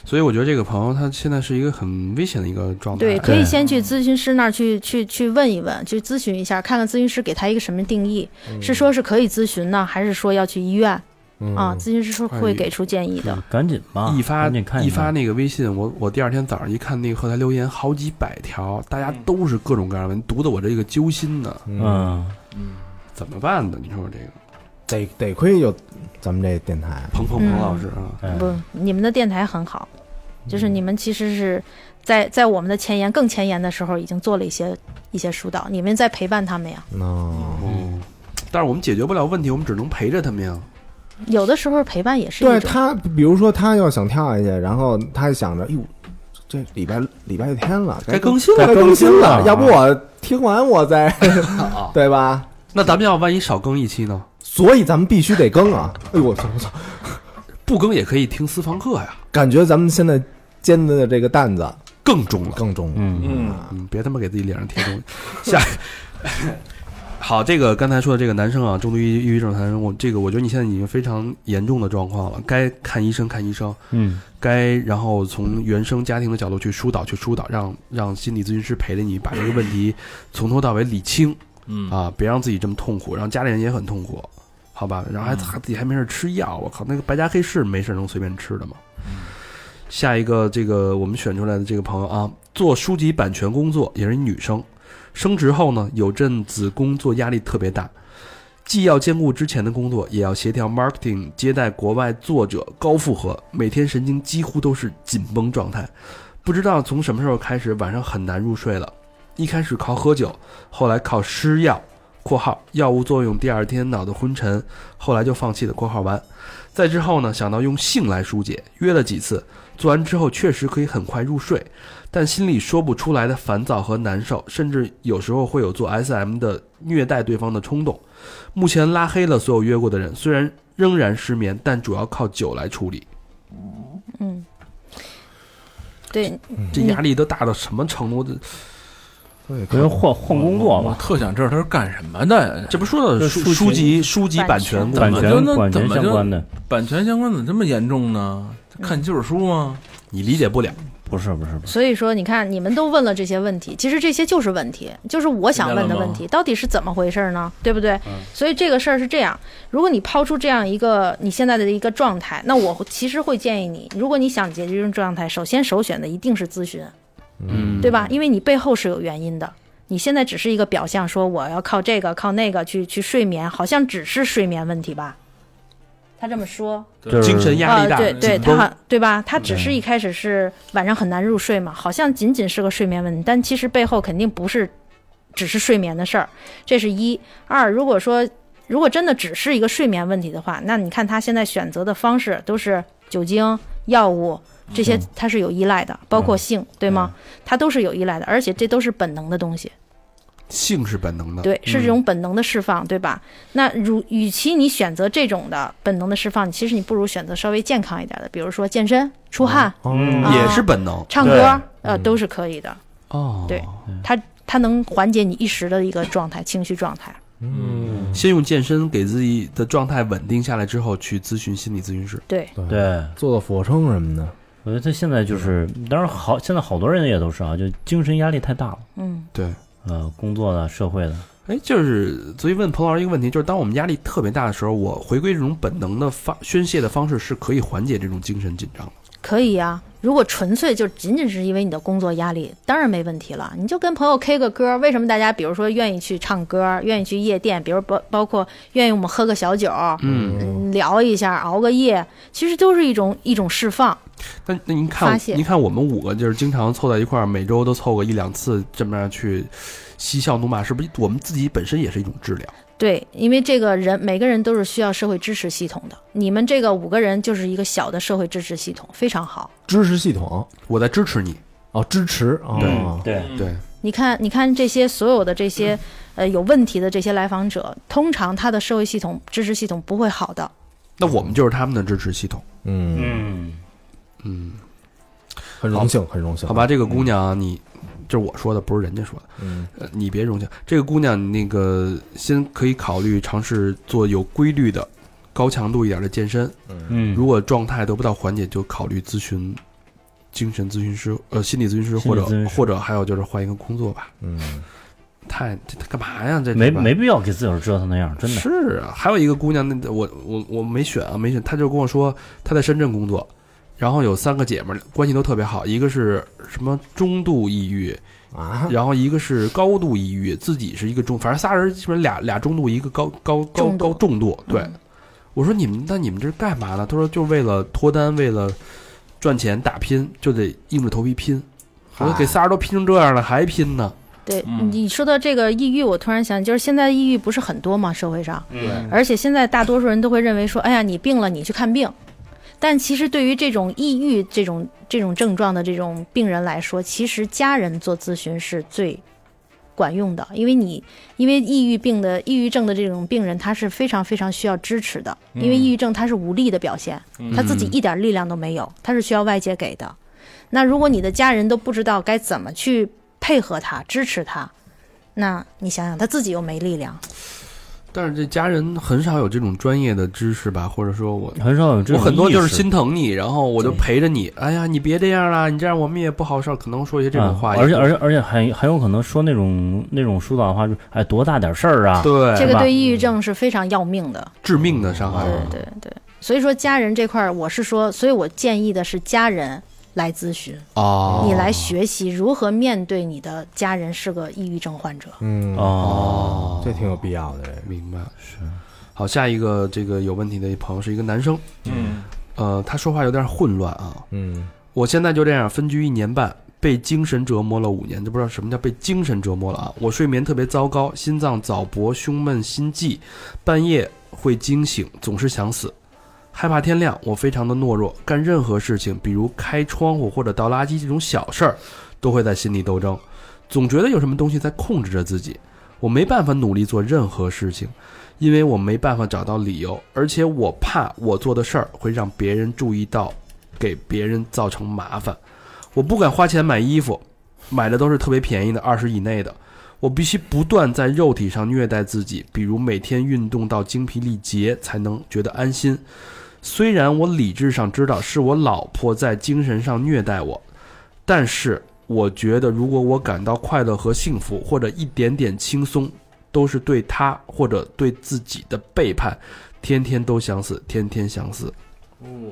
Speaker 2: 所以我觉得这个朋友他现在是一个很危险的一个状态。
Speaker 6: 对，可以先去咨询师那儿去去去问一问，去咨询一下，看看咨询师给他一个什么定义，是说是可以咨询呢，还是说要去医院
Speaker 3: 嗯
Speaker 6: 啊？咨询师是
Speaker 2: 哎
Speaker 6: 会给出建议的。
Speaker 4: 嗯赶紧吧，
Speaker 2: 一发
Speaker 4: 赶紧看
Speaker 2: 一发
Speaker 4: 看，
Speaker 2: 那个微信，我我第二天早上一看那个后台留言，好几百条，大家都是各种各样的问，读的我这个揪心呢，
Speaker 3: 嗯，
Speaker 4: 嗯，
Speaker 2: 怎么办呢？你说说这个，
Speaker 3: 得得亏有咱们这电台，
Speaker 2: 彭彭彭老师啊，
Speaker 4: 哎
Speaker 6: 不，你们的电台很好，
Speaker 3: 嗯
Speaker 6: 就是你们其实是在在我们的前沿更前沿的时候，已经做了一些一些疏导，你们在陪伴他们呀。
Speaker 3: 哦，
Speaker 2: 哦，但是我们解决不了问题，我们只能陪着他们呀。
Speaker 6: 有的时候陪伴也是
Speaker 3: 对
Speaker 6: 一种，
Speaker 3: 他，比如说他要想跳下去，然后他想着，哟，哎这礼拜礼拜天了，
Speaker 2: 该更
Speaker 3: 更
Speaker 2: 新了啊
Speaker 3: 该更新
Speaker 4: 了
Speaker 3: 了，要不我听完 我再，对吧？
Speaker 2: 那咱们要万一少更一期呢？
Speaker 3: 所以咱们必须得更啊！哎呦，我操我操，
Speaker 2: 不更也可以听私房课呀，
Speaker 3: 感觉咱们现在煎的这个担子
Speaker 2: 更重了。
Speaker 3: 更重了。
Speaker 4: 嗯，
Speaker 5: 嗯，
Speaker 3: 啊
Speaker 2: 嗯，别他妈给自己脸上贴东西。下，好，这个刚才说的这个男生啊，重度抑郁症男生，我这个我觉得你现在已经非常严重的状况了，该看医生看医生，
Speaker 4: 嗯，
Speaker 2: 该然后从原生家庭的角度去疏导去疏导，让让心理咨询师陪着你把这个问题从头到尾理清，
Speaker 5: 嗯
Speaker 2: 啊，别让自己这么痛苦，让家里人也很痛苦，好吧？然后还还自己还没事吃药，我靠，那个白加黑是没事能随便吃的吗？下一个，这个我们选出来的这个朋友啊，做书籍版权工作，也是一女生。升职后呢，有阵子工作压力特别大，既要兼顾之前的工作，也要协调 marketing 接待国外作者，高负荷，每天神经几乎都是紧绷状态。不知道从什么时候开始，晚上很难入睡了。一开始靠喝酒，后来靠吃药（括号药物作用第二天脑子昏沉），后来就放弃了（括号完）。再之后呢，想到用性来疏解，约了几次，做完之后确实可以很快入睡，但心里说不出来的烦躁和难受，甚至有时候会有做 SM 的虐待对方的冲动。目前拉黑了所有约过的人，虽然仍然失眠，但主要靠酒来处理。
Speaker 6: 嗯，对，
Speaker 2: 这
Speaker 6: 嗯
Speaker 2: 压力都大到什么程度？这
Speaker 4: 可能换换工作
Speaker 5: 我
Speaker 4: 吧，
Speaker 5: 特想知道他是干什么的，
Speaker 2: 这不说到
Speaker 4: 就
Speaker 2: 书
Speaker 4: 书
Speaker 2: 书
Speaker 4: 籍
Speaker 2: 籍书籍版
Speaker 6: 版
Speaker 2: 权
Speaker 6: 权
Speaker 2: 公
Speaker 4: 版
Speaker 2: 司
Speaker 5: 怎
Speaker 4: 权版权
Speaker 5: 么就那怎么
Speaker 4: 相
Speaker 5: 就
Speaker 4: 关的，
Speaker 5: 版权相关怎么这么严重呢？看旧史书吗？
Speaker 2: 你理解不了。
Speaker 4: 不是不是不是，
Speaker 6: 所以说你看，你们都问了这些问题，其实这些就是问题，就是我想问的问
Speaker 5: 明白
Speaker 6: 题，到底是怎么回事呢？对不对？所以这个事儿是这样，如果你抛出这样一个你现在的一个状态，那我其实会建议你，如果你想解决这种状态，首先首选的一定是咨询。
Speaker 2: 嗯
Speaker 6: 对吧？因为你背后是有原因的。你现在只是一个表象，说我要靠这个靠那个去去睡眠，好像只是睡眠问题吧？他这么说，
Speaker 4: 就是
Speaker 2: 精神压力大，
Speaker 6: 啊、对对，
Speaker 2: 紧绷嗯
Speaker 6: 他好对吧？他只是一开始是晚上很难入睡嘛，好像仅仅是个睡眠问题，但其实背后肯定不是只是睡眠的事儿，这是一二。如果说如果真的只是一个睡眠问题的话，那你看他现在选择的方式都是酒精、药物这
Speaker 2: 嗯
Speaker 6: 些，他是有依赖的，包括性，对吗？他都是有依赖的，而且这都是本能的东西。
Speaker 2: 性是本能的，
Speaker 6: 对，是这种本能的释放，对吧？那如与其你选择这种的本能的释放，其实你不如选择稍微健康一点的，比如说健身、出汗、
Speaker 4: 嗯
Speaker 6: 啊
Speaker 2: 也是本能
Speaker 6: 唱
Speaker 4: 对
Speaker 6: 歌，呃，都是可以的。
Speaker 2: 哦
Speaker 6: 对它能缓解你一时的一个状态，情绪状态。
Speaker 3: 嗯，
Speaker 2: 先用健身给自己的状态稳定下来之后，去咨询心理咨询师。
Speaker 6: 对，
Speaker 4: 对，
Speaker 3: 做做俯卧撑什么的，
Speaker 4: 我觉得他现在就是，当然好，现在好多人也都是啊，就精神压力太大了，
Speaker 6: 嗯，
Speaker 2: 对，
Speaker 4: 呃，工作的、社会的，
Speaker 2: 哎，就是所以问彭老师一个问题，就是当我们压力特别大的时候，我回归这种本能的发宣泄的方式，是可以缓解这种精神紧张的。
Speaker 6: 可以呀、如果纯粹就仅仅是因为你的工作压力，当然没问题了。你就跟朋友 K 个歌，为什么大家比如说愿意去唱歌，愿意去夜店，比如包包括愿意我们喝个小酒，
Speaker 2: 嗯，
Speaker 6: 嗯，聊一下，熬个夜，其实都是一种一种释放。
Speaker 2: 但那您看
Speaker 6: 发，泄
Speaker 2: 您看我们五个就是经常凑在一块儿，每周都凑个一两次，这么样去嬉笑怒骂，是不是我们自己本身也是一种治疗？
Speaker 6: 对，因为这个人每个人都是需要社会支持系统的，你们这个五个人就是一个小的社会支持系统，非常好。
Speaker 3: 支持系统
Speaker 2: 我在支持你。
Speaker 3: 哦，支持啊，
Speaker 5: 嗯
Speaker 3: 哦
Speaker 4: 对
Speaker 2: 对，
Speaker 6: 你看，你看这些所有的这些，呃，有问题的这些来访者，通常他的社会系统支持系统不会好的。
Speaker 2: 那我们就是他们的支持系统。
Speaker 3: 嗯，
Speaker 4: 嗯，
Speaker 2: 嗯，
Speaker 3: 很荣幸，很荣幸，
Speaker 2: 好吧，，这个姑娘啊你，这是我说的，不是人家说的。
Speaker 3: 嗯，
Speaker 2: 呃，你别荣幸，这个姑娘，你那个先可以考虑尝试做有规律的、高强度一点的健身。
Speaker 4: 嗯，
Speaker 2: 如果状态得不到缓解，就考虑咨询精神咨询师、呃心理咨询师，
Speaker 4: 心
Speaker 2: 或
Speaker 4: 理
Speaker 2: 者
Speaker 4: 咨询师
Speaker 2: 或者还有就是换一个工作吧。
Speaker 3: 嗯，
Speaker 2: 太这这干嘛呀？这
Speaker 4: 没
Speaker 2: 这吧
Speaker 4: 没必要给自个儿折腾那样，真的。
Speaker 2: 是啊，还有一个姑娘，那我我我没选啊，没选，她就跟我说她在深圳工作，然后有三个姐们儿关系都特别好，一个是什么中度抑郁，
Speaker 3: 啊，
Speaker 2: 然后一个是高度抑郁，自己是一个中，反正仨人基本俩俩中度，一个高高高
Speaker 6: 重度
Speaker 2: 高重度。对，
Speaker 6: 嗯
Speaker 2: 我说你们那你们这是干嘛呢？她说就为了脱单，为了赚钱打拼，就得硬着头皮拼。我说给仨人都拼成这样了，还拼呢？
Speaker 6: 对、
Speaker 5: 嗯
Speaker 6: 你说到这个抑郁，我突然想，就是现在抑郁不是很多吗？社会上，而且现在大多数人都会认为说，哎呀，你病了，你去看病。但其实对于这种抑郁这种这种症状的这种病人来说，其实家人做咨询是最管用的，因为你因为抑郁病的抑郁症的这种病人，他是非常非常需要支持的，因为抑郁症他是无力的表现，他自己一点力量都没有，他是需要外界给的。那如果你的家人都不知道该怎么去配合他、支持他，那你想想他自己又没力量，
Speaker 2: 但是这家人很少有这种专业的知识吧，或者说我
Speaker 4: 很少有这
Speaker 2: 我
Speaker 4: 种
Speaker 2: 很多就是
Speaker 4: 意识啊
Speaker 2: 心疼你，然后我就陪着你。哎呀，你别这样啦，你这样我们也不好受，可能说一些这种话
Speaker 4: 啊
Speaker 2: 也。
Speaker 4: 而且而且而且还还有可能说那种那种疏导的话，就哎多大点事儿啊，啊
Speaker 2: 对
Speaker 6: 这个
Speaker 4: 吧
Speaker 6: 对抑郁症是非常要命的。
Speaker 2: 致命的伤害
Speaker 6: 对，对对，所以说家人这块儿，我是说，所以我建议的是家人来咨询，
Speaker 2: 哦
Speaker 6: 你来学习如何面对你的家人是个抑郁症患者。
Speaker 3: 嗯，
Speaker 4: 哦，
Speaker 3: 这挺有必要的，这个
Speaker 2: 明白是。好，下一个这个有问题的朋友是一个男生，
Speaker 5: 嗯
Speaker 2: 呃，他说话有点混乱啊。
Speaker 3: 嗯，
Speaker 2: 我现在就这样，分居一年半，被精神折磨了五年，都不知道什么叫被精神折磨了啊！我睡眠特别糟糕，心脏早搏、胸闷、心悸，半夜会惊醒，总是想死，害怕天亮。我非常的懦弱，干任何事情，比如开窗户或者倒垃圾这种小事儿，都会在心里斗争，总觉得有什么东西在控制着自己。我没办法努力做任何事情，因为我没办法找到理由，而且我怕我做的事儿会让别人注意到给别人造成麻烦。我不敢花钱买衣服，买的都是特别便宜的，二十以内的。我必须不断在肉体上虐待自己，比如每天运动到精疲力竭才能觉得安心。虽然我理智上知道是我老婆在精神上虐待我，但是我觉得如果我感到快乐和幸福，或者一点点轻松，都是对她或者对自己的背叛。天天都想死，天天想死。
Speaker 6: 嗯，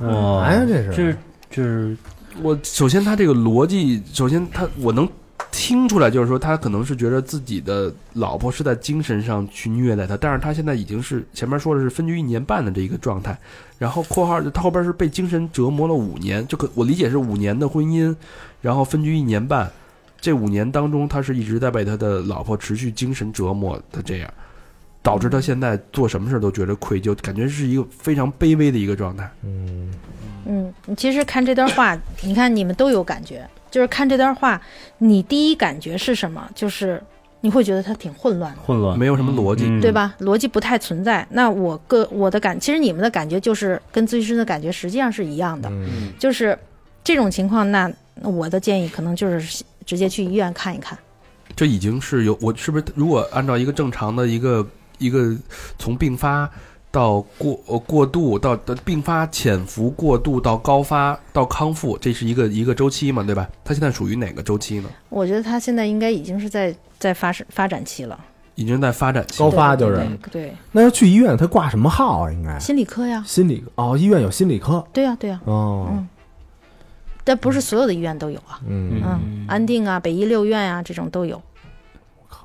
Speaker 4: 哇
Speaker 3: 哎呀，这是
Speaker 4: 这这是
Speaker 2: 我首先他这个逻辑，首先他我能听出来，就是说他可能是觉得自己的老婆是在精神上去虐待他，但是他现在已经是前面说的是分居一年半的这一个状态，然后括号他后边是被精神折磨了五年，就可我理解是五年的婚姻，然后分居一年半，这五年当中他是一直在被他的老婆持续精神折磨的这样。导致他现在做什么事都觉得愧疚，感觉是一个非常卑微的一个状态。
Speaker 3: 嗯，
Speaker 6: 嗯，其实看这段话，你看你们都有感觉，就是看这段话，你第一感觉是什么？就是你会觉得他挺混乱的。
Speaker 4: 混乱，
Speaker 2: 没有什么逻辑，
Speaker 4: 嗯
Speaker 6: 对？吧？逻辑不太存在。那我个我的感，其实你们的感觉就是跟咨询师的感觉实际上是一样的，
Speaker 3: 嗯
Speaker 6: 就是这种情况。那我的建议可能就是直接去医院看一看，
Speaker 2: 这已经是有我是不是？如果按照一个正常的一个一个从并发到过呃过渡到到并发潜伏过渡到高发到康复，这是一个一个周期嘛，对吧？它现在属于哪个周期呢？
Speaker 6: 我觉得他现在应该已经是在在发生发展期了，
Speaker 2: 已经在发展期
Speaker 3: 高。发就是
Speaker 6: 对对对
Speaker 3: 那要去医院，他挂什么号啊？应该
Speaker 6: 心理科呀，
Speaker 3: 心理哦，医院有心理科
Speaker 6: 对呀、对呀、
Speaker 3: 哦，
Speaker 6: 嗯但不是所有的医院都有啊，
Speaker 3: 嗯，
Speaker 6: 嗯，安定啊、北医六院啊这种都有。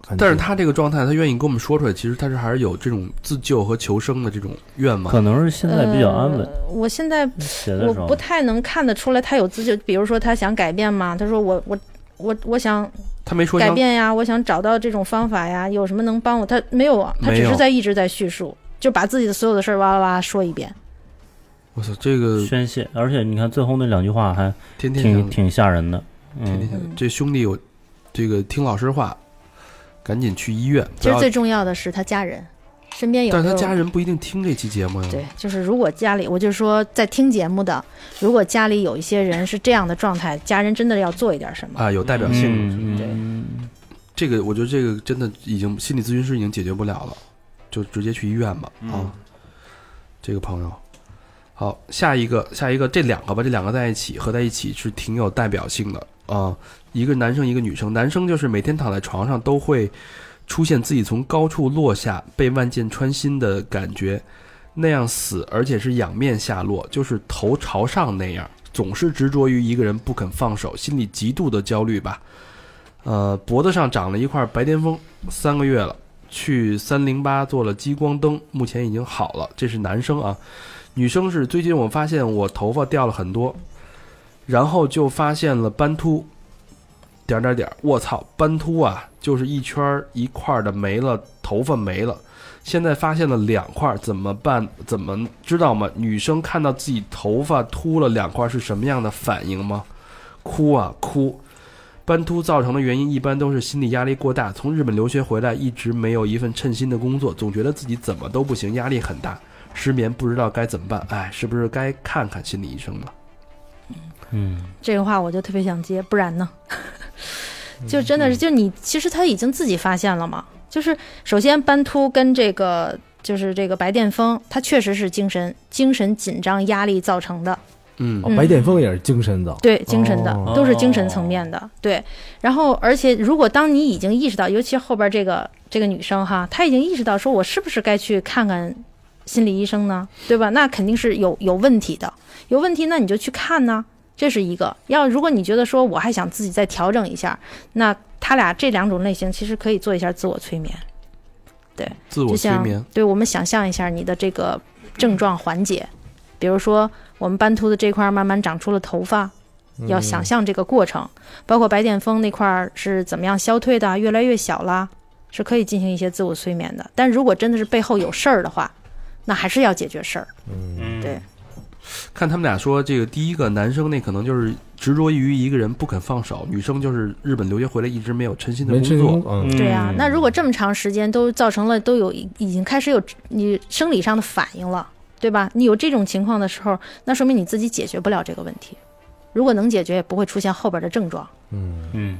Speaker 3: 感觉
Speaker 2: 但是他这个状态，他愿意跟我们说出来，其实他是还是有这种自救和求生的这种愿望。
Speaker 4: 可能是现在比较安稳，
Speaker 6: 呃我现在
Speaker 4: 写的
Speaker 6: 我
Speaker 4: 时
Speaker 6: 不
Speaker 4: 候
Speaker 6: 太能看得出来他有自救，比如说他想改变嘛，他说我我我我想
Speaker 2: 他没说
Speaker 6: 改
Speaker 2: 像
Speaker 6: 变呀，我想找到这种方法呀，有什么能帮我？他没有啊，他
Speaker 2: 没
Speaker 6: 只
Speaker 2: 有
Speaker 6: 是在一直在叙述，就把自己的所有的事儿哇哇哇说一遍。
Speaker 2: 我操，这个
Speaker 4: 宣泄，而且你看最后那两句话还
Speaker 2: 天天
Speaker 4: 挺
Speaker 2: 想
Speaker 4: 挺吓人的，
Speaker 2: 天天
Speaker 4: 嗯，
Speaker 2: 想
Speaker 6: 嗯
Speaker 2: 这兄弟有这个听老师话，赶紧去医院。不
Speaker 6: 其实
Speaker 2: 要
Speaker 6: 最重要的是他家人身边有，
Speaker 2: 但是他家。人不一定听这期节目呀。
Speaker 6: 对，就是如果家里，我就说在听节目的，如果家里有一些人是这样的状态，家人真的要做一点什么。
Speaker 2: 啊，有代表性。
Speaker 4: 嗯
Speaker 6: 对
Speaker 4: 嗯，
Speaker 2: 这个我觉得这个真的已经心理咨询师已经解决不了了，就直接去医院吧。
Speaker 5: 嗯
Speaker 2: 啊，这个朋友，好，下一个下一个这两个吧，这两个在一起合在一起是挺有代表性的啊。一个男生，一个女生。男生就是每天躺在床上都会出现自己从高处落下，被万箭穿心的感觉，那样死，而且是仰面下落，就是头朝上那样，总是执着于一个人不肯放手，心里极度的焦虑吧。呃，脖子上长了一块白癜风，三个月了，去三零八做了激光灯，目前已经好了。这是男生啊，女生是最近我发现我头发掉了很多，然后就发现了斑秃，点儿点儿点儿，我操，斑秃啊，就是一圈儿一块儿的没了，头发没了。现在发现了两块儿，怎么办？怎么知道吗？女生看到自己头发秃了两块儿是什么样的反应吗？哭啊哭！斑秃造成的原因一般都是心理压力过大。从日本留学回来，一直没有一份称心的工作，总觉得自己怎么都不行，压力很大，失眠，不知道该怎么办。哎，是不是该看看心理医生了？
Speaker 6: 这个话我就特别想接，不然 呢？就真的
Speaker 2: 嗯
Speaker 6: 是，就你其实他已经自己发现了嘛。就是首先斑秃跟这个就是这个白癜风，它确实是精神精神紧张压力造成的，
Speaker 2: 嗯，
Speaker 3: 哦白癜风也是精神的，
Speaker 6: 对精神的、
Speaker 3: 哦
Speaker 6: 都是精神层面的，对。然后而且如果当你已经意识到，尤其后边这个这个女生哈，她已经意识到说我是不是该去看看心理医生呢？对吧？那肯定是有有问题的，有问题那你就去看呢、这是一个。要如果你觉得说我还想自己再调整一下，那他俩这两种类型其实可以做一下自我催眠，
Speaker 2: 自我
Speaker 6: 就
Speaker 2: 催
Speaker 6: 像
Speaker 2: 眠，
Speaker 6: 对我们想象一下你的这个症状缓解，比如说我们斑秃的这块儿慢慢长出了头发，嗯
Speaker 3: 嗯
Speaker 6: 要想象这个过程，包括白癜风那块儿是怎么样消退的，越来越小啦，是可以进行一些自我催眠的。但如果真的是背后有事儿的话，那还是要解决事儿。
Speaker 3: 嗯
Speaker 7: 嗯
Speaker 2: 看他们俩说这个第一个男生那可能就是执着于一个人不肯放手，女生就是日本留学回来一直没有称心的
Speaker 3: 没
Speaker 2: 工
Speaker 3: 吃
Speaker 2: 作。
Speaker 3: 嗯，
Speaker 6: 对啊，那如果这么长时间都造成了都有已已经开始有你生理上的反应了，对吧？你有这种情况的时候，那说明你自己解决不了这个问题。如果能解决，也不会出现后边的症状。
Speaker 4: 嗯，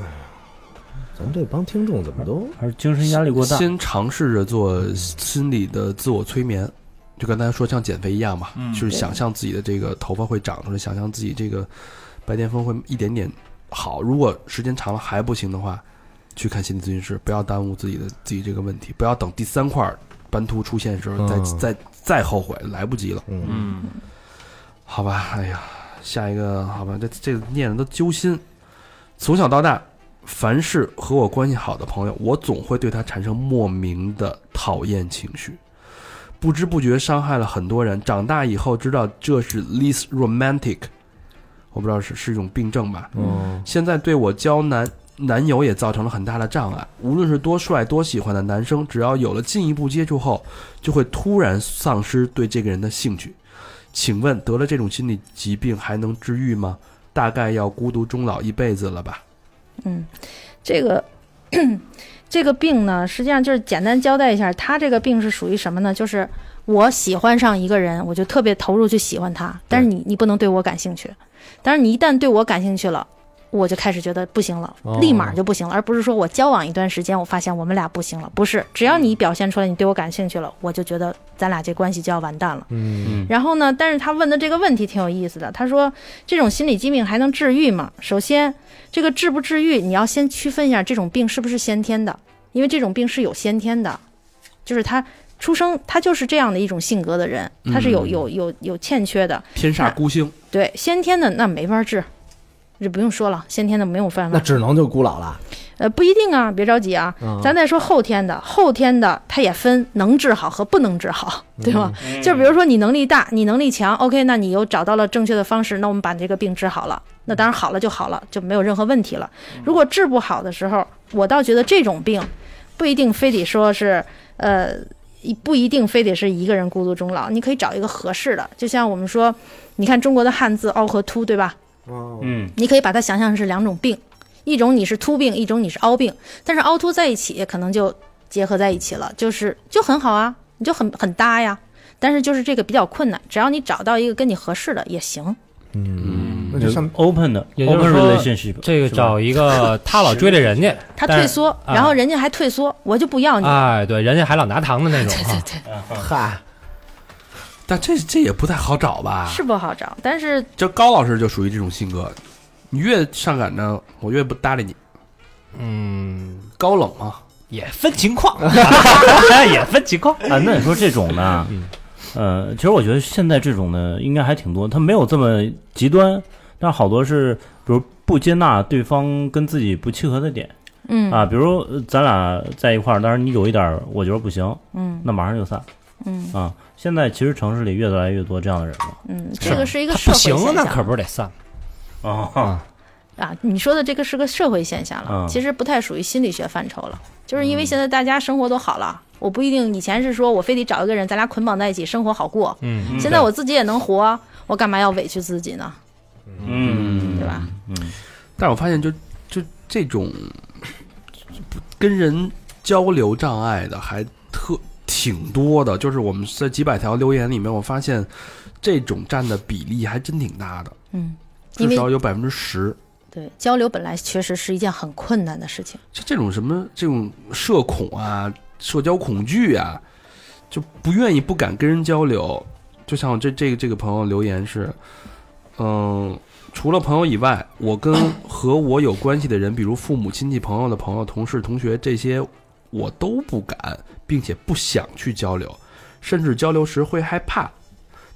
Speaker 3: 哎咱这帮听众怎么都
Speaker 4: 还是精神压力过大，
Speaker 2: 先尝试着做心理的自我催眠，就跟大家说像减肥一样嘛，
Speaker 5: 嗯
Speaker 2: 就是想象自己的这个头发会长出来，想象自己这个白癜风会一点点好。如果时间长了还不行的话，去看心理咨询师，不要耽误自己的自己这个问题，不要等第三块斑秃出现的时候再、
Speaker 3: 嗯
Speaker 2: 再再后悔，来不及了。
Speaker 3: 嗯
Speaker 5: 嗯，
Speaker 2: 好吧，哎呀，下一个好吧，这这个念的都揪心。从小到大，凡是和我关系好的朋友，我总会对他产生莫名的讨厌情绪，不知不觉伤害了很多人。长大以后知道这是 least romantic，我不知道是是一种病症吧。
Speaker 3: 嗯
Speaker 2: 现在对我交男男友也造成了很大的障碍。无论是多帅多喜欢的男生，只要有了进一步接触后，就会突然丧失对这个人的兴趣。请问得了这种心理疾病还能治愈吗？大概要孤独终老一辈子了吧？
Speaker 6: 嗯，这个这个病呢，实际上就是简单交代一下，他这个病是属于什么呢？就是我喜欢上一个人，我就特别投入去喜欢他，但是你你不能对我感兴趣，但是你一旦对我感兴趣了，我就开始觉得不行了
Speaker 7: 哦，
Speaker 6: 立马就不行了，而不是说我交往一段时间，我发现我们俩不行了，不是，只要你表现出来你对我感兴趣了，我就觉得咱俩这关系就要完蛋了。
Speaker 7: 嗯
Speaker 6: 然后呢，但是他问的这个问题挺有意思的，他说这种心理疾病还能治愈吗？首先，这个治不治愈，你要先区分一下这种病是不是先天的，因为这种病是有先天的，就是他出生他就是这样的一种性格的人，他是有
Speaker 2: 嗯
Speaker 6: 有有有欠缺的，
Speaker 2: 天煞孤星，
Speaker 6: 对，先天的那没法治。这不用说了，先天的没有办
Speaker 3: 那
Speaker 6: 法。
Speaker 3: 只能就孤老了。
Speaker 6: 呃，不一定啊，别着急啊，
Speaker 3: 嗯
Speaker 6: 咱再说后天的，后天的它也分能治好和不能治好， 对吧？就比如说你能力大，你能力强，OK，那你又找到了正确的方式，那我们把这个病治好了，那当然好了就好了，就没有任何问题了。如果治不好的时候，我倒觉得这种病不一定非得说是呃，一不一定非得是一个人孤独终老，你可以找一个合适的，就像我们说，你看中国的汉字凹和凸，对吧？
Speaker 2: 哦
Speaker 4: 嗯，
Speaker 6: 你可以把它想象是两种病，一种你是凸病，一种你是凹病，但是凹凸在一起可能就结合在一起了，就是就很好啊，你就很很搭呀。但是就是这个比较困难，只要你找到一个跟你合适的也行。
Speaker 3: 嗯，那就上
Speaker 4: open 的
Speaker 7: 也就是
Speaker 4: ，open
Speaker 7: 说
Speaker 4: relationship，
Speaker 7: 这个
Speaker 4: 是吧
Speaker 7: 找一 个他老追着人家，
Speaker 6: 他
Speaker 7: 但
Speaker 6: 退缩，
Speaker 7: 啊
Speaker 6: 然后人家还退缩，我就不要啊你。
Speaker 7: 哎，对，人家还老拿糖的那种啊
Speaker 6: 对
Speaker 7: 哈
Speaker 6: 对，对，
Speaker 3: 嗨，
Speaker 2: 但这这也不太好找吧？
Speaker 6: 是不好找，但是
Speaker 2: 这高老师就属于这种性格，你越上赶着，我越不搭理你，
Speaker 7: 嗯，
Speaker 2: 高冷嘛。
Speaker 7: 也分 情况，
Speaker 4: 也分情况 啊。那你说这种 呢？呃，其实我觉得现在这种呢，应该还挺多，他没有这么极端，但是好多是，比如不接纳对方跟自己不契合的点
Speaker 6: 嗯
Speaker 4: 啊，比如呃咱俩在一块儿，但是你有一点儿我觉得不行，
Speaker 6: 嗯
Speaker 4: 那马上就散
Speaker 6: 嗯
Speaker 4: 啊。现在其实城市里越来越多这样的人了
Speaker 6: 嗯，这个是一个
Speaker 7: 他
Speaker 6: 社
Speaker 7: 不
Speaker 6: 会
Speaker 7: 行啊
Speaker 6: 现象。
Speaker 7: 那可不是得散吗？
Speaker 4: 啊，
Speaker 6: 啊，你说的这个是个社会现象了，
Speaker 4: 嗯
Speaker 6: 其实不太属于心理学范畴了，就是因为现在大家生活都好了，我不一定以前是说我非得找一个人，咱俩捆绑在一起，生活好过。
Speaker 7: 嗯，
Speaker 6: 现在我自己也能活，我干嘛要委屈自己呢？
Speaker 4: 嗯，
Speaker 6: 对吧？
Speaker 2: 但是我发现就，就这种就不跟人交流障碍的还特挺多的，就是我们在几百条留言里面，我发现这种占的比例还真挺大的，
Speaker 6: 嗯，因
Speaker 2: 至
Speaker 6: 为
Speaker 2: 少有百分之十。
Speaker 6: 对交流本来确实是一件很困难的事情。
Speaker 2: 像这种什么这种社恐啊、社交恐惧啊，就不愿意、不敢跟人交流。就像我这这个这个朋友留言是，嗯，除了朋友以外，我跟和我有关系的人，比如父母亲戚、朋友的朋友、同事、同学这些，我都不敢，并且不想去交流，甚至交流时会害怕。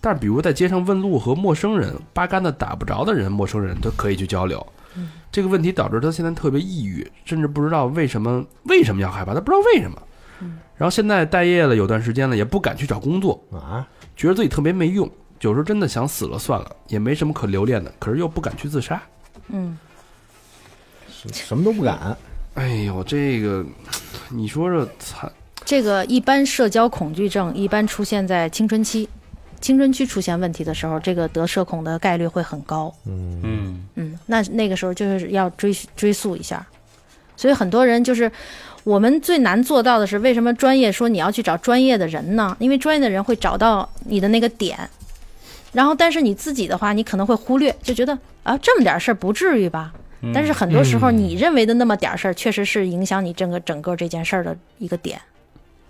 Speaker 2: 但比如在街上问路和陌生人、八竿子打不着的人、陌生人，他可以去交流。这个问题导致他现在特别抑郁，甚至不知道为什么为什么要害怕，他不知道为什么。然后现在待业了有段时间了，也不敢去找工作，
Speaker 3: 啊，
Speaker 2: 觉得自己特别没用，有时候真的想死了算了，也没什么可留恋的，可是又不敢去自杀。
Speaker 6: 嗯，
Speaker 3: 什么都不敢。
Speaker 2: 哎呦，这个你说说，惨，
Speaker 6: 这个一般社交恐惧症一般出现在青春期，青春期出现问题的时候，这个得社恐的概率会很高。
Speaker 4: 嗯，
Speaker 6: 嗯，那那个时候就是要追追溯一下，所以很多人就是我们最难做到的是，为什么专业说你要去找专业的人呢？因为专业的人会找到你的那个点，然后但是你自己的话，你可能会忽略，就觉得啊这么点事儿不至于吧。但是很多时候，
Speaker 7: 嗯
Speaker 6: 你认为的那么点事儿，确实是影响你整个整个这件事儿的一个点，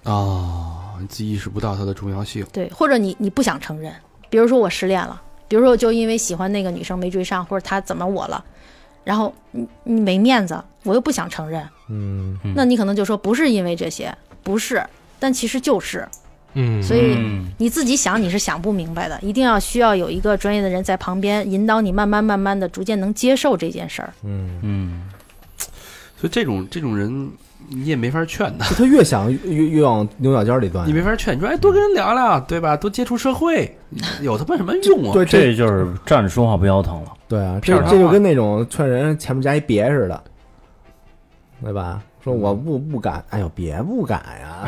Speaker 2: 哦，你自己意识不到它的重要性。
Speaker 6: 对，或者你你不想承认，比如说我失恋了，比如说我就因为喜欢那个女生没追上，或者她怎么我了，然后你你没面子，我又不想承认，
Speaker 3: 嗯，
Speaker 6: 那你可能就说不是因为这些，不是，但其实就是，
Speaker 7: 嗯，
Speaker 6: 所以你自己想你是想不明白的，一定要需要有一个专业的人在旁边引导你，慢慢慢慢的逐渐能接受这件事儿。
Speaker 2: 所以这种这种人，你也没法劝他，
Speaker 3: 就他越想越越越往牛角尖儿里钻
Speaker 2: 你。没法劝。你说，哎，多跟人聊聊，对吧？多接触社会， 有他妈什么用啊？
Speaker 3: 对，这
Speaker 4: 这就是站着说话不腰疼了。
Speaker 3: 对啊，
Speaker 2: 片
Speaker 3: 这
Speaker 2: 儿
Speaker 3: 这就跟那种劝人前面加一别似的，对吧？说我不不敢，哎呦，别不敢呀！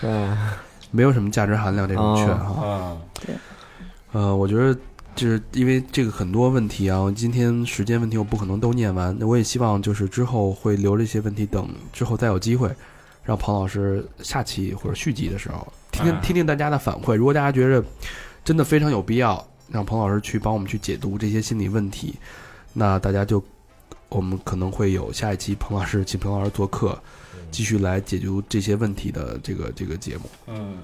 Speaker 3: 对，
Speaker 2: 没有什么价值含量这种劝哈。
Speaker 4: 啊，
Speaker 2: 呃，我觉得就是因为这个很多问题啊，今天时间问题我不可能都念完，那我也希望就是之后会留这些问题，等之后再有机会，让庞老师下期或者续集的时候听听
Speaker 7: 啊
Speaker 2: 听听大家的反馈。如果大家觉得真的非常有必要，让庞老师去帮我们去解读这些心理问题。那大家就我们可能会有下一期彭老师请彭老师做客，继续来解决这些问题的这个这个节目。
Speaker 4: 嗯，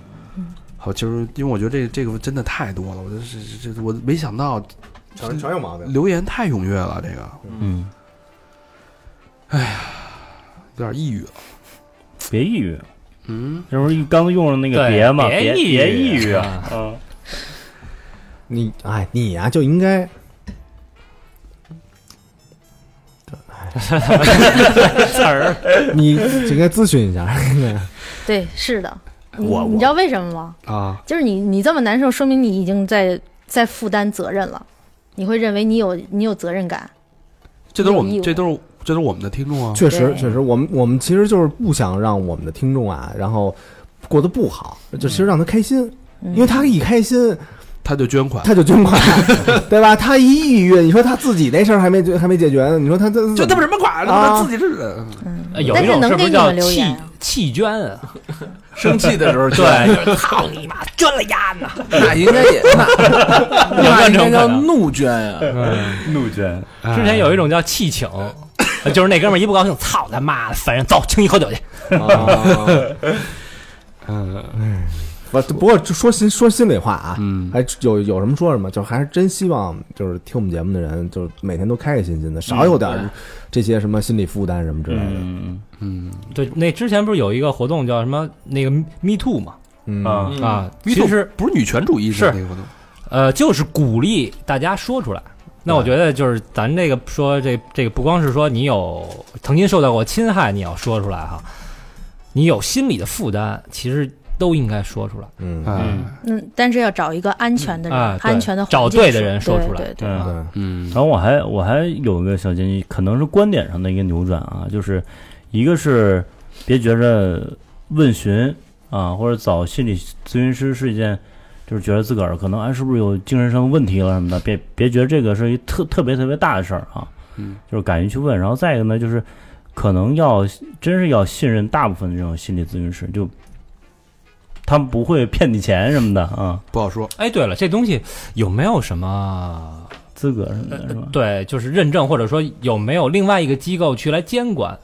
Speaker 2: 好，其实因为我觉得这这个真的太多了，我这这这我没想到
Speaker 3: 全全有毛病。
Speaker 2: 留言太踊跃了，这个
Speaker 4: 嗯，
Speaker 2: 有点抑郁了。
Speaker 4: 别抑郁，
Speaker 2: 嗯，
Speaker 4: 这不是刚用了那个
Speaker 7: 对
Speaker 4: 别嘛，
Speaker 7: 别
Speaker 4: 别
Speaker 7: 抑郁
Speaker 4: 别抑郁
Speaker 7: 啊
Speaker 4: 啊！嗯，
Speaker 3: 你哎，你呀、就应该
Speaker 7: 词儿，
Speaker 3: 你就应该咨询一下。
Speaker 6: 对，是的。你
Speaker 2: 我
Speaker 6: 你知道为什么吗？
Speaker 2: 啊，
Speaker 6: 就是你你这么难受，说明你已经在在负担责任了，你会认为你有你有责任感。
Speaker 2: 这都是我
Speaker 6: 有抑
Speaker 2: 们
Speaker 6: 郁
Speaker 2: 这都是这都是我们的听众啊。
Speaker 3: 确实，
Speaker 6: 对
Speaker 3: 确实，我们我们其实就是不想让我们的听众啊，然后过得不好，就其实让他开心，
Speaker 6: 嗯、
Speaker 3: 因为他一开心
Speaker 2: 他就捐款，
Speaker 3: 他就捐款，对吧？他一抑郁，你说他自己那事儿还没解还没解决呢，你说他这
Speaker 2: 捐他们什么款？
Speaker 3: 啊
Speaker 2: 他自己是
Speaker 6: 嗯
Speaker 7: 呃有
Speaker 6: 但
Speaker 7: 一
Speaker 6: 是
Speaker 7: 种
Speaker 6: 能
Speaker 7: 是不
Speaker 6: 给
Speaker 7: 是
Speaker 6: 你
Speaker 7: 叫
Speaker 6: 们留
Speaker 7: 弃
Speaker 6: 言啊，
Speaker 7: 弃捐 啊？
Speaker 5: 生气的时候，
Speaker 7: 对，
Speaker 5: 那应该也那那应该叫怒捐呀。
Speaker 4: 怒捐，
Speaker 7: 之前有一种叫弃请，
Speaker 4: 哎
Speaker 7: 呃就是那哥们儿一不高兴，操他妈的，烦人，走，请你喝酒去。
Speaker 3: 啊，
Speaker 2: 嗯
Speaker 3: 不不过说心说心里话啊，
Speaker 2: 嗯
Speaker 3: 还有有什么说什么，就还是真希望就是听我们节目的人，就是每天都开开心心的，少有点儿这些什么心理负担什么之类的。
Speaker 4: 嗯
Speaker 2: 嗯，
Speaker 7: 对，那之前不是有一个活动叫什么那个 Me Too 嘛？
Speaker 3: 嗯
Speaker 4: 啊，
Speaker 7: 啊，
Speaker 2: 运
Speaker 7: 其
Speaker 2: 动
Speaker 7: 实
Speaker 2: 不是女权主义
Speaker 7: 是
Speaker 2: 那个活动，
Speaker 7: 呃，就是鼓励大家说出来。那我觉得就是咱这个说这这个不光是说你有曾经受到过侵害，你要说出来哈，你有心理的负担，其实都应该说出来。
Speaker 3: 嗯，
Speaker 2: 哎
Speaker 6: 嗯，但是要找一个安全的人，
Speaker 7: 啊对
Speaker 6: 安全的环
Speaker 7: 找
Speaker 6: 境
Speaker 7: 对的人说
Speaker 6: 对
Speaker 7: 出来
Speaker 6: 对对，
Speaker 4: 对啊。
Speaker 3: 对，
Speaker 2: 嗯
Speaker 4: 然后我还我还有一个小建议，可能是观点上的一个扭转啊，就是一个是别觉着问询啊或者找心理咨询师是一件，就是觉得自个儿可能哎是不是有精神上的问题了什么的，别别觉得这个是一特特别特别大的事儿啊，
Speaker 2: 嗯，
Speaker 4: 就是敢于去问。然后再一个呢，就是可能要真是要信任大部分的这种心理咨询师，就他们不会骗你钱什么的啊，
Speaker 2: 不好说。
Speaker 7: 哎，对了，这东西有没有什么
Speaker 4: 资格什么的是吧？
Speaker 7: 对，就是认证，或者说有没有另外一个机构去来监管？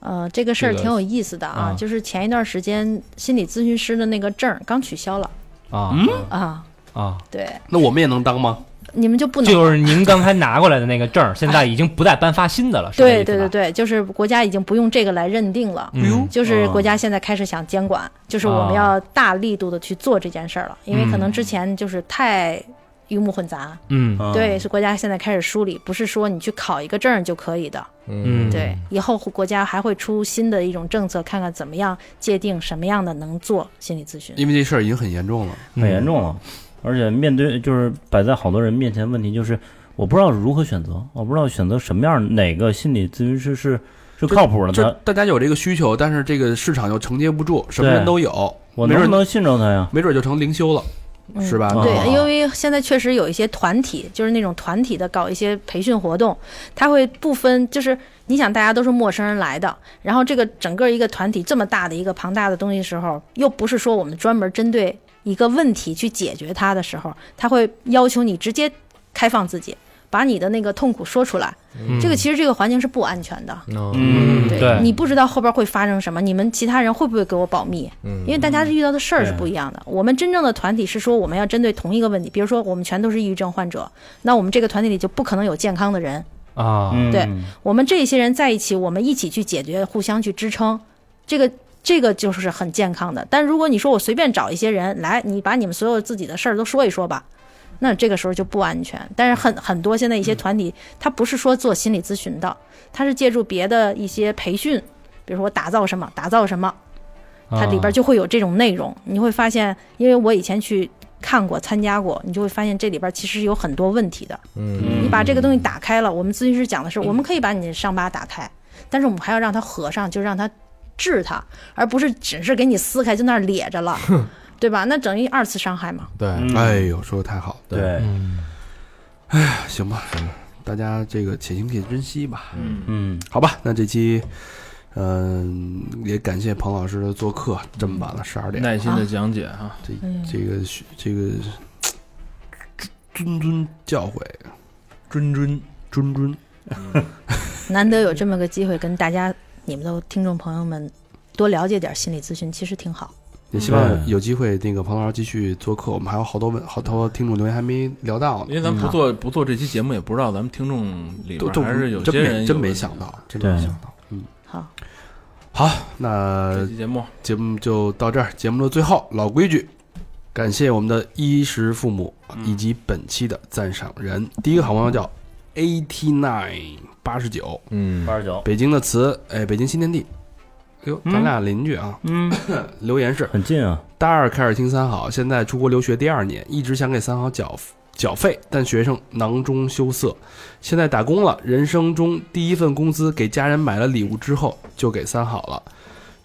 Speaker 6: 呃，这个事儿
Speaker 7: 这个
Speaker 6: 挺有意思的啊，
Speaker 7: 啊
Speaker 6: 就是前一段时间心理咨询师的那个证儿刚取消了
Speaker 7: 啊、
Speaker 6: 啊，
Speaker 7: 啊！
Speaker 6: 对，
Speaker 2: 那我们也能当吗？
Speaker 6: 你们就不能
Speaker 7: 就是您刚才拿过来的那个证儿，现在已经不再颁发新的了，是这
Speaker 6: 对
Speaker 7: 意思
Speaker 6: 对对
Speaker 7: 吧，
Speaker 6: 对，就是国家已经不用这个来认定了。
Speaker 7: 嗯
Speaker 2: 哟
Speaker 6: 就是国
Speaker 7: 啊
Speaker 6: 家现在开始想监管，就是我们要大力度的去做这件事儿了，因为可能之前就是太鱼目混杂。
Speaker 7: 嗯
Speaker 4: 啊
Speaker 6: 对，是国家现在开始梳理，不是说你去考一个证儿就可以的。
Speaker 7: 嗯，
Speaker 6: 对，以后国家还会出新的一种政策，看看怎么样界定什么样的能做心理咨询。
Speaker 2: 因为这事儿已经很严重了。
Speaker 7: 嗯
Speaker 4: 很严重了，而且面对就是摆在好多人面前，问题就是我不知道如何选择，我不知道选择什么样哪个心理咨询师是是靠谱
Speaker 2: 就
Speaker 4: 的，
Speaker 2: 大家有这个需求，但是这个市场又承接不住，什么
Speaker 4: 对
Speaker 2: 人都有，
Speaker 4: 我
Speaker 2: 没
Speaker 4: 能
Speaker 2: 准
Speaker 4: 不能信着他呀？
Speaker 2: 没准就成灵修了，
Speaker 6: 嗯
Speaker 2: 是吧？
Speaker 4: 啊
Speaker 7: 哦
Speaker 6: 对，因为现在确实有一些团体，就是那种团体的搞一些培训活动，他会不分，就是你想大家都是陌生人来的，然后这个整个一个团体这么大的一个庞大的东西时候，又不是说我们专门针对一个问题去解决它的时候，他会要求你直接开放自己，把你的那个痛苦说出来。这个其实这个环境是不安全的，
Speaker 7: 嗯对
Speaker 6: 你不知道后边会发生什么，你们其他人会不会给我保密？因为大家遇到的事儿是不一样的。我们真正的团体是说，我们要针对同一个问题，比如说我们全都是抑郁症患者，那我们这个团体里就不可能有健康的人。
Speaker 7: 啊，
Speaker 4: 嗯，
Speaker 6: 对我们这些人在一起，我们一起去解决，互相去支撑，这个这个就是很健康的。但如果你说我随便找一些人来，你把你们所有自己的事儿都说一说吧。那这个时候就不安全，但是很很多现在一些团体，他不是说做心理咨询的，他是借助别的一些培训，比如说我打造什么，打造什么，它
Speaker 7: 啊
Speaker 6: 里边就会有这种内容。你会发现，因为我以前去看过、参加过，你就会发现这里边其实有很多问题的。
Speaker 3: 嗯
Speaker 6: 你把这个东西打开了，我们咨询师讲的是，我们可以把你的伤疤打开，但是我们还要让它合上，就让它治它，而不是只是给你撕开就那儿咧着了，对吧？那等于二次伤害嘛。
Speaker 3: 对，
Speaker 4: 嗯
Speaker 2: 哎呦，说的太好了，
Speaker 4: 对，
Speaker 2: 行吧，大家这个且行且珍惜吧，
Speaker 4: 嗯，
Speaker 2: 好吧？那这期，嗯、也感谢彭老师的做客，这么晚了十二点，
Speaker 5: 耐心的讲解哈，
Speaker 2: 这
Speaker 6: 嗯
Speaker 2: 这个这个谆谆教诲，
Speaker 5: 谆谆
Speaker 2: 谆谆，
Speaker 6: 难得有这么个机会跟大家、你们都听众朋友们多了解点心理咨询，其实挺好。
Speaker 2: 也希望
Speaker 4: 对
Speaker 2: 有机会那个彭老师继续做客，我们还有好多问好多听众留言还没聊到呢，
Speaker 5: 因为咱们不做不做这期节目，也不知道咱们听众里
Speaker 2: 嗯都
Speaker 5: 边
Speaker 2: 都
Speaker 5: 还是有
Speaker 2: 真
Speaker 5: 些
Speaker 2: 没
Speaker 5: 人
Speaker 2: 真
Speaker 5: 有
Speaker 2: 没
Speaker 5: 的
Speaker 2: 想。到，真
Speaker 4: 对
Speaker 2: 没想到。嗯，
Speaker 6: 好，
Speaker 2: 好，
Speaker 5: 这
Speaker 2: 那
Speaker 5: 期节目
Speaker 2: 节目就到这儿。节目的最后，老规矩，感谢我们的衣食父母以及本期的赞赏人。第一个好朋友叫 AT Nine 八十九，
Speaker 3: 嗯，
Speaker 4: 八十九，
Speaker 2: 北京的词，哎，北京新天地。哎呦，咱
Speaker 4: 嗯
Speaker 2: 俩邻居啊！
Speaker 4: 嗯，
Speaker 2: 留言是
Speaker 4: 很近啊，
Speaker 2: 大二开始听三好，现在出国留学第二年，一直想给三好缴缴费，但学生囊中羞涩。现在打工了，人生中第一份工资给家人买了礼物之后，就给三好了。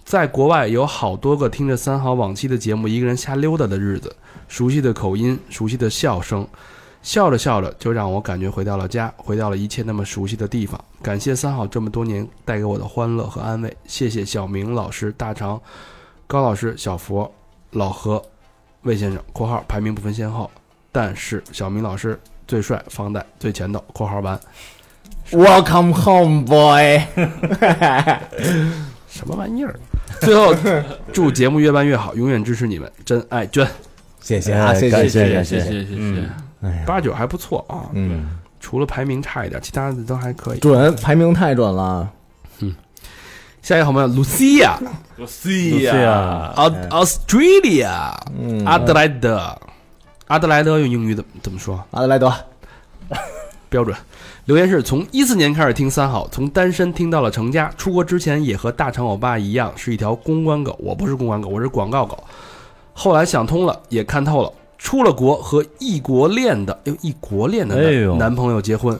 Speaker 2: 在国外有好多个听着三好往期的节目，一个人瞎溜达的日子，熟悉的口音，熟悉的笑声，笑着笑着就让我感觉回到了家，回到了一切那么熟悉的地方。感谢三好这么多年带给我的欢乐和安慰，谢谢小明老师、大长、高老师、小佛、老何、魏先生（括号排名不分先后），但是小明老师最帅，放在最前头（括号完
Speaker 3: Welcome home, boy。
Speaker 2: 什么玩意儿？ 最后祝节目越办越好，永远支持你们，真爱娟
Speaker 3: 谢谢啊，
Speaker 4: 哎
Speaker 3: 谢
Speaker 4: 感
Speaker 3: 谢哎
Speaker 4: 谢
Speaker 5: 谢
Speaker 4: 感
Speaker 5: 谢
Speaker 4: 谢
Speaker 5: 谢谢谢
Speaker 4: 嗯，
Speaker 2: 八九还不错啊，
Speaker 3: 嗯，
Speaker 2: 除了排名差一点，其他的都还可以。
Speaker 3: 准，排名太准了。
Speaker 2: 下一个好朋友 Lucia
Speaker 4: 对哎呀，
Speaker 2: Au- Australia
Speaker 3: 嗯，
Speaker 2: 阿德莱德，阿德莱德用英语怎么怎么说？
Speaker 3: 阿德莱德，
Speaker 2: 标准。留言是从一四年开始听三好，从单身听到了成家。出国之前也和大长欧巴一样，是一条公关狗。我不是公关狗，我是广告狗。后来想通了，也看透了。出了国和异国恋的，哎呦，异国恋的男,、
Speaker 4: 哎呦
Speaker 2: 男朋友结婚，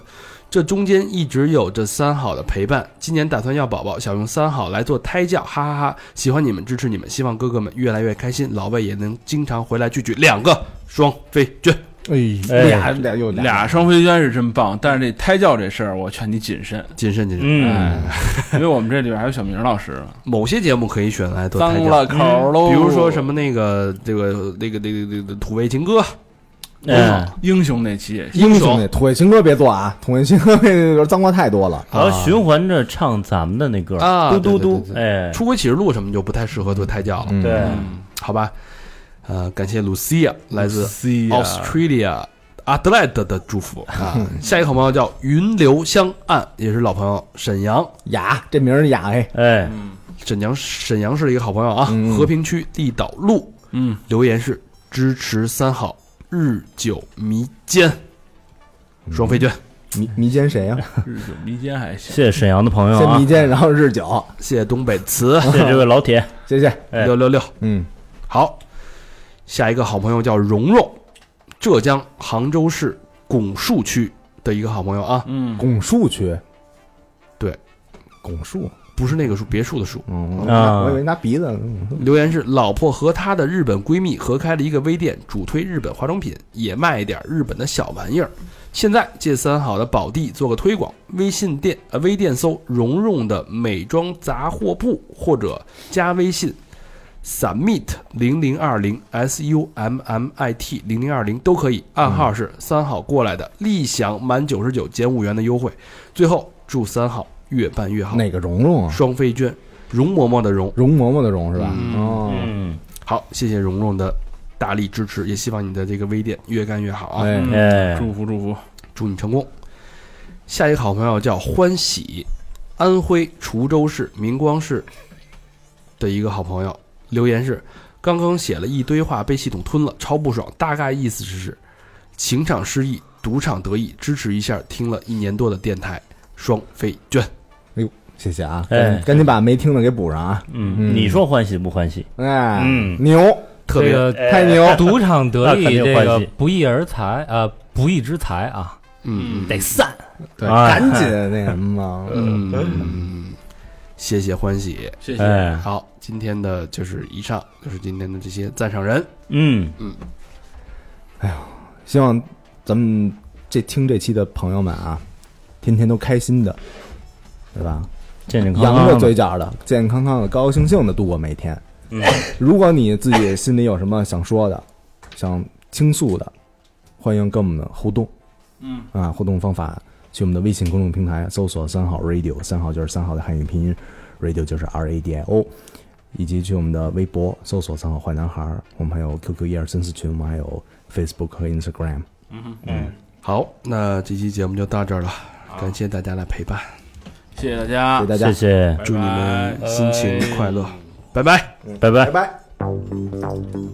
Speaker 2: 这中间一直有着三好的陪伴。今年打算要宝宝，想用三好来做胎教，哈哈哈喜欢你们，支持你们，希望哥哥们越来越开心，老魏也能经常回来聚聚。两个双飞娟，
Speaker 3: 哎，
Speaker 4: 哎
Speaker 3: 俩俩又
Speaker 5: 俩双飞娟是真棒，但是这胎教这事儿，我劝你谨慎，
Speaker 2: 谨慎谨慎。
Speaker 4: 嗯，
Speaker 5: 哎，因为我们这里边还有小明 老师呢，
Speaker 2: 某些节目可以选来做胎教，嗯
Speaker 5: 脏了哦口喽，
Speaker 2: 比如说什么那个这个那个那个那个土味情歌，
Speaker 4: 哎，
Speaker 2: 嗯
Speaker 5: 英雄那期也行，
Speaker 3: 英雄那土味情歌别做啊，土味情歌那个脏话太多了。
Speaker 4: 然后循环着唱咱们的那歌
Speaker 2: 啊
Speaker 4: 嘟嘟
Speaker 2: 对
Speaker 4: 嘟
Speaker 2: 对，对
Speaker 4: 哎，
Speaker 2: 出轨启示录什么就不太适合做胎教了，
Speaker 3: 嗯
Speaker 4: 对，
Speaker 2: 好吧？呃，感谢 Lucia 来自
Speaker 5: C 啊
Speaker 2: Australia 阿德莱德的祝福啊。下一个好朋友叫云流香岸，也是老朋友，沈阳
Speaker 3: 雅，这名儿雅哎，
Speaker 4: 哎，
Speaker 2: 沈阳沈阳市的一个好朋友啊，
Speaker 3: 嗯
Speaker 2: 和平区地岛路
Speaker 5: 嗯，
Speaker 2: 留言是支持三好日久弥坚，双飞娟，
Speaker 3: 迷迷奸谁呀？啊
Speaker 5: 日久弥坚还行，
Speaker 4: 谢谢沈阳的朋友
Speaker 3: 先
Speaker 4: 啊
Speaker 3: 迷，奸，然后日久，
Speaker 2: 谢谢东北词
Speaker 4: 谢谢这位老铁，
Speaker 3: 谢谢。
Speaker 4: 哎
Speaker 2: 六六六。
Speaker 3: 嗯，
Speaker 2: 好，下一个好朋友叫蓉蓉，浙江杭州市拱墅区的一个好朋友啊，
Speaker 5: 嗯，
Speaker 3: 拱墅区，
Speaker 2: 对，
Speaker 3: 拱墅。
Speaker 2: 不是那个树，别墅的树。
Speaker 3: 嗯，
Speaker 4: 啊
Speaker 3: 我以为拿鼻子。嗯
Speaker 2: 留言是：老婆和她的日本闺蜜合开了一个微店，主推日本化妆品，也卖一点日本的小玩意儿。现在借三好的宝地做个推广，微信店呃微店搜“蓉蓉的美妆杂货铺”或者加微信 “summit 零零二零 s u m m i t 零零二零”都可以，暗号是三好过来的，立享满九十九减五元的优惠。最后祝三好越办越好，
Speaker 3: 哪个蓉蓉啊？
Speaker 2: 双飞娟，容嬷嬷的容。
Speaker 3: 容嬷嬷的容是吧？哦，
Speaker 4: 嗯，
Speaker 2: 好，谢谢蓉蓉的大力支持，也希望你的这个微店越干越好啊！
Speaker 3: 哎，
Speaker 5: 嗯
Speaker 4: 哎
Speaker 5: 祝福祝福，
Speaker 2: 祝你成功。下一个好朋友叫欢喜，安徽滁州市明光市的一个好朋友留言是：刚刚写了一堆话被系统吞了，超不爽。大概意思是情场失意，赌场得意，支持一下听了一年多的电台双飞娟。
Speaker 3: 谢谢啊，
Speaker 4: 哎
Speaker 3: 赶赶紧把没听的给补上啊！
Speaker 4: 嗯，你说欢喜不欢喜？
Speaker 3: 哎，
Speaker 4: 嗯
Speaker 3: 牛，
Speaker 2: 特
Speaker 7: 这
Speaker 2: 别、
Speaker 7: 个
Speaker 3: 太牛！
Speaker 7: 赌场得
Speaker 4: 呃 那肯
Speaker 7: 利，
Speaker 4: 定
Speaker 7: 这
Speaker 4: 欢
Speaker 7: 个
Speaker 4: 喜
Speaker 7: 不义而财，呃，不义之财啊，
Speaker 2: 嗯嗯
Speaker 7: 得散。
Speaker 3: 对，
Speaker 4: 哎
Speaker 3: 赶紧那什么 嘛，
Speaker 2: 嗯嗯，谢谢欢喜。
Speaker 5: 谢谢。
Speaker 4: 哎，
Speaker 2: 好，今天的就是以上就是今天的这些赞赏人，
Speaker 4: 嗯，
Speaker 3: 希望咱们这听这期的朋友们啊，天天都开心的，对吧？
Speaker 4: 健健康
Speaker 3: 扬
Speaker 4: 康
Speaker 3: 着
Speaker 4: 的
Speaker 3: 嘴角的，健健康康的，高高兴兴的度过每一天。
Speaker 4: 嗯
Speaker 3: 如果你自己心里有什么想 说的、想倾诉的，欢迎跟我们互动。嗯啊，互动方法去我们的微信公众平台搜索“三好 radio”，三好就是三好的汉语拼音，radio 就是 R A D I O，以及去我们的微博搜索“三好坏男孩儿”，我们还有 QQ 一二三四群，我们还有 Facebook 和 Instagram。
Speaker 2: 好，那这期节目就到这儿了，感谢大家的陪伴，
Speaker 5: 谢谢大家
Speaker 3: 谢谢，大家
Speaker 4: 谢，谢，
Speaker 5: 拜
Speaker 2: 祝你
Speaker 5: 拜
Speaker 2: 们心情快乐，拜拜。
Speaker 4: 拜拜。
Speaker 3: 拜拜。